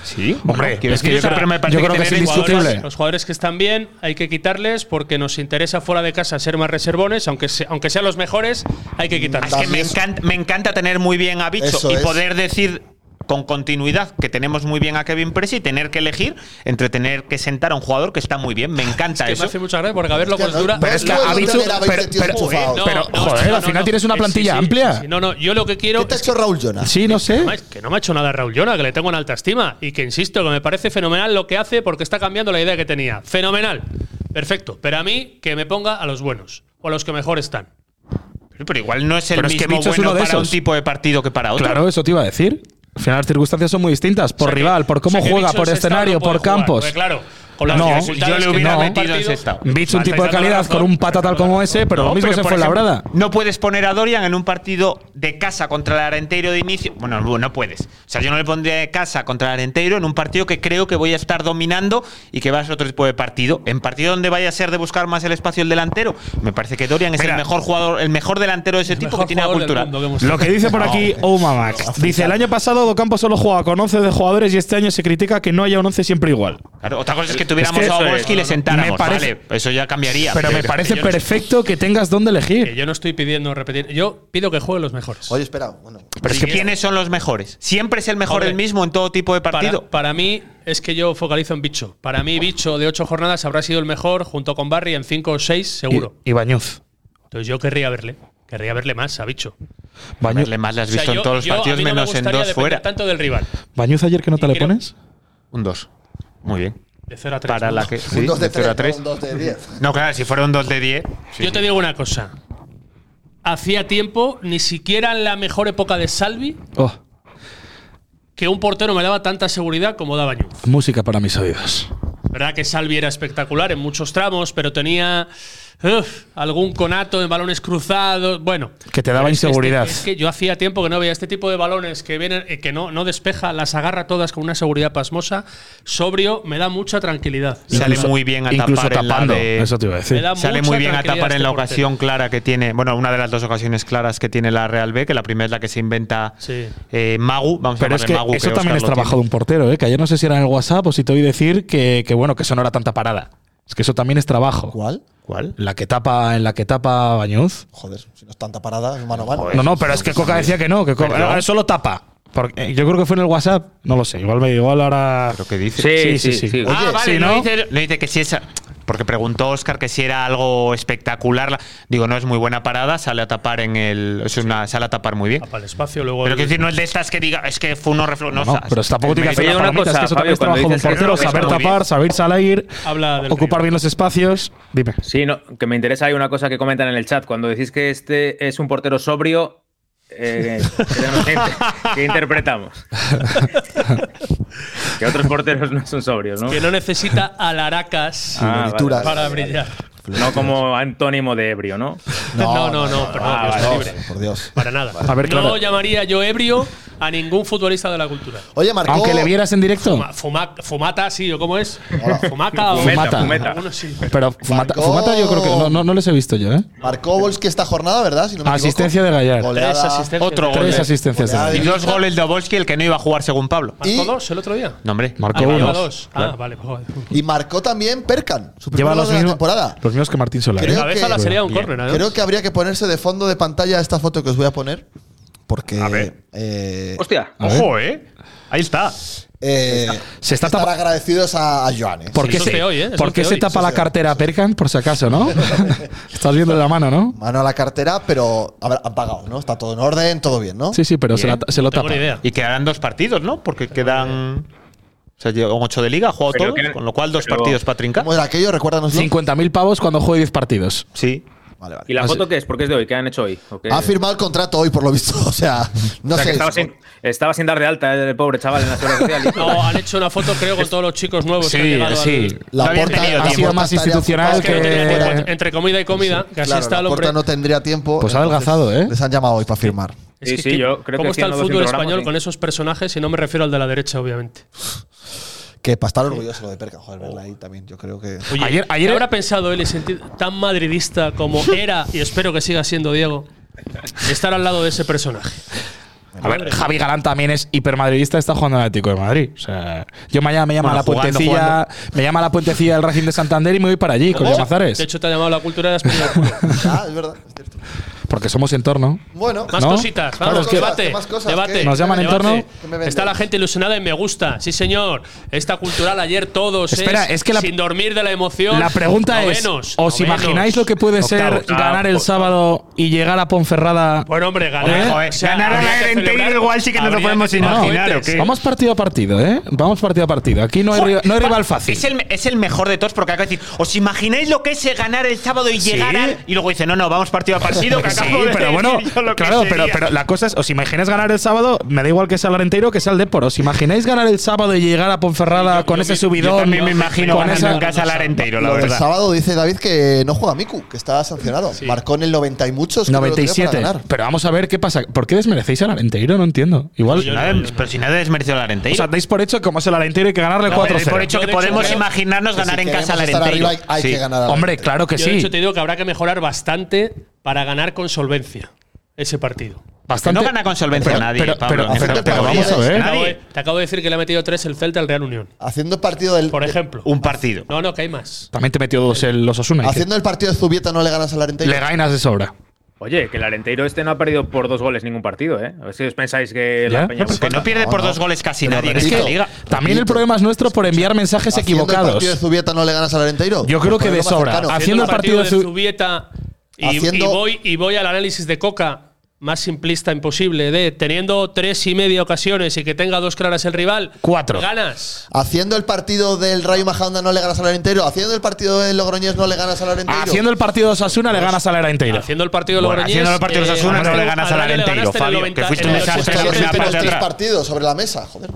Speaker 7: sí, hombre.
Speaker 3: es que yo creo- yo creo que es
Speaker 2: tener
Speaker 3: indiscutible.
Speaker 2: jugadores- Los jugadores que están bien hay que quitarles porque nos interesa fuera de casa ser más reservones, aunque, se- aunque sean los mejores, hay que quitarles.
Speaker 7: Es que me encanta, me encanta tener muy bien a Bicho
Speaker 2: Eso
Speaker 7: y
Speaker 2: es.
Speaker 7: poder decir con continuidad que tenemos muy bien a Kevin Presa y tener que elegir entre tener que sentar a un jugador que está muy bien. Me encanta
Speaker 2: Que me
Speaker 7: eso.
Speaker 2: hace mucha gracia porque Gabriel Locos dura.
Speaker 7: Pero es que a Bicho- pero-
Speaker 1: este
Speaker 7: pero- eh, pero, joder, al final
Speaker 3: tienes una plantilla amplia.
Speaker 2: No, no, yo lo que quiero. ¿Qué te ha
Speaker 1: hecho Raúl Jonas?
Speaker 3: Sí, no sé.
Speaker 2: Que no me ha hecho nada Raúl Llona, que le tengo en alta estima. Y que insisto, que me parece fenomenal lo que hace porque está cambiando la idea que tenía. Fenomenal. Perfecto. Pero a mí, que me ponga a los buenos o a los que mejor están.
Speaker 7: Pero igual no es el
Speaker 3: Pero es que
Speaker 7: mismo
Speaker 3: Bicho es
Speaker 7: bueno
Speaker 3: uno de
Speaker 7: para un
Speaker 3: esos.
Speaker 7: tipo de partido que para otro.
Speaker 3: Claro, eso te iba a decir. Al final las circunstancias son muy distintas. Por rival, por cómo
Speaker 7: o sea que
Speaker 3: juega,
Speaker 7: Bicho
Speaker 3: por
Speaker 7: en Sestao
Speaker 3: escenario,
Speaker 7: no puede
Speaker 3: por
Speaker 7: jugar,
Speaker 3: campos.
Speaker 2: pues
Speaker 7: porque claro, con las
Speaker 3: no,
Speaker 7: dificultades Yo le que hubiera tiene el metido en partido- Sestao.
Speaker 3: Bicho un
Speaker 7: Vale,
Speaker 3: tipo de
Speaker 7: estáis dando la
Speaker 3: calidad
Speaker 7: razón,
Speaker 3: con un patata como ese, pero lo
Speaker 7: No,
Speaker 3: mismo
Speaker 7: pero
Speaker 3: se
Speaker 7: por
Speaker 3: fue en
Speaker 7: ejemplo,
Speaker 3: Labrada.
Speaker 7: No puedes poner a Dorian en un partido de casa contra el Arenteiro de inicio. Bueno, no, no puedes. O sea, yo no le pondría de casa contra el Arenteiro en un partido que creo que voy a estar dominando y que va a ser otro tipo de partido. En partido donde vaya a ser de buscar más el espacio el delantero, me parece que Dorian es el mejor jugador, el mejor delantero de ese tipo que tiene la
Speaker 2: jugador del
Speaker 7: cultura.
Speaker 2: mundo que hemos
Speaker 3: Lo que dice por aquí Oumamac. Dice, el año pasado Docampo solo jugaba con 11 de jugadores y este año se critica que no haya un 11 siempre igual.
Speaker 7: Claro, otra cosa es que tuviéramos
Speaker 3: Es que
Speaker 7: a
Speaker 3: eso es.
Speaker 7: Obolski y le
Speaker 3: Me
Speaker 7: sentáramos.
Speaker 3: parece-
Speaker 7: vale, eso ya cambiaría.
Speaker 3: Pero me parece
Speaker 7: yo no-
Speaker 3: perfecto que tengas dónde elegir.
Speaker 2: Que yo no estoy pidiendo repetir. Yo pido que jueguen los mejores.
Speaker 1: Oye, espera. Bueno.
Speaker 7: Pero es que ¿quiénes son los mejores? Siempre es el mejor el mismo en todo tipo de partido.
Speaker 2: Para, para mí es que yo focalizo en Bicho. Para mí Bicho de ocho jornadas habrá sido el mejor junto con Barry en cinco o seis seguro.
Speaker 3: Y Bañuz.
Speaker 2: Entonces yo querría verle, querría verle más a Bicho.
Speaker 3: Bañuz.
Speaker 7: Verle más, le has
Speaker 2: O sea,
Speaker 7: visto en
Speaker 2: yo-
Speaker 7: todos los
Speaker 2: yo- a mí
Speaker 7: partidos
Speaker 2: no me
Speaker 7: menos en
Speaker 2: gustaría
Speaker 7: dos
Speaker 2: depender
Speaker 7: fuera.
Speaker 2: tanto del rival.
Speaker 3: ¿Bañuz ayer que nota le pones?
Speaker 7: Un 2. Muy bien.
Speaker 2: De 0 a 3.
Speaker 7: Para la que. sí,
Speaker 1: dos de
Speaker 7: de 0 a
Speaker 1: tres,
Speaker 7: 3.
Speaker 1: no un dos de diez.
Speaker 7: No, claro, si fuera un 2 de 10. sí.
Speaker 2: Yo te digo una cosa. Hacía tiempo, ni siquiera en la mejor época de Salvi,
Speaker 3: Oh.
Speaker 2: que un portero me daba tanta seguridad como daba Ñu.
Speaker 3: Música para mis oídos.
Speaker 2: Verdad que Salvi era espectacular en muchos tramos, pero tenía uf, algún conato en balones cruzados. Bueno,
Speaker 3: Que te daba
Speaker 2: Es que
Speaker 3: inseguridad.
Speaker 2: este- es que yo hacía tiempo que no veía este tipo de balones que vienen, eh, que no, no despeja, las agarra todas con una seguridad pasmosa. Sobrio me da mucha tranquilidad.
Speaker 7: Sale muy bien a
Speaker 3: incluso
Speaker 7: tapar en la
Speaker 3: tapando,
Speaker 7: de-
Speaker 3: eso te iba a decir.
Speaker 2: Me da
Speaker 7: Sale
Speaker 2: mucha
Speaker 7: muy bien a
Speaker 2: tranquilidad
Speaker 7: tapar en
Speaker 2: este
Speaker 7: la
Speaker 2: portero.
Speaker 7: ocasión clara que tiene. Bueno, una de las dos ocasiones claras que tiene la Real B, que la primera es la que se inventa eh, Magu. Vamos
Speaker 3: Pero
Speaker 7: a
Speaker 3: es que
Speaker 7: llamarle Magu.
Speaker 3: eso
Speaker 7: que
Speaker 3: también
Speaker 7: Óscar
Speaker 3: es
Speaker 7: lo
Speaker 3: trabajo de un portero, ¿eh? que ayer no sé si era en el WhatsApp o si te oí decir que, que, bueno, que eso no era tanta parada. Es que eso también es trabajo.
Speaker 1: ¿Cuál?
Speaker 3: ¿Cuál? La que tapa, en la que tapa Bañuz.
Speaker 1: Joder, si no es tanta parada, es mano a mano.
Speaker 3: No, no, pero es que Coca decía que no, que Coca
Speaker 1: Perdón.
Speaker 3: ahora solo tapa. Porque eh, yo creo que fue en el WhatsApp, no lo sé, igual me igual ahora. ¿Pero
Speaker 7: qué dice?
Speaker 3: Sí, sí, sí.
Speaker 7: ah, vale,
Speaker 3: si
Speaker 7: no,
Speaker 3: no,
Speaker 7: dice, no dice que si es. Porque preguntó Oscar que si era algo espectacular. La- Digo, no es muy buena parada, sale a tapar en el. Es una, sale a tapar muy bien.
Speaker 2: Para el espacio, luego.
Speaker 7: Pero que decir, no es de estas que diga, es que fue unos reflejos. No,
Speaker 3: no,
Speaker 7: está-
Speaker 3: pero tampoco tiene que hacer
Speaker 7: Oye,
Speaker 3: las
Speaker 7: una
Speaker 3: palomitas,
Speaker 7: cosa,
Speaker 3: que eso
Speaker 7: Fabio,
Speaker 3: también es
Speaker 7: cuando
Speaker 3: trabajo de un
Speaker 7: dices que
Speaker 3: portero,
Speaker 7: no,
Speaker 3: saber
Speaker 7: está muy bien.
Speaker 3: tapar, saber salir,
Speaker 2: Habla del
Speaker 3: ocupar bien los espacios. Dime.
Speaker 6: Sí, no, que me interesa hay una cosa que comentan en el chat. Cuando decís que este es un portero sobrio,
Speaker 1: [laughs]
Speaker 6: eh, queremos que inter- que interpretamos? que otros porteros no son sobrios, ¿no?
Speaker 2: Que no necesita alaracas
Speaker 6: Ah, vale, Florituras.
Speaker 2: para
Speaker 6: vale,
Speaker 2: brillar.
Speaker 6: No como antónimo de ebrio, ¿no?
Speaker 2: No, no, no, perdón,
Speaker 6: Ah,
Speaker 2: Dios
Speaker 6: vale.
Speaker 2: libre.
Speaker 1: Por Dios.
Speaker 2: Para nada.
Speaker 3: A ver,
Speaker 2: No
Speaker 3: claro.
Speaker 2: llamaría yo ebrio a ningún futbolista de la cultura.
Speaker 1: Oye,
Speaker 3: Aunque le vieras en directo.
Speaker 2: Fuma- fuma- fumata, sí, ¿o cómo es? Fumaca o
Speaker 3: Fumata. Fumeta.
Speaker 2: Algunos sí.
Speaker 3: Pero fumata,
Speaker 1: Marcó-
Speaker 3: fumata yo creo que no, no, no les he visto yo, ¿eh?
Speaker 1: Marcó Volsky esta jornada, ¿verdad? Si no me
Speaker 3: Asistencia de
Speaker 1: equivoco.
Speaker 3: Gallar.
Speaker 1: Goleada.
Speaker 7: Otro gol.
Speaker 3: Tres
Speaker 7: de-
Speaker 3: asistencias de
Speaker 7: Y
Speaker 3: Gallar.
Speaker 7: dos goles de Obolski, el que no iba a jugar según Pablo.
Speaker 2: ¿Marcó dos el otro día?
Speaker 7: No, hombre.
Speaker 3: Marcó
Speaker 7: Ah,
Speaker 3: uno.
Speaker 2: Lleva dos.
Speaker 7: Claro.
Speaker 2: Ah, vale. joder.
Speaker 1: Y marcó también Perkan, su primer
Speaker 3: Lleva
Speaker 1: gol
Speaker 3: los
Speaker 1: de la
Speaker 3: mismos,
Speaker 1: temporada.
Speaker 3: los mismos que Martín Solar.
Speaker 1: Creo
Speaker 3: ¿eh?
Speaker 1: que- Bien. Creo que habría que ponerse de fondo de pantalla esta foto que os voy a poner. Porque. eh,
Speaker 6: Hostia.
Speaker 1: A ver.
Speaker 7: Ojo, ¿eh? Ahí está.
Speaker 1: eh,
Speaker 3: Se está
Speaker 1: estar
Speaker 3: tapa-
Speaker 1: agradecidos a, a Joan. ¿eh?
Speaker 3: ¿Por qué se, ¿por qué se tapa la cartera a Perkan, por si acaso,
Speaker 2: [laughs]
Speaker 3: no? Estás viendo la mano, ¿no?
Speaker 1: Mano a la cartera, pero a ver, han pagado, ¿no? Está todo en orden, todo bien, ¿no?
Speaker 3: Sí, sí, pero se, la- se lo tapa.
Speaker 7: [laughs] Y quedarán dos partidos, ¿no? Porque quedan. O sea, llevan ocho de liga, ha jugado
Speaker 1: Pero
Speaker 7: todo,
Speaker 1: que-
Speaker 7: con lo cual dos
Speaker 1: pero-
Speaker 7: partidos para trincar.
Speaker 1: ¿Cómo era aquello? Recuérdanos.
Speaker 3: 50.000 pavos cuando juegue 10 partidos.
Speaker 7: Sí.
Speaker 6: ¿Y la
Speaker 3: Así-
Speaker 6: foto qué es? Porque es de hoy, ¿qué han hecho hoy?
Speaker 2: Eh.
Speaker 6: ¿O qué?
Speaker 1: Ha firmado el contrato hoy, por lo visto. [laughs] O sea, no
Speaker 6: O sea,
Speaker 1: sé.
Speaker 6: que Estaba sin, estaba sin dar de alta ¿eh? el pobre chaval en la seguridad [laughs] social.
Speaker 2: [laughs] No, han hecho una foto, creo, con todos los chicos nuevos que han llegado al-
Speaker 1: La
Speaker 2: No habían
Speaker 1: porta
Speaker 2: tenido
Speaker 1: la
Speaker 2: tiempo.
Speaker 1: Porta estaría
Speaker 2: Es que no
Speaker 1: ocupada.
Speaker 2: tenía tiempo, Entre comida y comida, que así
Speaker 1: Claro,
Speaker 2: está el
Speaker 1: la
Speaker 2: hombre.
Speaker 1: porta no tendría tiempo.
Speaker 3: Pues ha
Speaker 1: entonces
Speaker 3: adelgazado, ¿eh?
Speaker 1: Les han llamado hoy para firmar.
Speaker 2: Es que, ¿Cómo está el fútbol español con esos personajes? Y no me refiero al de la derecha, obviamente.
Speaker 1: Que para estar orgulloso lo de Perkan, joder, verla ahí también. Yo creo que. [laughs]
Speaker 2: Oye, ayer, habrá pensado él y sentir tan madridista [laughs] como era, y espero que siga siendo Diego, estar al lado de ese personaje?
Speaker 3: A ver, Javi Galán también es hipermadridista, está jugando en el Atlético de Madrid. O sea, yo mañana me llama a
Speaker 2: Bueno,
Speaker 3: la
Speaker 2: jugando,
Speaker 3: puentecilla, me llama a la puentecilla del Racing de Santander y me voy para allí con
Speaker 2: ¿Cómo?
Speaker 3: Llamazares.
Speaker 2: De hecho, te ha llamado la cultura
Speaker 3: [laughs]
Speaker 2: de España.
Speaker 1: Ah, es verdad.
Speaker 3: Porque somos entorno.
Speaker 1: Bueno,
Speaker 2: Más
Speaker 3: ¿No?
Speaker 2: cositas,
Speaker 3: Claro,
Speaker 2: vamos,
Speaker 3: ¿qué?
Speaker 2: debate.
Speaker 3: ¿Qué más cosas?
Speaker 2: debate.
Speaker 3: ¿Qué? ¿Nos llaman en
Speaker 2: Debate.
Speaker 3: torno?
Speaker 1: ¿Qué me vendes?
Speaker 2: Está la gente ilusionada y me gusta. Sí, señor. Esta cultural ayer todos.
Speaker 3: Espera, es que la-
Speaker 2: sin dormir de la emoción.
Speaker 3: La pregunta es,
Speaker 2: Novenos,
Speaker 3: ¿os
Speaker 2: novenos.
Speaker 3: imagináis lo que puede ser
Speaker 2: Octavos.
Speaker 3: ganar el sábado y llegar a Ponferrada?
Speaker 2: Bueno, hombre, ganar.
Speaker 3: ¿Eh?
Speaker 2: o sea,
Speaker 7: ganar a
Speaker 2: habría
Speaker 7: la
Speaker 2: que
Speaker 7: Arenteiro
Speaker 2: celebrar-
Speaker 7: igual sí que nos lo
Speaker 2: habría
Speaker 7: podemos
Speaker 2: celebrar
Speaker 7: imaginar,
Speaker 2: cohetes.
Speaker 3: Vamos partido a partido, ¿eh? Vamos partido a partido. Aquí no hay, ri- no hay rival fácil.
Speaker 7: Es el, es el mejor de todos porque acaba de decir, ¿os imagináis lo que es eh, ganar el sábado y
Speaker 3: Sí.
Speaker 7: llegar al-?" Y luego dice, no, no, vamos
Speaker 3: [laughs]
Speaker 7: partido a partido. Que
Speaker 3: Sí,
Speaker 7: acabo de
Speaker 3: pero
Speaker 7: decir
Speaker 3: bueno,
Speaker 7: yo lo que
Speaker 3: claro, pero,
Speaker 7: sería".
Speaker 3: pero la cosa es, ¿os imagináis ganar el sábado? Me da igual que sea el Arenteiro que sea el Depor. ¿Os imagináis ganar el sábado y llegar a Ponferrada con ese subidón?
Speaker 7: yo también me imagino
Speaker 3: con
Speaker 7: ganando
Speaker 3: esa-
Speaker 7: en casa al Arenteiro, la
Speaker 1: Lo del
Speaker 7: verdad.
Speaker 1: sábado dice David que no juega Miku, que está sancionado. Marcó en el 90 y muchos. creo, el otro día para
Speaker 3: 97.
Speaker 1: ganar.
Speaker 3: Pero vamos a ver qué pasa. ¿Por qué desmerecéis al Arenteiro? No entiendo. Igual.
Speaker 7: Pero nada- Pero si nadie desmereció al
Speaker 3: O
Speaker 7: Arenteiro.
Speaker 3: sea, dais por hecho que como es el Arenteiro hay que ganarle
Speaker 7: No,
Speaker 3: 4-0.
Speaker 7: pero por hecho que Yo, de hecho, podemos creo imaginarnos que ganar si en casa al queremos estar Arenteiro. arriba hay- hay Sí. que ganar al
Speaker 3: Hombre,
Speaker 7: Arenteiro.
Speaker 3: claro que
Speaker 2: Yo,
Speaker 3: sí.
Speaker 2: de hecho, te digo que habrá que mejorar bastante para ganar con solvencia ese partido.
Speaker 7: No gana con solvencia
Speaker 3: Pero-
Speaker 7: nadie,
Speaker 3: pero-
Speaker 7: Pablo.
Speaker 3: pero-
Speaker 7: Ni
Speaker 3: pero-
Speaker 7: Celta
Speaker 3: pero
Speaker 7: ni
Speaker 3: vamos a
Speaker 7: Madrid.
Speaker 3: ver.
Speaker 2: Te acabo,
Speaker 7: Nadie.
Speaker 2: de, te acabo de decir que le ha metido tres el Celta al Real Unión.
Speaker 1: Haciendo partido del.
Speaker 2: Por ejemplo.
Speaker 7: Un partido.
Speaker 2: No, no, que hay más.
Speaker 3: También te metió dos el los Osasuna.
Speaker 1: Haciendo el partido de Zubieta no le ganas al Arenteiro.
Speaker 3: Le gainas de sobra.
Speaker 6: Oye, que el Arenteiro este no ha perdido por dos goles ningún partido, ¿eh? A ver si os pensáis que la Peña
Speaker 7: Porque no pierde por dos goles casi
Speaker 3: Pero
Speaker 7: nadie en
Speaker 3: repito,
Speaker 7: esta liga.
Speaker 3: También el problema es nuestro por enviar mensajes
Speaker 1: Haciendo el
Speaker 3: equivocados.
Speaker 1: partido de Zubieta no le ganas al Arenteiro.
Speaker 3: Yo creo
Speaker 1: Pues ponerlo
Speaker 3: que de
Speaker 1: más
Speaker 3: sobra.
Speaker 1: cercano.
Speaker 3: Haciendo el partido de
Speaker 2: Zubieta y,
Speaker 1: Haciendo-
Speaker 2: y voy, y voy al análisis de Coca más simplista imposible de teniendo tres y media ocasiones y que tenga dos claras el rival,
Speaker 1: Cuatro.
Speaker 2: ganas.
Speaker 1: Haciendo el partido del Rayo Majadahonda no le ganas al Arenteiro. Haciendo el partido del Logroñés no le ganas al Arenteiro.
Speaker 3: Haciendo el partido de Osasuna le ganas al Arenteiro.
Speaker 2: Haciendo el partido de
Speaker 3: Bueno,
Speaker 2: Logroñés,
Speaker 3: haciendo el partido de Osasuna no le ganas al
Speaker 2: Rayo le
Speaker 3: Arenteiro,
Speaker 2: ganaste en el
Speaker 3: Fabio,
Speaker 2: 90,
Speaker 3: que fuiste
Speaker 2: en
Speaker 3: un
Speaker 2: el
Speaker 3: desastre
Speaker 2: 80.
Speaker 3: la primera
Speaker 1: Tenemos
Speaker 3: parte
Speaker 1: tres
Speaker 3: atrás.
Speaker 1: partidos sobre la mesa, joder.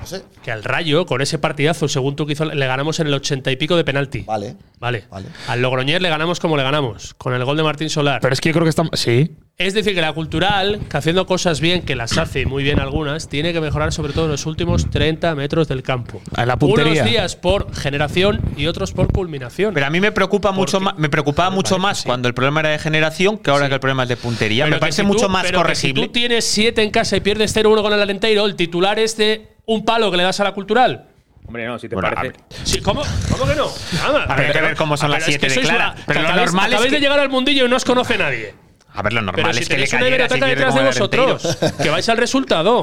Speaker 1: No sé.
Speaker 2: Que al Rayo, con ese partidazo, según tú que hizo, le ganamos en el ochenta y pico de penalti.
Speaker 1: Vale.
Speaker 2: Vale. Al Logroñés le ganamos como le ganamos, con el gol de Martín Solar.
Speaker 3: Pero es que yo creo que estamos. Sí.
Speaker 2: Es decir, que la cultural, que haciendo cosas bien, que las hace muy bien algunas, tiene que mejorar sobre todo en los últimos 30 metros del campo.
Speaker 3: En la puntería.
Speaker 2: Unos días por generación y otros por culminación.
Speaker 7: Pero a mí me preocupa mucho más, me preocupaba mucho más cuando el problema era de generación que ahora que el problema es de puntería.
Speaker 2: Pero
Speaker 7: me
Speaker 2: que si
Speaker 7: parece
Speaker 2: tú-
Speaker 7: mucho más
Speaker 2: pero que Si
Speaker 7: corregible.
Speaker 2: tú tienes 7 en casa y pierdes 0-1 con el Alenteiro, el titular es de un palo que le das a la cultural.
Speaker 6: Hombre, no, si te
Speaker 2: parece. ¿cómo? ¿Cómo que no? Nada.
Speaker 7: Habrá que ver cómo son
Speaker 2: Ah,
Speaker 7: las
Speaker 2: pero es que
Speaker 7: 7 de
Speaker 2: sois
Speaker 7: Clara.
Speaker 2: una-
Speaker 7: Pero lo
Speaker 2: acabáis-
Speaker 7: normal es
Speaker 2: acabáis de
Speaker 7: que-
Speaker 2: llegar al mundillo y no os conoce nadie.
Speaker 7: A ver, lo normal
Speaker 2: Pero
Speaker 7: es
Speaker 2: si
Speaker 7: que le
Speaker 2: tenéis una
Speaker 7: cayera si
Speaker 2: iberotaca
Speaker 7: pierde
Speaker 2: detrás
Speaker 7: como
Speaker 2: de
Speaker 7: el Arenteiro.
Speaker 2: vosotros, que vais al
Speaker 7: [laughs]
Speaker 2: resultado.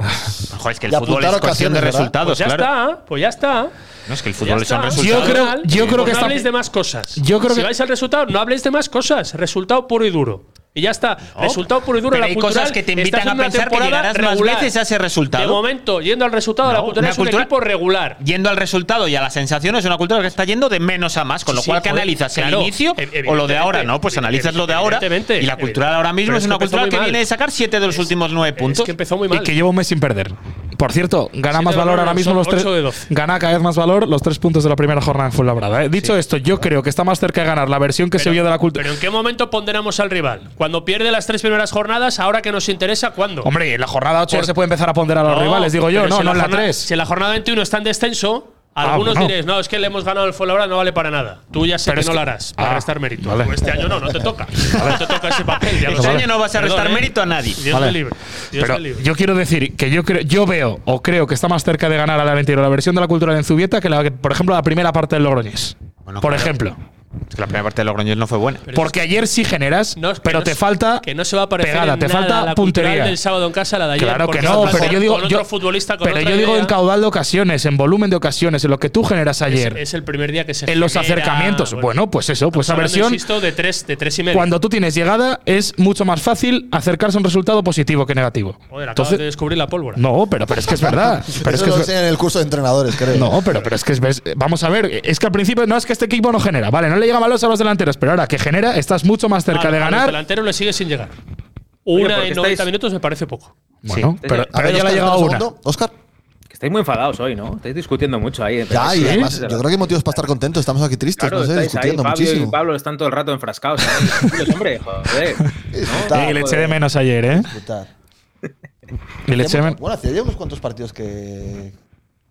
Speaker 7: Joder, es que el fútbol es cuestión de resultados,
Speaker 2: Pues ya
Speaker 7: claro.
Speaker 2: está, pues ya está.
Speaker 7: No, es que el
Speaker 2: Ya
Speaker 7: fútbol son
Speaker 2: está.
Speaker 7: resultados.
Speaker 2: Pues no habléis de más cosas.
Speaker 7: Yo creo
Speaker 2: si
Speaker 7: que-
Speaker 2: vais al resultado, no habléis de más cosas. Resultado puro y duro. Y ya está.
Speaker 7: No,
Speaker 2: Resultado puro y duro.
Speaker 7: pero
Speaker 2: la
Speaker 7: hay
Speaker 2: cultural
Speaker 7: cosas que te
Speaker 2: está
Speaker 7: invitan
Speaker 2: haciendo
Speaker 7: a
Speaker 2: una
Speaker 7: pensar que
Speaker 2: temporada
Speaker 7: llegarás más
Speaker 2: regular.
Speaker 7: veces a ese resultado.
Speaker 2: De momento, yendo al resultado, la cultural
Speaker 7: una
Speaker 2: es un
Speaker 7: cultura-
Speaker 2: equipo regular.
Speaker 7: Yendo al resultado y a la sensación, es una cultura que está yendo de menos a más, con lo
Speaker 2: Sí,
Speaker 7: cual que
Speaker 2: joder,
Speaker 7: analizas
Speaker 2: claro.
Speaker 7: el inicio
Speaker 2: Ev-
Speaker 7: o lo de ahora,
Speaker 2: evidentemente,
Speaker 7: ¿no? Pues analizas lo de ahora
Speaker 2: evidentemente,
Speaker 7: y la cultura
Speaker 2: evidente.
Speaker 7: ahora mismo
Speaker 2: Pero
Speaker 7: es
Speaker 2: es que
Speaker 7: una
Speaker 2: empezó
Speaker 7: cultura
Speaker 2: muy
Speaker 7: que
Speaker 2: mal.
Speaker 7: viene de sacar siete de los últimos nueve puntos. que
Speaker 2: empezó muy
Speaker 3: Y que lleva un mes sin perder. Por cierto, gana
Speaker 7: Siete
Speaker 3: más valor
Speaker 7: ganados,
Speaker 3: ahora mismo
Speaker 7: son
Speaker 3: los tres.
Speaker 7: ocho de doce.
Speaker 3: Gana cada vez más valor los tres puntos de la primera jornada en Fuenlabrada. ¿eh? Dicho esto, yo creo que está más cerca de ganar la versión que se vio de la cultura.
Speaker 2: Pero ¿en qué momento ponderamos al rival? Cuando pierde las tres primeras jornadas, ahora que nos interesa, ¿cuándo?
Speaker 3: Hombre, en la jornada 8 ya
Speaker 2: Por-
Speaker 3: se puede empezar a ponderar a los
Speaker 2: No,
Speaker 3: rivales, digo yo,
Speaker 2: pero
Speaker 3: no,
Speaker 2: si
Speaker 3: no en la
Speaker 2: jornada-
Speaker 3: 3.
Speaker 2: Si en la jornada 21 está en descenso, algunos
Speaker 3: bueno.
Speaker 2: diréis, no, es que le hemos ganado el Fuenlabrada, no vale para nada. Tú ya sé
Speaker 3: Pero
Speaker 2: que
Speaker 3: es
Speaker 2: no
Speaker 3: que-
Speaker 2: lo harás, para
Speaker 3: Ah,
Speaker 2: restar mérito.
Speaker 3: vale.
Speaker 2: Pues Este año no, no te toca. No te toca ese papel. Ya lo
Speaker 3: Este
Speaker 2: sé.
Speaker 3: año no vas a
Speaker 2: Perdón,
Speaker 3: restar
Speaker 2: ¿eh?
Speaker 3: mérito a nadie.
Speaker 2: Dios
Speaker 3: Vale.
Speaker 2: me libre. Dios
Speaker 3: Pero
Speaker 2: me libre.
Speaker 3: yo quiero decir que yo creo, yo veo o creo que está más cerca de ganar al Arenteiro la versión de la cultura de Zubieta que, la, que, por ejemplo, la primera parte del Logroñés. por ejemplo.
Speaker 7: Es que la primera parte de Logroñés no fue buena.
Speaker 3: Porque ayer sí generas,
Speaker 2: No, es que
Speaker 3: pero
Speaker 2: no
Speaker 3: te
Speaker 2: se-
Speaker 3: falta
Speaker 2: que no se va a parecer
Speaker 3: pegada,
Speaker 2: en
Speaker 3: te
Speaker 2: nada
Speaker 3: falta
Speaker 2: a la
Speaker 3: puntería.
Speaker 2: cultural del sábado en casa la de ayer,
Speaker 3: Claro que
Speaker 2: porque
Speaker 3: no,
Speaker 2: vas
Speaker 3: pero
Speaker 2: con-
Speaker 3: yo digo,
Speaker 2: con
Speaker 3: yo-
Speaker 2: otro futbolista con
Speaker 3: pero
Speaker 2: otra
Speaker 3: yo digo
Speaker 2: idea.
Speaker 3: en caudal de ocasiones, en volumen de ocasiones, en lo que tú generas ayer,
Speaker 2: Es, es el primer día que se
Speaker 3: en los
Speaker 2: genera-
Speaker 3: acercamientos. Bueno, pues eso, pues esa
Speaker 2: Hablando,
Speaker 3: versión
Speaker 2: insisto, de tres, de tres y medio.
Speaker 3: cuando tú tienes llegada es mucho más fácil acercarse a un resultado positivo que negativo.
Speaker 2: Joder, acabas
Speaker 3: Entonces-
Speaker 2: de descubrir la pólvora.
Speaker 3: No, pero, pero es que es verdad. Pero es
Speaker 1: Eso
Speaker 3: que
Speaker 1: lo
Speaker 3: es
Speaker 1: enseñan en el curso de entrenadores, creo.
Speaker 3: No, pero, pero es que es, ves- vamos a ver, es que al principio no es que este equipo no genera, vale, no le llega malos a los delanteros, pero ahora que genera, estás mucho más cerca
Speaker 2: Ah,
Speaker 3: de
Speaker 2: a los
Speaker 3: ganar.
Speaker 2: delanteros le sigue sin llegar.
Speaker 6: Oye,
Speaker 2: Una
Speaker 6: porque
Speaker 2: en 90
Speaker 6: estáis-
Speaker 2: minutos me parece poco.
Speaker 3: Bueno,
Speaker 6: Sí.
Speaker 3: pero- pero ya le ha llegado una.
Speaker 1: Oscar.
Speaker 6: Que estáis muy enfadados hoy, ¿no? Estáis discutiendo mucho ahí. pero
Speaker 1: Ya,
Speaker 6: sí,
Speaker 1: y además,
Speaker 6: de
Speaker 1: yo
Speaker 6: verdad.
Speaker 1: creo que hay motivos para estar contentos. Estamos aquí tristes,
Speaker 6: Claro,
Speaker 1: no sé,
Speaker 6: estáis
Speaker 1: discutiendo
Speaker 6: ahí, Fabio y
Speaker 1: muchísimo.
Speaker 6: Pablo están todo el rato enfrascados. ¿eh? Tranquilos, hombre, [laughs] joder.
Speaker 1: Ah,
Speaker 3: Y le eché de menos ayer, ¿eh? Y le eché de men-
Speaker 1: Bueno, hacía ya unos cuantos partidos que,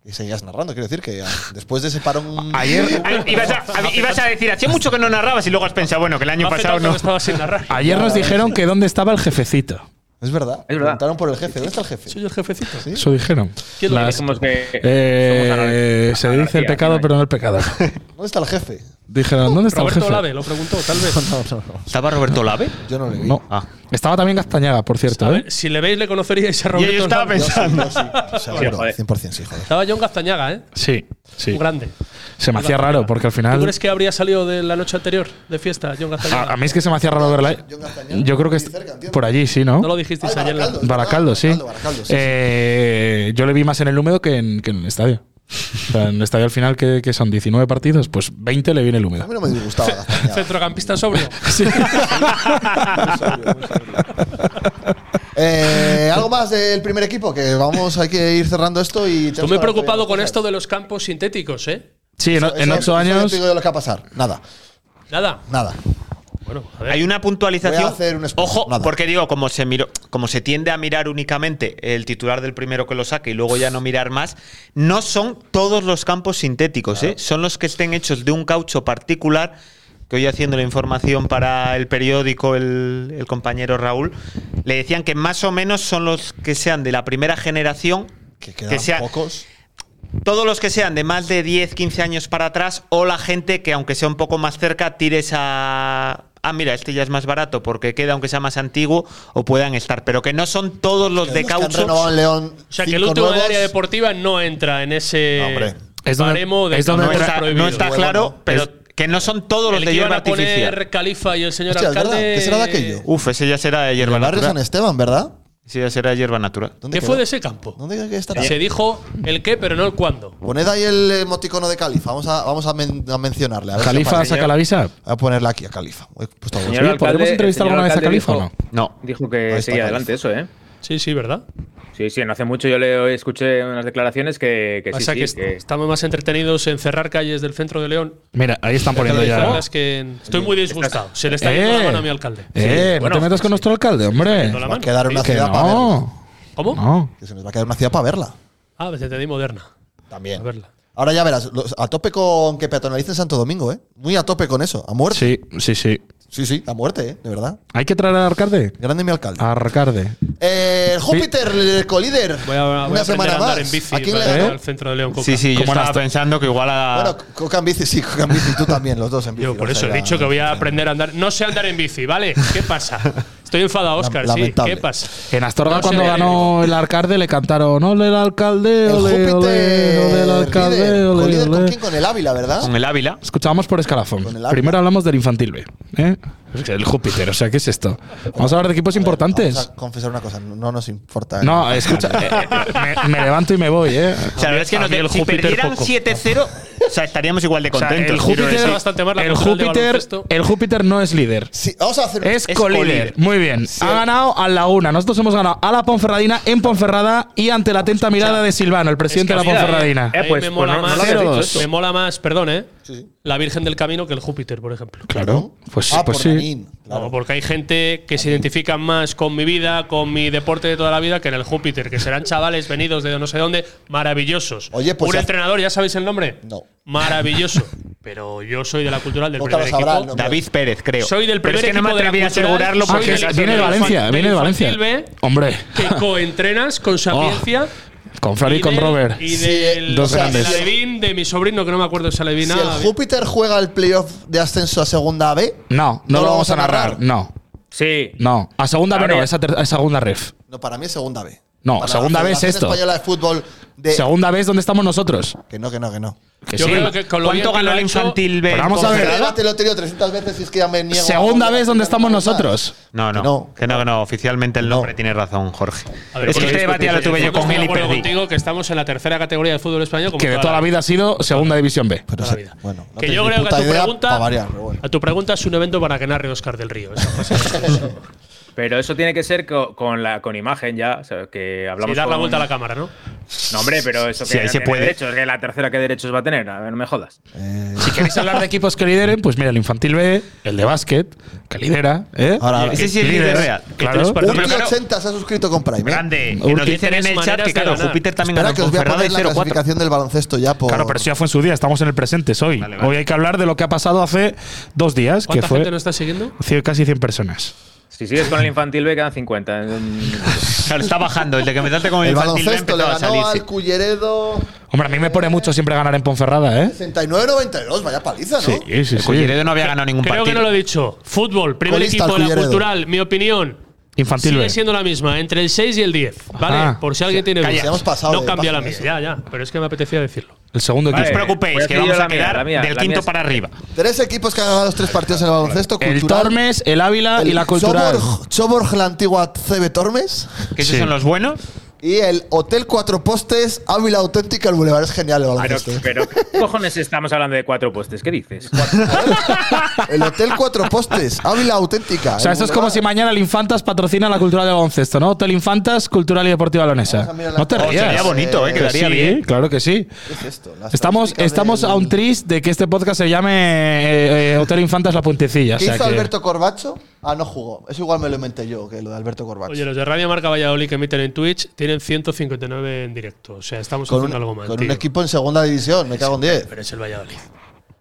Speaker 1: que seguías narrando. Quiero decir que ah, después de ese parón.
Speaker 7: Ayer ibas a, ibas a decir, hacía mucho que no narrabas y luego has pensado, bueno, que el año
Speaker 1: Hace
Speaker 7: pasado
Speaker 1: tanto
Speaker 7: no.
Speaker 1: que estaba sin
Speaker 3: [laughs]
Speaker 1: narrar.
Speaker 3: Ayer nos dijeron que dónde estaba el jefecito.
Speaker 1: Es verdad. Es verdad. Preguntaron por el jefe. ¿Dónde está el jefe? Soy
Speaker 2: el jefecito. Sí.
Speaker 3: Eso dijeron.
Speaker 1: ¿Quién lo
Speaker 3: Las-
Speaker 1: dijo? Somos que-
Speaker 3: Eh, se dice el
Speaker 1: anarquía,
Speaker 3: pecado,
Speaker 1: ¿no?
Speaker 3: pero no el pecado.
Speaker 1: ¿Dónde está el jefe?
Speaker 3: Dijeron, ¿dónde está el
Speaker 2: Roberto
Speaker 3: jefe?
Speaker 2: Lave lo preguntó,
Speaker 3: [laughs]
Speaker 2: tal vez.
Speaker 7: ¿Estaba Roberto Ah. Lave?
Speaker 1: Yo no le
Speaker 3: No. Estaba también Castañaga, por cierto, ¿eh?
Speaker 2: Si le veis, le conoceríais a
Speaker 7: Y
Speaker 2: Roberto.
Speaker 7: yo estaba
Speaker 2: Lave.
Speaker 7: pensando.
Speaker 1: Seguro, 100% sí, joder.
Speaker 2: Estaba John Castañaga, ¿eh?
Speaker 3: Sí, sí.
Speaker 2: Un grande.
Speaker 3: Se me hacía raro, porque al
Speaker 2: ¿Tú
Speaker 3: final.
Speaker 2: crees que habría salido de la noche anterior de fiesta, John Castañaga?
Speaker 3: A, a mí es que se me hacía raro verla. Yo creo que est- por allí, sí, ¿no?
Speaker 2: No lo dijisteis ayer. en la-
Speaker 3: Baracaldo, sí.
Speaker 2: Baracaldo, sí,
Speaker 3: Eh, yo le vi más en el húmedo que en, que en el estadio. O sea, en el estadio al final, que, que son 19 partidos, pues 20 le viene el húmedo.
Speaker 1: A mí no me disgustaba. Castañeda.
Speaker 3: [laughs]
Speaker 2: Centrocampista sobrio.
Speaker 1: Eh, ¿Algo más del primer equipo? Que vamos, hay que ir cerrando esto y.
Speaker 2: Estoy muy preocupado con esto de los campos sintéticos, ¿eh?
Speaker 3: Sí,
Speaker 1: en,
Speaker 3: en ocho años-
Speaker 1: digo yo lo que va a pasar. Nada,
Speaker 2: Nada.
Speaker 1: nada.
Speaker 7: Hay una puntualización.
Speaker 1: Voy a hacer un
Speaker 7: Ojo, porque digo, como se miró, como se tiende a mirar únicamente el titular del primero que lo saque y luego ya no mirar más, no son todos los campos sintéticos, ¿eh? son los que estén hechos de un caucho particular. Que hoy haciendo la información para el periódico, el, el compañero Raúl, le decían que más o menos son los que sean de la primera generación, que,
Speaker 1: quedan
Speaker 7: sea- todos los que sean de más de 10, 15 años para atrás o la gente que aunque sea un poco más cerca tire esa... Ah, mira, este ya es más barato porque queda aunque sea más antiguo o puedan estar, pero que no son todos los de
Speaker 1: que han
Speaker 7: caucho.
Speaker 1: renovado en León
Speaker 2: O sea, que el
Speaker 7: Cinco
Speaker 2: último de
Speaker 7: nuevos.
Speaker 2: área deportiva no entra en ese
Speaker 7: hombre.
Speaker 2: baremo de
Speaker 7: es donde
Speaker 2: campos
Speaker 7: entra- no
Speaker 2: prohibidos.
Speaker 7: está claro, pero Que no son todos los
Speaker 2: El
Speaker 7: de
Speaker 2: que iban
Speaker 7: hierba
Speaker 2: a poner
Speaker 7: artificial.
Speaker 2: Califa y el señor
Speaker 1: Hostia, es verdad.
Speaker 2: alcalde.
Speaker 1: ¿Qué será de aquello?
Speaker 7: Uf, ese ya será de hierba
Speaker 1: El barrio
Speaker 7: natural.
Speaker 1: San Esteban, ¿verdad?
Speaker 7: Ese ya será de hierba natural.
Speaker 2: ¿Qué fue de ese campo?
Speaker 1: ¿Dónde estará?
Speaker 2: Se dijo el qué, pero no el cuándo.
Speaker 1: Poned ahí el emoticono de Califa. Vamos a, vamos a, men- a mencionarle. A ver si
Speaker 3: Califa
Speaker 1: aparece.
Speaker 3: saca la visa.
Speaker 1: Voy a ponerla aquí a Califa. pues He puesto
Speaker 3: Señor Oye, ¿podremos alcalde- entrevistar señor alguna vez a alcalde Califa o dijo-
Speaker 7: no?
Speaker 6: Dijo que
Speaker 1: está
Speaker 6: seguía
Speaker 1: Califa.
Speaker 6: adelante eso, ¿eh?
Speaker 2: Sí, sí, ¿verdad?
Speaker 6: Sí, sí, no hace mucho yo le escuché unas declaraciones que, que sí,
Speaker 2: Pasa
Speaker 6: sí,
Speaker 2: que est-
Speaker 6: que-
Speaker 2: estamos más entretenidos en cerrar calles del centro de León.
Speaker 3: Mira, ahí están poniendo ya.
Speaker 2: Cerrarlas que en- Estoy muy disgustado. Se le está yendo
Speaker 3: Eh.
Speaker 2: la mano a mi alcalde.
Speaker 3: Eh,
Speaker 2: Sí.
Speaker 3: no te metas con nuestro alcalde, hombre.
Speaker 2: la Va a mano.
Speaker 1: quedar una
Speaker 3: Que
Speaker 1: ciudad para
Speaker 3: no.
Speaker 2: ¿Cómo?
Speaker 3: No.
Speaker 1: Que se nos va a quedar una ciudad para verla.
Speaker 2: Ah, pues te di moderna.
Speaker 1: También.
Speaker 2: A verla.
Speaker 1: Ahora ya verás, los- a tope con que peatonalicen Santo Domingo, ¿eh? Muy a tope con eso, a muerte.
Speaker 3: Sí, sí, sí.
Speaker 1: Sí, sí, a muerte, ¿eh? De verdad.
Speaker 3: ¿Hay que traer al alcalde?
Speaker 1: Grande mi alcalde.
Speaker 3: Ah. Arcarde.
Speaker 1: Eh, el Júpiter, el colíder.
Speaker 2: Voy a, voy a
Speaker 1: una
Speaker 2: aprender a
Speaker 1: semana más.
Speaker 2: andar en bici
Speaker 1: ¿A quién le
Speaker 2: para
Speaker 3: ¿Eh?
Speaker 2: ir
Speaker 1: ganó?
Speaker 2: al centro de León. Coca.
Speaker 7: ¿Eh? Sí, sí, yo estaba pensando que igual a.
Speaker 1: Bueno, Coca en bici, sí, Coca en bici, tú también, los dos en bici.
Speaker 2: Yo Ah. por
Speaker 1: o sea, eh,
Speaker 2: eso he
Speaker 1: era-
Speaker 2: dicho que voy a aprender a andar. No sé andar en bici, ¿vale? ¿Qué pasa? Estoy enfadado, Oscar. Sí,
Speaker 1: lamentable.
Speaker 2: ¿qué pasa?
Speaker 3: En Astorga,
Speaker 2: No
Speaker 3: cuando
Speaker 2: sé. eh,
Speaker 3: ganó el alcalde, le cantaron Ole el alcalde,
Speaker 1: El
Speaker 3: ole, ole,
Speaker 1: Júpiter.
Speaker 3: ole el alcalde,
Speaker 1: líder.
Speaker 3: ole,
Speaker 1: ¿Colíder con
Speaker 3: ole".
Speaker 1: quién? Con el Ávila, ¿verdad?
Speaker 7: Con el Ávila.
Speaker 3: Escuchábamos por escalafón.
Speaker 1: Con el Ávila.
Speaker 3: Primero hablamos del infantil B. ¿eh? Es que El Júpiter, o sea, ¿qué es esto? Vamos a hablar de equipos
Speaker 1: Vamos
Speaker 3: importantes.
Speaker 1: a confesar una cosa, no nos importa.
Speaker 3: No, escucha, eh, eh, me, me levanto y me voy, ¿eh?
Speaker 7: O sea, la verdad es que
Speaker 3: A
Speaker 7: no
Speaker 3: mí
Speaker 7: te-
Speaker 3: el
Speaker 7: si
Speaker 3: Júpiter
Speaker 7: perdieran
Speaker 3: poco.
Speaker 7: 7-0, o sea, estaríamos igual de
Speaker 3: O sea,
Speaker 7: contentos.
Speaker 3: el
Speaker 7: quiero
Speaker 3: Júpiter,
Speaker 7: decir.
Speaker 2: bastante más la
Speaker 3: el
Speaker 2: cultural de
Speaker 3: Júpiter,
Speaker 2: baloncesto.
Speaker 3: el Júpiter no es líder.
Speaker 1: Sí, vamos a hacer
Speaker 3: Es,
Speaker 7: Es
Speaker 3: colíder.
Speaker 7: colíder.
Speaker 3: Muy bien. Ha ganado a la una. Nosotros hemos ganado a la Ponferradina en Ponferrada y ante la atenta mirada de Silvano, el presidente
Speaker 2: Es que
Speaker 3: de la
Speaker 2: mira,
Speaker 3: Ponferradina.
Speaker 2: eh, ahí
Speaker 6: pues,
Speaker 2: me
Speaker 6: pues
Speaker 2: mola
Speaker 6: no- no
Speaker 2: más,
Speaker 6: lo había dicho eso.
Speaker 2: me mola más, perdón, ¿eh?
Speaker 1: sí.
Speaker 2: La Virgen del Camino que el Júpiter, por ejemplo.
Speaker 3: Claro. Pues sí,
Speaker 1: Ah,
Speaker 3: pues
Speaker 1: por
Speaker 3: sí.
Speaker 1: Nanín,
Speaker 2: No,
Speaker 1: claro.
Speaker 2: porque hay gente que se identifica más con mi vida, con mi deporte de toda la vida, que en el Júpiter, que serán chavales venidos de no sé dónde, maravillosos.
Speaker 1: Oye, pues
Speaker 2: Un
Speaker 1: ya-
Speaker 2: entrenador, ¿ya sabéis el nombre?
Speaker 1: No.
Speaker 2: Maravilloso. Pero yo soy de la cultural del
Speaker 1: Nunca lo
Speaker 2: primer
Speaker 1: sabrá el
Speaker 2: equipo.
Speaker 1: nombre.
Speaker 7: David Pérez, creo.
Speaker 2: Soy del
Speaker 7: Pero
Speaker 2: primer
Speaker 7: es que no me
Speaker 2: equipo de la
Speaker 7: atreví a
Speaker 2: cultural.
Speaker 7: asegurarlo
Speaker 2: Soy
Speaker 7: porque
Speaker 2: del-
Speaker 7: es-
Speaker 3: Pues viene de Valencia,
Speaker 2: Infantil
Speaker 3: viene de Valencia.
Speaker 2: B.
Speaker 3: Hombre,
Speaker 2: eh, Que coentrenas
Speaker 3: Oh.
Speaker 2: con sapiencia.
Speaker 3: con Fran y con
Speaker 2: del-
Speaker 3: Robert.
Speaker 2: Y del,
Speaker 3: dos
Speaker 2: o sea,
Speaker 3: grandes.
Speaker 2: del Alevín de mi sobrino, que no me acuerdo si
Speaker 1: Si
Speaker 2: Alevín nada.
Speaker 1: el Júpiter juega el playoff de ascenso a segunda B,
Speaker 3: No, no, lo vamos a narrar. No,
Speaker 6: Sí.
Speaker 3: no. A segunda B
Speaker 6: Ahora
Speaker 3: no,
Speaker 6: ya-
Speaker 3: es a, ter- a segunda ref.
Speaker 1: no, para mí es segunda B.
Speaker 3: No,
Speaker 1: Para
Speaker 3: segunda
Speaker 1: la
Speaker 3: B es
Speaker 1: Federación
Speaker 3: esto.
Speaker 1: Española de fútbol de
Speaker 3: Segunda vez donde estamos nosotros.
Speaker 1: que no, que no, que no.
Speaker 3: Que
Speaker 2: Yo
Speaker 3: sí.
Speaker 2: creo que con lo
Speaker 7: ¿Cuánto
Speaker 2: bien que
Speaker 7: ganó
Speaker 2: lo
Speaker 7: el
Speaker 2: ha hecho-
Speaker 7: infantil B?
Speaker 3: Pero vamos a
Speaker 1: Este
Speaker 3: ver.
Speaker 1: debate lo he tenido 300 veces y es que ya me niego.
Speaker 3: Segunda
Speaker 1: a-
Speaker 3: vez donde estamos nosotros.
Speaker 7: No, no,
Speaker 1: Que no,
Speaker 7: que no, que no. Oficialmente el nombre tiene razón, Jorge.
Speaker 2: A ver,
Speaker 7: es que
Speaker 2: porque
Speaker 7: este debate ya lo tuve yo
Speaker 2: estoy
Speaker 7: con
Speaker 2: de
Speaker 7: él y
Speaker 2: acuerdo
Speaker 7: perdí.
Speaker 2: contigo que estamos en la tercera categoría del fútbol español. Como
Speaker 3: Que de toda la vida ha sido segunda división B.
Speaker 1: Pero
Speaker 2: toda la
Speaker 1: se-
Speaker 2: vida.
Speaker 1: Bueno, no
Speaker 2: que
Speaker 1: tengo
Speaker 2: yo
Speaker 1: ni
Speaker 2: creo que
Speaker 1: puta
Speaker 2: a tu,
Speaker 1: idea
Speaker 2: pregunta,
Speaker 1: pa' variar, pero bueno.
Speaker 2: a tu pregunta es un evento para ganar de Oscar del Río. Esa frase es-
Speaker 6: Pero eso tiene que ser co- con, la, con imagen ya, o sea, que hablamos
Speaker 2: y dar la
Speaker 6: con-
Speaker 2: vuelta a la cámara, ¿no?
Speaker 6: No, hombre, pero eso que
Speaker 7: Sí, ahí
Speaker 6: no
Speaker 7: se
Speaker 6: tiene
Speaker 7: puede.
Speaker 6: derechos, que la tercera que derechos va a tener, a ver, no me jodas.
Speaker 3: Si queréis hablar de equipos que lideren, pues mira, el infantil B, el de básquet, que lidera. ¿eh?
Speaker 1: Ahora, ahora.
Speaker 7: Ah, Ese sí es
Speaker 3: Líder,
Speaker 7: líder real.
Speaker 3: Claro.
Speaker 2: Pero
Speaker 1: Urti
Speaker 7: claro-
Speaker 1: 80 se ha suscrito con Prime. ¿eh?
Speaker 7: Grande. Que
Speaker 3: Urquiza
Speaker 7: nos dicen en
Speaker 2: tiene
Speaker 7: el chat
Speaker 2: maneras
Speaker 7: que,
Speaker 2: de
Speaker 7: claro,
Speaker 2: ganar.
Speaker 7: Júpiter también
Speaker 1: Espera
Speaker 7: ganó
Speaker 1: que os voy a
Speaker 7: Ponferrada y
Speaker 1: poner la
Speaker 7: 0-4.
Speaker 1: clasificación del baloncesto ya por.
Speaker 3: Claro, pero eso ya fue en su día, estamos en el presente, es hoy.
Speaker 7: Vale, vale.
Speaker 3: Hoy hay que hablar de lo que ha pasado hace dos días, que
Speaker 2: ¿Cuánta
Speaker 3: fue
Speaker 2: gente nos está siguiendo?
Speaker 3: cien- casi 100 personas.
Speaker 6: Si sigues con el infantil B,
Speaker 7: [laughs]
Speaker 6: quedan 50.
Speaker 7: Claro, está bajando. Desde que empezaste con
Speaker 1: el
Speaker 7: el infantil B
Speaker 1: baloncesto le
Speaker 7: empezaba a
Speaker 1: ganó
Speaker 7: salirse.
Speaker 1: al Culleredo
Speaker 3: Hombre, a mí me pone mucho siempre ganar en Ponferrada, ¿eh?
Speaker 1: 69-92. Vaya paliza, ¿no?
Speaker 3: Sí, sí, sí.
Speaker 7: El Culleredo no había ganado ningún
Speaker 2: Creo que no lo
Speaker 7: partido.
Speaker 2: he dicho. Fútbol, primer
Speaker 1: Colista,
Speaker 2: equipo de la
Speaker 1: Culleredo.
Speaker 2: cultural, mi opinión.
Speaker 3: Infantil
Speaker 2: Sigue
Speaker 3: B.
Speaker 2: siendo la misma, entre el 6 y el 10, ¿vale?
Speaker 3: Ajá.
Speaker 2: Por si alguien tiene
Speaker 1: Calla,
Speaker 2: dudas.
Speaker 1: hemos pasado
Speaker 2: no
Speaker 1: de
Speaker 2: cambia la mía,
Speaker 1: páginas,
Speaker 2: ya, ya, pero es que me apetecía decirlo.
Speaker 3: El segundo
Speaker 7: No os
Speaker 3: equipo.
Speaker 6: voy
Speaker 7: preocupéis,
Speaker 6: a
Speaker 7: que
Speaker 6: decir
Speaker 7: vamos
Speaker 6: yo
Speaker 7: a
Speaker 6: la mía, la
Speaker 7: quedar
Speaker 6: mía,
Speaker 7: del
Speaker 6: la
Speaker 7: quinto
Speaker 6: mía es-
Speaker 7: para arriba.
Speaker 1: Tres equipos que han ganado los tres partidos en el baloncesto.
Speaker 3: El
Speaker 1: Cultural,
Speaker 3: Tormes, el Ávila y
Speaker 1: el
Speaker 3: la Cultural.
Speaker 1: Choborg- Choborg, la antigua CB Tormes.
Speaker 7: Que esos
Speaker 3: Sí.
Speaker 7: son los buenos.
Speaker 1: Y el Hotel Cuatro Postes, Ávila Auténtica, el Boulevard. Es genial el
Speaker 6: Pero,
Speaker 1: baloncesto.
Speaker 6: pero, ¿qué cojones estamos hablando de cuatro postes? ¿Qué dices?
Speaker 1: [laughs] El Hotel Cuatro Postes, Ávila Auténtica.
Speaker 3: O sea,
Speaker 1: el
Speaker 3: esto es como
Speaker 1: Boulevard.
Speaker 3: si mañana el Infantas patrocina la cultura de baloncesto, ¿no? Hotel Infantas, Cultural y Deportiva Leonesa.
Speaker 1: Vamos a mirar la-
Speaker 3: No te
Speaker 1: Oh,
Speaker 3: rías.
Speaker 7: sería bonito, ¿eh?
Speaker 3: Que
Speaker 7: Quedaría
Speaker 3: sí,
Speaker 7: bien.
Speaker 3: claro que sí.
Speaker 1: ¿Qué es esto? La
Speaker 3: Estamos,
Speaker 1: estadística
Speaker 3: estamos
Speaker 1: del-
Speaker 3: a un tris de que este podcast se llame eh, eh, Hotel Infantas La Puentecilla. o
Speaker 1: ¿Qué
Speaker 3: sea
Speaker 1: hizo
Speaker 3: que-
Speaker 1: Alberto Corbacho? Ah, no jugó. Eso igual me lo inventé yo, que lo de Alberto Corbacho.
Speaker 2: Oye, los de Radio Marca Valladolid que emiten en Twitch tienen 159 en directo. O sea, estamos
Speaker 1: con un,
Speaker 2: haciendo algo mal.
Speaker 1: con un
Speaker 2: tío.
Speaker 1: equipo en segunda división, me cago en 10.
Speaker 2: Pero es el Valladolid.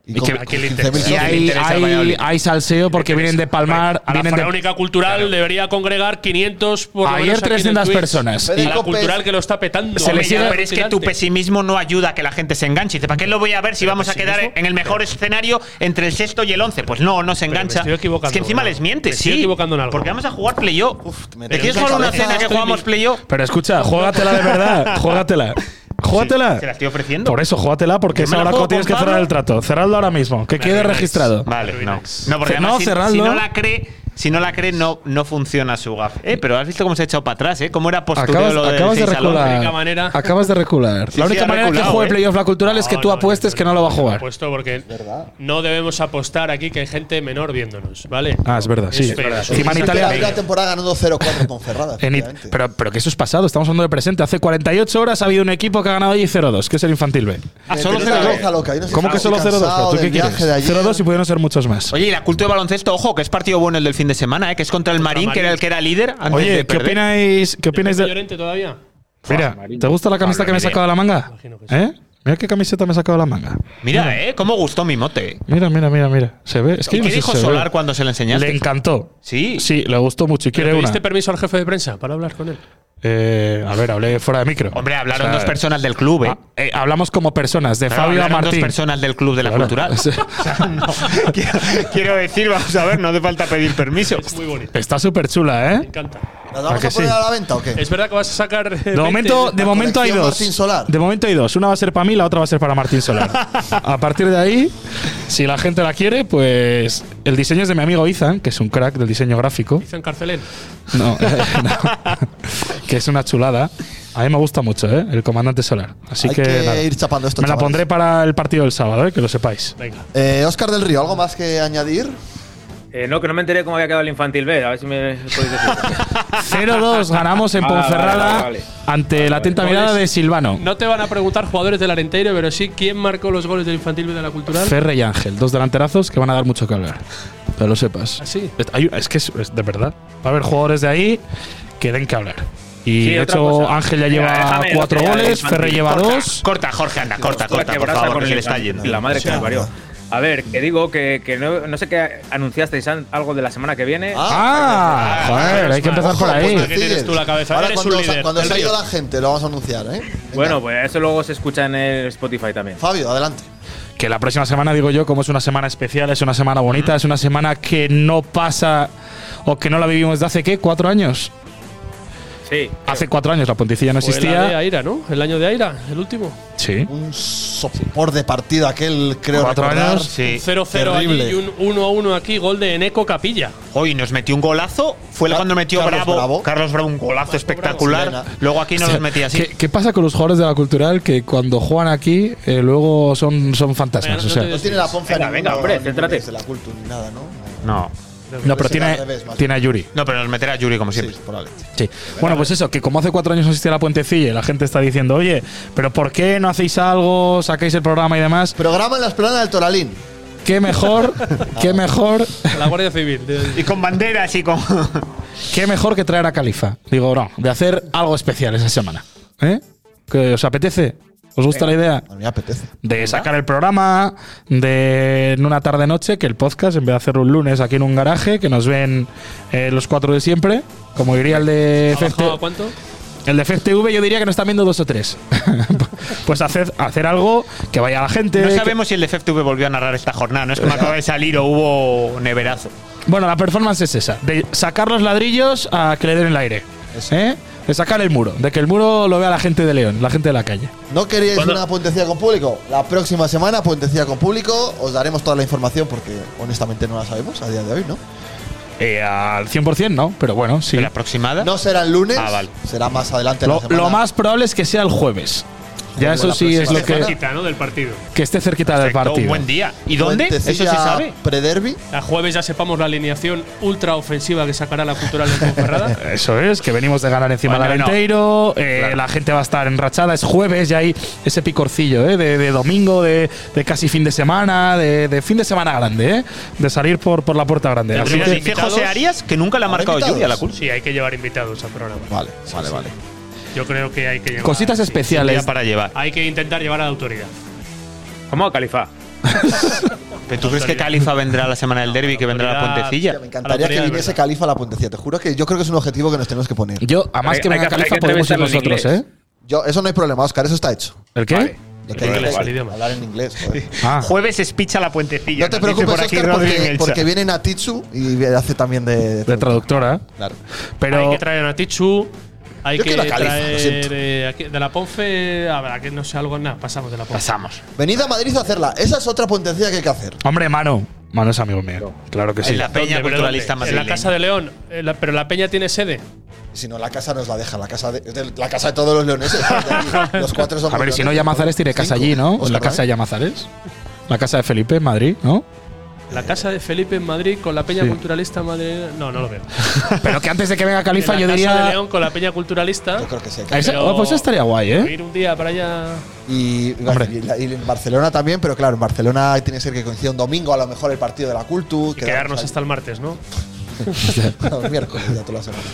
Speaker 1: Y
Speaker 2: que-
Speaker 1: con,
Speaker 2: ¿a quién le
Speaker 1: 15.000
Speaker 2: interesa?
Speaker 3: Y
Speaker 1: socios.
Speaker 7: le
Speaker 3: hay,
Speaker 7: interesa al
Speaker 3: hay-
Speaker 7: Valladolid.
Speaker 3: hay salseo porque vienen de Palmar,
Speaker 2: A la
Speaker 3: vienen de
Speaker 2: faraónica cultural debería congregar 500 por lo
Speaker 3: Ayer
Speaker 2: menos aquí en el
Speaker 3: 300
Speaker 2: Twitch.
Speaker 3: personas.
Speaker 2: Y a la
Speaker 1: Federico
Speaker 2: cultural
Speaker 1: Pérez.
Speaker 2: que lo está petando.
Speaker 7: Se
Speaker 2: Hombre,
Speaker 7: le
Speaker 2: ya
Speaker 7: sigue,
Speaker 2: lo
Speaker 7: pero es que tu
Speaker 2: tirante.
Speaker 7: pesimismo no ayuda a que la gente se enganche. Dice, ¿para qué lo voy a ver si vamos a quedar
Speaker 2: pesimismo?
Speaker 7: en el mejor escenario entre el sexto y el once? Pues no, no se
Speaker 2: Pero me
Speaker 7: engancha.
Speaker 2: estoy equivocando,
Speaker 7: es que encima
Speaker 2: ¿no?
Speaker 7: les miente,
Speaker 2: Me
Speaker 7: sí.
Speaker 2: estoy equivocando en algo.
Speaker 7: Porque vamos a jugar playoff.
Speaker 1: Uf, me
Speaker 7: ¿Te
Speaker 1: tengo
Speaker 7: quieres
Speaker 1: que
Speaker 7: jugar una
Speaker 1: cabeza.
Speaker 7: cena que
Speaker 1: Estoy
Speaker 7: jugamos playoff? [laughs]
Speaker 3: Pero escucha, juégatela de verdad, juégatela. Júgatela.
Speaker 7: ¿Se la estoy ofreciendo?
Speaker 3: Por eso, júgatela, porque
Speaker 7: Yo
Speaker 3: es
Speaker 7: me la
Speaker 3: ahora
Speaker 7: juego
Speaker 3: cuando tienes
Speaker 7: con
Speaker 3: que cerrar
Speaker 7: Pablo.
Speaker 3: el trato. Cerradlo ahora mismo, que
Speaker 7: Me
Speaker 3: quede
Speaker 7: arruináis.
Speaker 3: registrado.
Speaker 7: Vale, no. No, porque
Speaker 3: Ce-
Speaker 7: además,
Speaker 3: no,
Speaker 7: si,
Speaker 3: cerradlo.
Speaker 7: si no la cree, si no la cree, no, no funciona su gaf. Eh, pero has visto cómo se ha echado para atrás, ¿eh? Cómo era postureo
Speaker 3: Acabas,
Speaker 7: lo del
Speaker 3: acabas de
Speaker 7: 6 al 11.
Speaker 3: recular. Acabas de recular.
Speaker 7: Sí,
Speaker 3: la
Speaker 7: sí,
Speaker 3: única
Speaker 7: ha
Speaker 3: manera que
Speaker 7: reculado,
Speaker 3: juegue
Speaker 7: ¿eh?
Speaker 3: playoff la cultural es que tú apuestes que no lo va a jugar.
Speaker 2: Apuesto porque no debemos apostar aquí que hay gente menor viéndonos, ¿vale?
Speaker 3: Ah, es verdad, sí.
Speaker 2: feo.
Speaker 3: Encima en
Speaker 1: Se queda
Speaker 3: Italia.
Speaker 1: la temporada ganando 0-4 con Ferrada.
Speaker 3: en It- pero, pero que eso es pasado, estamos hablando de presente. Hace 48 horas ha habido un equipo que ha ganado allí 0-2, que es el infantil B.
Speaker 1: Ah, solo
Speaker 3: ¿Cómo que solo 0-2? ¿Tú qué quieres? 0-2 y pudieron ser muchos más.
Speaker 7: Oye, y la cultura de baloncesto, ojo, que es partido bueno el del fin de semana, ¿eh? que es contra el Marín, que era el que era líder. Antes
Speaker 3: Oye,
Speaker 7: de
Speaker 3: ¿qué
Speaker 7: perder.
Speaker 3: opináis? ¿Qué opináis de.?
Speaker 2: Llorente todavía?
Speaker 3: Mira, ¿te gusta la camiseta
Speaker 7: Pablo,
Speaker 3: que me he
Speaker 7: mire.
Speaker 3: sacado de la manga? ¿Eh? Mira qué camiseta me he sacado de la manga.
Speaker 7: Mira, ¿eh? Cómo gustó mi mote.
Speaker 3: Mira, mira, mira, mira. Se ve. Es que
Speaker 7: ¿Y
Speaker 3: yo
Speaker 7: qué
Speaker 3: no sé
Speaker 7: dijo
Speaker 3: si se ve.
Speaker 7: Solar cuando se le enseñaste?
Speaker 3: Le encantó.
Speaker 7: Sí.
Speaker 3: Sí, le gustó mucho y quiere
Speaker 2: ¿Pero
Speaker 3: una.
Speaker 2: ¿Pediste permiso al jefe de prensa para hablar con él?
Speaker 3: Eh, a ver, hablé fuera de micro.
Speaker 7: Hombre, hablaron dos personas del club, ¿eh?
Speaker 3: eh, hablamos como personas, de
Speaker 7: Claro,
Speaker 3: Fabio a
Speaker 7: hablaron dos
Speaker 3: Martín.
Speaker 7: personas del club de la
Speaker 3: Claro.
Speaker 7: [laughs] cultural.
Speaker 3: Sí.
Speaker 7: quiero, quiero decir, vamos a ver, no hace falta pedir permiso. Es muy bonito.
Speaker 3: [laughs] Está súper chula, ¿eh?
Speaker 2: encanta.
Speaker 1: ¿Las
Speaker 3: vamos ¿A que a poner sí? a la
Speaker 1: venta o qué?
Speaker 2: Es verdad que vas a sacar. eh,
Speaker 3: De
Speaker 2: 20
Speaker 3: momento, de
Speaker 2: la
Speaker 3: momento hay
Speaker 2: colección
Speaker 3: dos.
Speaker 2: Martín Solar.
Speaker 3: De momento hay dos. Una va a ser para mí, la otra va a ser para Martín Solar. a partir de ahí, si la gente la quiere, pues el diseño es de mi amigo Izan, que es un crack del diseño gráfico.
Speaker 2: Dicen Carcelén.
Speaker 3: No, [laughs] no. que es una chulada. A mí me gusta mucho, ¿eh? El comandante solar. Así
Speaker 1: Hay
Speaker 3: que,
Speaker 1: que
Speaker 3: nada.
Speaker 1: ir chapando esto,
Speaker 3: Me la
Speaker 1: chavales.
Speaker 3: pondré para el partido del sábado, ¿eh? Que lo sepáis.
Speaker 1: Eh, Oscar del Río, ¿algo más que añadir?
Speaker 6: Eh, no, que no me enteré cómo había quedado el infantil B. A ver si me podéis decir.
Speaker 3: 0-2 ganamos en
Speaker 6: Ah, vale,
Speaker 3: Ponferrada
Speaker 6: vale, vale.
Speaker 3: ante la atenta mirada de Silvano.
Speaker 2: No te van a preguntar jugadores del Arenteiro, pero sí quién marcó los goles del infantil B de la cultural.
Speaker 3: Ferre y Ángel, dos delanterazos que van a dar mucho que hablar. Pero lo sepas.
Speaker 2: sí?
Speaker 3: Hay- es que es, es de verdad. Va a haber jugadores de ahí que den que hablar. Y
Speaker 7: Sí,
Speaker 3: de
Speaker 7: otra
Speaker 3: hecho,
Speaker 7: cosa.
Speaker 3: Ángel ya
Speaker 7: Venga,
Speaker 3: lleva
Speaker 7: déjame,
Speaker 3: cuatro
Speaker 7: déjame,
Speaker 3: goles,
Speaker 7: déjame.
Speaker 3: Ferre lleva
Speaker 7: Corta,
Speaker 3: dos.
Speaker 7: Corta, Jorge, anda, corta,
Speaker 6: Hostia,
Speaker 7: corta,
Speaker 6: que
Speaker 7: por
Speaker 6: brasa
Speaker 7: favor,
Speaker 6: con
Speaker 7: que
Speaker 6: el
Speaker 7: le está
Speaker 6: infantil.
Speaker 7: yendo.
Speaker 6: La madre que me parió.
Speaker 7: Sí,
Speaker 6: A ver, que digo que, que no, no sé qué anunciasteis an- algo de la semana que viene.
Speaker 3: Ah, joder, hay que empezar por ahí.
Speaker 1: pues Ahora, cuando, sa- cuando
Speaker 6: El
Speaker 1: se ha ido
Speaker 6: río.
Speaker 1: la gente, lo vamos a anunciar, ¿eh?
Speaker 6: Bueno, pues eso luego se escucha en el Spotify también.
Speaker 1: Fabio, adelante.
Speaker 3: que la próxima semana, digo yo, como es una semana especial, es una semana bonita, es una semana que no pasa o que no la vivimos desde hace, ¿qué? ¿Cuatro años?
Speaker 6: Sí.
Speaker 3: Hace cuatro años la Pontificia no
Speaker 2: Fue Pues la de
Speaker 3: existía.
Speaker 2: Aira, ¿no? El año de Aira, el último.
Speaker 3: Sí.
Speaker 1: Un sopor de partida aquel, creo
Speaker 3: Cuatro
Speaker 1: recordar.
Speaker 3: años,
Speaker 7: Eh,
Speaker 3: sí.
Speaker 2: 0-0 allí
Speaker 1: Terrible.
Speaker 2: y un 1-1 aquí, gol de Eneco Capilla.
Speaker 7: Hoy nos metió un golazo. Fue
Speaker 6: Ah,
Speaker 7: cuando metió
Speaker 2: Carlos
Speaker 7: Bravo,
Speaker 2: Bravo.
Speaker 7: Carlos Bravo, un golazo espectacular. Luego aquí nos
Speaker 3: Hostia,
Speaker 7: los metía así.
Speaker 3: ¿Qué, qué pasa con los jugadores de la cultural que cuando juegan aquí eh, luego son, son fantasmas? o sea,
Speaker 1: no tiene la ponza
Speaker 6: Venga,
Speaker 1: ni
Speaker 6: venga,
Speaker 1: uno,
Speaker 6: hombre,
Speaker 1: ni
Speaker 6: céntrate.
Speaker 1: de la cultura ni nada, ¿no?
Speaker 7: No.
Speaker 3: No, pero tiene, tiene a Yuri.
Speaker 7: No, pero nos meterá a Yuri como siempre.
Speaker 3: Sí. Bueno, pues eso, que como hace cuatro años no existía la puentecilla y la gente está diciendo, oye, pero ¿por qué no hacéis algo? ¿Sacáis el programa y demás?
Speaker 1: Programa en la esplanada del Toralín.
Speaker 3: Qué mejor, qué mejor
Speaker 2: La Guardia Civil.
Speaker 7: Y con banderas y con.
Speaker 3: Qué mejor que traer a Califa. Digo, no, de hacer algo especial esa semana. ¿Eh? ¿Que ¿Os apetece? ¿Os gusta la idea?
Speaker 1: A mí me apetece.
Speaker 3: De sacar el programa, de en una tarde-noche, que el podcast, en vez de hacerlo un lunes aquí en un garaje, que nos ven eh, los cuatro de siempre, como diría el de
Speaker 2: ¿Bajado a
Speaker 3: FFT
Speaker 2: cuánto?
Speaker 3: el de FFTV, yo diría que nos están viendo dos o tres. [laughs] pues hacer, hacer algo que vaya a la gente.
Speaker 7: No
Speaker 3: que-
Speaker 7: sabemos si el de FFTV volvió a narrar esta jornada. No es que me acaba de salir o hubo neverazo.
Speaker 3: Bueno, la performance es esa: de sacar los ladrillos a que le den el aire. ¿Eh? De sacar el muro, de que el muro lo vea la gente de León, la gente de la calle.
Speaker 1: ¿No queríais
Speaker 3: ¿Cuándo?
Speaker 1: una puentecilla con público? La próxima semana, puentecilla con público. Os daremos toda la información porque honestamente no la sabemos a día de hoy, ¿no?
Speaker 3: Eh, al 100% no, pero bueno, sí.
Speaker 7: aproximada?
Speaker 1: No será el lunes. Será más adelante en la
Speaker 3: Ah, Lo,
Speaker 1: semana.
Speaker 3: lo más probable es que sea el jueves. Ya
Speaker 1: Bueno,
Speaker 3: eso
Speaker 1: la
Speaker 3: sí es
Speaker 1: próxima
Speaker 3: lo que…
Speaker 2: Cerquita, ¿no? Del partido.
Speaker 3: Que esté cerquita del partido.
Speaker 1: Puentecilla Prederby.
Speaker 2: La jueves ya sepamos la alineación ultra ofensiva que sacará la cultural de
Speaker 1: [laughs]
Speaker 2: Ponferrada.
Speaker 3: Eso es, que venimos de ganar encima
Speaker 2: Bueno,
Speaker 3: del
Speaker 2: no.
Speaker 3: Arenteiro, eh, la gente va a estar enrachada, es jueves, ya hay ese picorcillo eh, de, de domingo, de, de casi fin de semana, de, de fin de semana grande, eh, de salir por, por la puerta grande. Así
Speaker 7: Tendremos
Speaker 3: que-
Speaker 7: Dice José Arias que nunca la ha marcado Yuri a la culpa.
Speaker 2: Sí, hay que llevar invitados al programa.
Speaker 1: Vale, vale, vale.
Speaker 2: Yo creo que hay que llevar.
Speaker 3: Cositas
Speaker 2: sí,
Speaker 3: especiales.
Speaker 2: sí, Hay que intentar llevar a la autoridad.
Speaker 6: ¿Cómo, Califa?
Speaker 7: ¿Pero tú crees que Califa vendrá la semana del derby, que vendrá la puentecilla?
Speaker 1: Me encantaría que viniese Califa a la puentecilla. Te juro que yo creo que es un objetivo que nos tenemos que poner.
Speaker 3: Yo, además Hay- que hay venga que- hay Califa, que podemos ir entrevistarlo en nosotros, inglés.
Speaker 1: Yo, eso no hay problema, Oscar, eso está hecho.
Speaker 3: ¿El qué? Ah,
Speaker 1: Lo que
Speaker 7: El
Speaker 1: hay
Speaker 7: inglés,
Speaker 1: que
Speaker 7: el idioma.
Speaker 1: hablar en inglés. joder.
Speaker 7: Jueves es picha la puentecilla.
Speaker 1: No te
Speaker 7: nos dice
Speaker 1: preocupes,
Speaker 7: por aquí
Speaker 1: Oscar,
Speaker 7: Rodri en
Speaker 1: porque,
Speaker 7: el
Speaker 1: porque
Speaker 7: chat.
Speaker 1: viene Natitsu y hace también de.
Speaker 3: de traductora.
Speaker 1: Claro.
Speaker 3: Pero
Speaker 2: Hay que traer a Tichu, Hay
Speaker 1: Yo
Speaker 2: que
Speaker 1: quiero a Califa, lo
Speaker 2: traer
Speaker 1: siento.
Speaker 2: eh, aquí- de la Ponfe, habrá que no sé algo nada, pasamos de la Ponfe. Pasamos.
Speaker 1: Venid a Madrid a hacerla. Esa es otra puentecilla que hay que hacer.
Speaker 3: Hombre, mano. Mano es amigo mío. Claro que sí.
Speaker 2: En la Casa de León, eh, la- pero la Peña tiene sede.
Speaker 1: Si no, la casa nos la deja, la casa de, es de- la casa de todos los leoneses.
Speaker 7: [laughs]
Speaker 1: los cuatro somos
Speaker 3: A ver, si
Speaker 1: leoneses.
Speaker 3: no,
Speaker 1: ¿eh?
Speaker 3: Llamazares tiene casa allí, ¿no? la casa de Llamazares. La casa de Felipe en Madrid, ¿no?
Speaker 2: La Casa de Felipe en Madrid con la Peña
Speaker 3: Sí.
Speaker 2: Culturalista madre. No, no lo veo.
Speaker 3: Pero que antes de que venga Califa,
Speaker 2: En
Speaker 3: yo
Speaker 2: la Casa
Speaker 3: diría-
Speaker 2: de León con la Peña Culturalista. Yo
Speaker 1: creo que sí.
Speaker 3: Esa- oh, pues estaría guay, ¿eh?
Speaker 2: Ir un día para allá.
Speaker 1: Y, y la- y en Barcelona también, pero claro, en Barcelona tiene que ser que coincida un domingo, a lo mejor el partido de la Cultu.
Speaker 2: Quedarnos hasta el martes, ¿no?
Speaker 1: [laughs] el miércoles, ya toda la semana.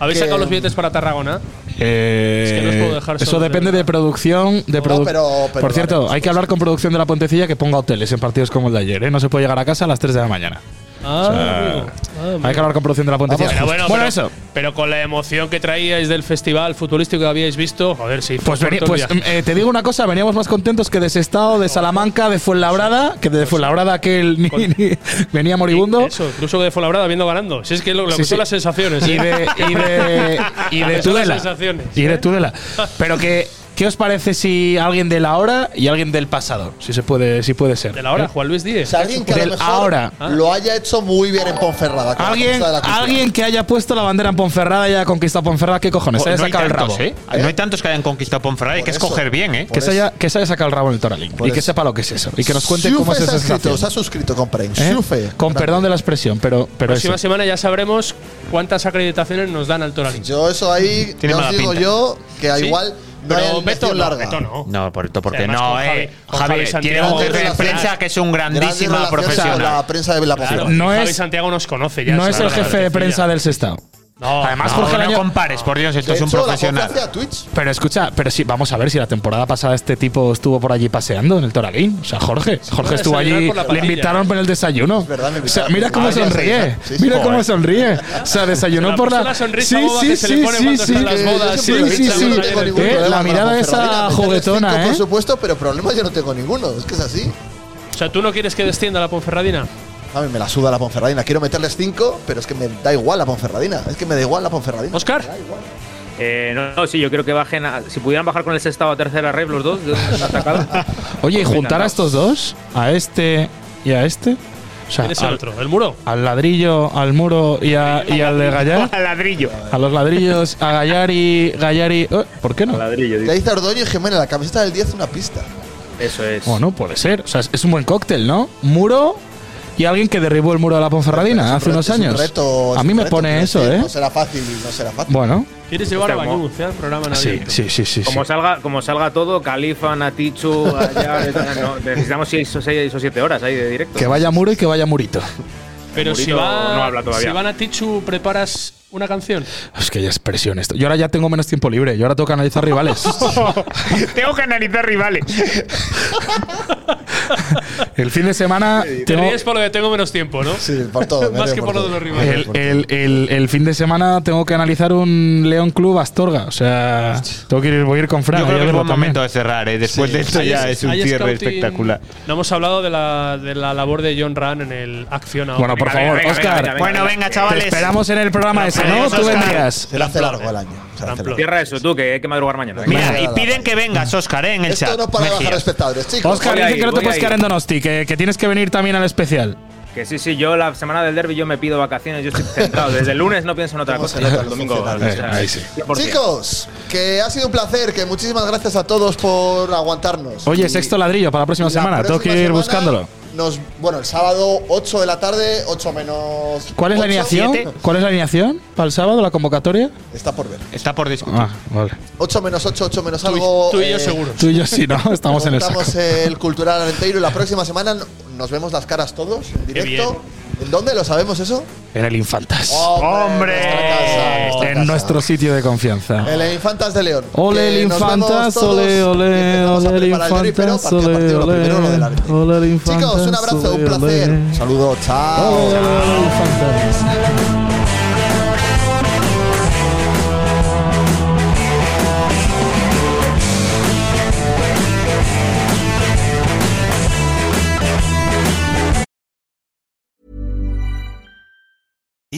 Speaker 2: ¿Habéis
Speaker 1: Que-
Speaker 2: sacado los billetes para Tarragona?
Speaker 3: Eh,
Speaker 2: Es que no os puedo dejar
Speaker 3: eso
Speaker 2: solos, de
Speaker 3: depende de producción. De produ-
Speaker 2: pero- pero pues
Speaker 3: Por cierto,
Speaker 2: haremos
Speaker 3: hay que hablar con producción de la Pontecilla que ponga hoteles en partidos como el de ayer. ¿eh? No se puede llegar a casa a las 3 de la mañana.
Speaker 2: Ah,
Speaker 3: O sea,
Speaker 2: amigo. Ah, amigo.
Speaker 3: hay que hablar con producción de la Pontecilla.
Speaker 2: Pero bueno,
Speaker 3: Bueno,
Speaker 2: pero-
Speaker 3: eso.
Speaker 2: Pero con la emoción que traíais del festival futbolístico que habíais visto, joder, sí.
Speaker 3: Pues, veni- pues, eh, te digo una cosa, veníamos más contentos que de ese estado, de Salamanca, de Fuenlabrada, que de Fuenlabrada aquel ni- ni- venía moribundo.
Speaker 2: Pues Eso, incluso que de Fuenlabrada viendo ganando. Si es que lo, lo
Speaker 3: Sí,
Speaker 2: que
Speaker 3: sí.
Speaker 2: son las sensaciones.
Speaker 3: Y
Speaker 2: ¿eh? [laughs]
Speaker 3: de- y de- y
Speaker 2: Lo
Speaker 3: de
Speaker 2: que son las
Speaker 3: Tudela.
Speaker 2: sensaciones. ¿eh?
Speaker 3: Y de
Speaker 2: [laughs]
Speaker 3: Tudela. Pero que, ¿qué os parece si alguien de la hora y alguien del pasado? Si se puede, si puede ser.
Speaker 2: De la hora,
Speaker 3: ¿eh?
Speaker 2: Juan Luis Díez.
Speaker 1: O sea, alguien que a
Speaker 3: Del
Speaker 1: lo mejor
Speaker 3: ahora.
Speaker 1: lo haya hecho muy bien en Ponferrada. con la
Speaker 3: Alguien,
Speaker 1: Fiesta de la Cultura.
Speaker 3: alguien que haya puesto la bandera en Ponferrada y haya conquistado Ponferrada, ¿qué cojones? Se
Speaker 7: no
Speaker 3: haya
Speaker 7: hay
Speaker 3: sacado el
Speaker 7: tantos,
Speaker 3: rabo.
Speaker 7: ¿eh? No hay tantos que hayan conquistado Ponferrada. Hay que escoger bien, ¿eh?
Speaker 3: Que se, haya, que se haya sacado el rabo en el Toralín.
Speaker 7: Por
Speaker 3: y que
Speaker 7: eso.
Speaker 3: sepa lo que es eso. Y que nos cuente
Speaker 1: Sufe
Speaker 3: cómo es
Speaker 1: se ha
Speaker 3: esa
Speaker 1: suscrito,
Speaker 3: sensación.
Speaker 1: se ha suscrito, compren.
Speaker 3: ¿Eh?
Speaker 1: Sufe.
Speaker 3: Con perdón de la expresión, pero, pero
Speaker 1: Pues
Speaker 3: eso.
Speaker 2: Próxima semana ya sabremos cuántas acreditaciones nos dan al Toralín.
Speaker 1: Yo eso ahí,
Speaker 2: Tiene
Speaker 1: ya os
Speaker 2: mala
Speaker 1: digo
Speaker 2: pinta.
Speaker 1: yo, que
Speaker 2: Sí,
Speaker 1: igual no
Speaker 2: pero
Speaker 1: hay
Speaker 2: Beto
Speaker 1: elección
Speaker 2: no,
Speaker 1: larga.
Speaker 2: Beto no.
Speaker 7: No, por esto, porque
Speaker 2: Además,
Speaker 7: no,
Speaker 2: con
Speaker 7: eh.
Speaker 2: Javi- con
Speaker 7: Javi,
Speaker 2: Javi
Speaker 7: tiene
Speaker 2: Santiago.
Speaker 7: un jefe de
Speaker 2: Grandes
Speaker 7: prensa
Speaker 2: relaciones.
Speaker 7: que es un grandísimo
Speaker 2: Grandes relaciones
Speaker 7: profesional.
Speaker 2: con la
Speaker 1: prensa de la
Speaker 2: Claro,
Speaker 3: No
Speaker 2: Javi
Speaker 3: es-
Speaker 2: Santiago nos conoce ya.
Speaker 3: no es
Speaker 2: sabe
Speaker 3: el
Speaker 2: la
Speaker 3: jefe de
Speaker 2: verdad.
Speaker 3: prensa del Sestao.
Speaker 2: No,
Speaker 3: Además,
Speaker 2: no,
Speaker 3: Jorge
Speaker 2: no
Speaker 3: Laño-
Speaker 7: compares, por Dios, esto
Speaker 3: De
Speaker 7: es un
Speaker 3: hecho, la
Speaker 7: profesional. [laughs]
Speaker 3: confianza-
Speaker 1: Twitch.
Speaker 3: Pero escucha, pero sí, vamos a ver si la temporada pasada este tipo estuvo por allí paseando en el Toralín. O sea, Jorge. Jorge
Speaker 1: puede
Speaker 3: estuvo
Speaker 1: desayunar
Speaker 3: allí,
Speaker 1: por la
Speaker 3: le
Speaker 1: parrilla.
Speaker 3: invitaron por el desayuno.
Speaker 1: verdad, me
Speaker 3: o sea,
Speaker 1: invitaron.
Speaker 3: mira cómo
Speaker 1: Ah, ya
Speaker 3: sonríe.
Speaker 1: sé, sí, sí.
Speaker 3: mira cómo
Speaker 1: Joder.
Speaker 3: sonríe. O sea, desayunó
Speaker 1: Se la
Speaker 3: por
Speaker 1: puso
Speaker 3: la.
Speaker 1: la sonrisa boba que se le pone cuando
Speaker 3: sí,
Speaker 2: están las
Speaker 3: sí,
Speaker 2: bodas.
Speaker 3: sí,
Speaker 2: Yo siempre
Speaker 3: sí,
Speaker 2: lo he
Speaker 3: sí.
Speaker 2: dicho, yo no
Speaker 1: tengo ningún
Speaker 3: Eh,
Speaker 1: problema
Speaker 3: La
Speaker 1: con la
Speaker 3: mirada
Speaker 1: Ponferradina,
Speaker 3: esa
Speaker 1: meterle cinco,
Speaker 3: juguetona, ¿eh?
Speaker 1: Por supuesto, pero problemas yo no tengo ninguno. Es que es así.
Speaker 2: O sea, ¿tú no quieres que descienda la Ponferradina?
Speaker 1: A mí me la suda la Ponferradina. Quiero meterles cinco, pero es que me da igual la Ponferradina. Es que me da igual la Ponferradina.
Speaker 2: Oscar.
Speaker 6: Eh, no, no, sí, yo creo que bajen. a- si pudieran bajar con el sextavo a tercera red los dos, de una atacada.
Speaker 3: [laughs] Oye, y
Speaker 6: Pues
Speaker 3: juntar
Speaker 6: nada.
Speaker 3: a estos dos, a este y a este. O sea,
Speaker 2: ¿Quién es el
Speaker 3: al-
Speaker 2: otro? ¿El muro?
Speaker 3: Al ladrillo, al muro y, a- y al de Gallar.
Speaker 4: Al ladrillo.
Speaker 3: A los ladrillos, a Gallari, Gallari. eh, ¿Por qué no?
Speaker 1: Te dice Ordoño y Jiménez, la camiseta del 10 es una pista.
Speaker 6: Eso es.
Speaker 3: Bueno, puede ser. O sea, es, es un buen cóctel, ¿no? Muro y alguien que derribó el muro de la Ponferradina hace
Speaker 1: Pero
Speaker 3: unos
Speaker 1: es un
Speaker 3: años.
Speaker 1: reto, es
Speaker 3: a mí
Speaker 1: un
Speaker 3: me
Speaker 1: reto,
Speaker 3: pone
Speaker 1: quiero
Speaker 3: eso,
Speaker 1: decir,
Speaker 3: ¿eh?
Speaker 1: No será fácil, no será fácil.
Speaker 3: Bueno.
Speaker 2: ¿Quieres llevar a
Speaker 6: Está
Speaker 2: Bañuz eh, al programa en
Speaker 3: Sí,
Speaker 2: abierto?
Speaker 3: sí, sí, sí. sí.
Speaker 6: Como salga, como salga todo, Califa, Natichu, [laughs] allá, no, necesitamos 6 o 7 horas ahí de directo.
Speaker 3: Que vaya muro y que vaya murito.
Speaker 2: Pero si
Speaker 6: Murito
Speaker 2: va,
Speaker 6: no habla todavía.
Speaker 2: si van a Tichu, ¿preparas una canción?
Speaker 3: Es que ya es presión esto. Yo ahora ya tengo menos tiempo libre. Yo ahora tengo que analizar rivales.
Speaker 4: Tengo que analizar rivales.
Speaker 3: El fin de semana
Speaker 2: Te
Speaker 3: tengo.
Speaker 2: ríes por lo que tengo menos tiempo, ¿no?
Speaker 1: Sí, por
Speaker 2: [laughs]
Speaker 1: todo.
Speaker 2: Más que por lo de los rivales.
Speaker 3: El, el- el- el fin de semana tengo que analizar un León Club Astorga. O sea, tengo que ir, voy a ir con Fran.
Speaker 7: Yo creo
Speaker 3: voy a
Speaker 7: que es
Speaker 3: verlo
Speaker 7: buen
Speaker 3: también.
Speaker 7: momento de cerrar, ¿eh? Después de esto
Speaker 2: Hay
Speaker 7: ya
Speaker 2: es-
Speaker 7: es un
Speaker 2: hay
Speaker 7: cierre
Speaker 2: scouting-
Speaker 7: espectacular.
Speaker 2: No hemos hablado de la, de la labor de John Rand en el Acción ahora.
Speaker 3: Bueno, por favor, Oscar.
Speaker 7: Bueno, venga, chavales.
Speaker 3: Te esperamos en el programa ese, ¿no? Tú vendrías.
Speaker 1: Se le hace largo el año.
Speaker 6: Cierra eso, tú, que hay que madrugar mañana.
Speaker 7: Mira, y piden que vengas, Oscar, ¿eh? en el chat.
Speaker 1: Esto no para
Speaker 7: Mejías.
Speaker 1: bajar espectadores,
Speaker 7: eh.
Speaker 1: chicos.
Speaker 3: Oscar,
Speaker 6: Voy
Speaker 3: dice
Speaker 6: ahí,
Speaker 3: que no te
Speaker 6: voy
Speaker 3: puedes
Speaker 6: ahí.
Speaker 3: quedar en Donosti, que, que tienes que venir también al especial.
Speaker 6: Que sí, sí, yo la semana del derby yo me pido vacaciones, yo estoy centrado. Desde el lunes no pienso en otra cosa. hasta el domingo.
Speaker 3: funcionarios.
Speaker 6: o sea,
Speaker 3: Eh, ahí sí.
Speaker 6: 100%.
Speaker 1: Chicos, que ha sido un placer, que muchísimas gracias a todos por aguantarnos.
Speaker 3: Oye,
Speaker 1: Y
Speaker 3: sexto ladrillo para la próxima
Speaker 1: la
Speaker 3: semana. Tengo que ir
Speaker 1: próxima semana
Speaker 3: buscándolo.
Speaker 1: Nos, bueno, el sábado 8 de la tarde, 8 menos.
Speaker 3: ¿Cuál es
Speaker 1: ocho,
Speaker 3: la alineación?
Speaker 1: siete.
Speaker 3: ¿Cuál es la alineación para el sábado, la convocatoria?
Speaker 1: Está por ver.
Speaker 7: Está por discutir.
Speaker 3: Ah, vale.
Speaker 1: 8 menos 8, 8 menos algo.
Speaker 2: tú y yo seguro.
Speaker 3: Tú y yo sí, ¿no? [laughs] Estamos en el saco.
Speaker 1: Estamos el Cultural Alenteiro y la próxima semana no- nos vemos las caras todos en directo. ¿En dónde lo sabemos eso?
Speaker 3: En el Infantas.
Speaker 1: ¡Hombre! nuestra casa, nuestra
Speaker 3: En
Speaker 1: casa.
Speaker 3: nuestro sitio de confianza.
Speaker 1: En el Infantas de León.
Speaker 3: Ole
Speaker 1: Que
Speaker 3: el
Speaker 1: nos vemos
Speaker 3: Infantas,
Speaker 1: todos
Speaker 3: ole, ole, ole el
Speaker 1: preparar el derbi, pero
Speaker 3: Infantas,
Speaker 1: partido a
Speaker 3: ole,
Speaker 1: partido, lo
Speaker 3: ole,
Speaker 1: primero lo del
Speaker 3: ole. Ole el Infantas.
Speaker 1: Chicos, un abrazo, un
Speaker 3: ole, ole.
Speaker 1: placer. Un saludo, chao.
Speaker 3: Ole, ole, ole, el Infantas.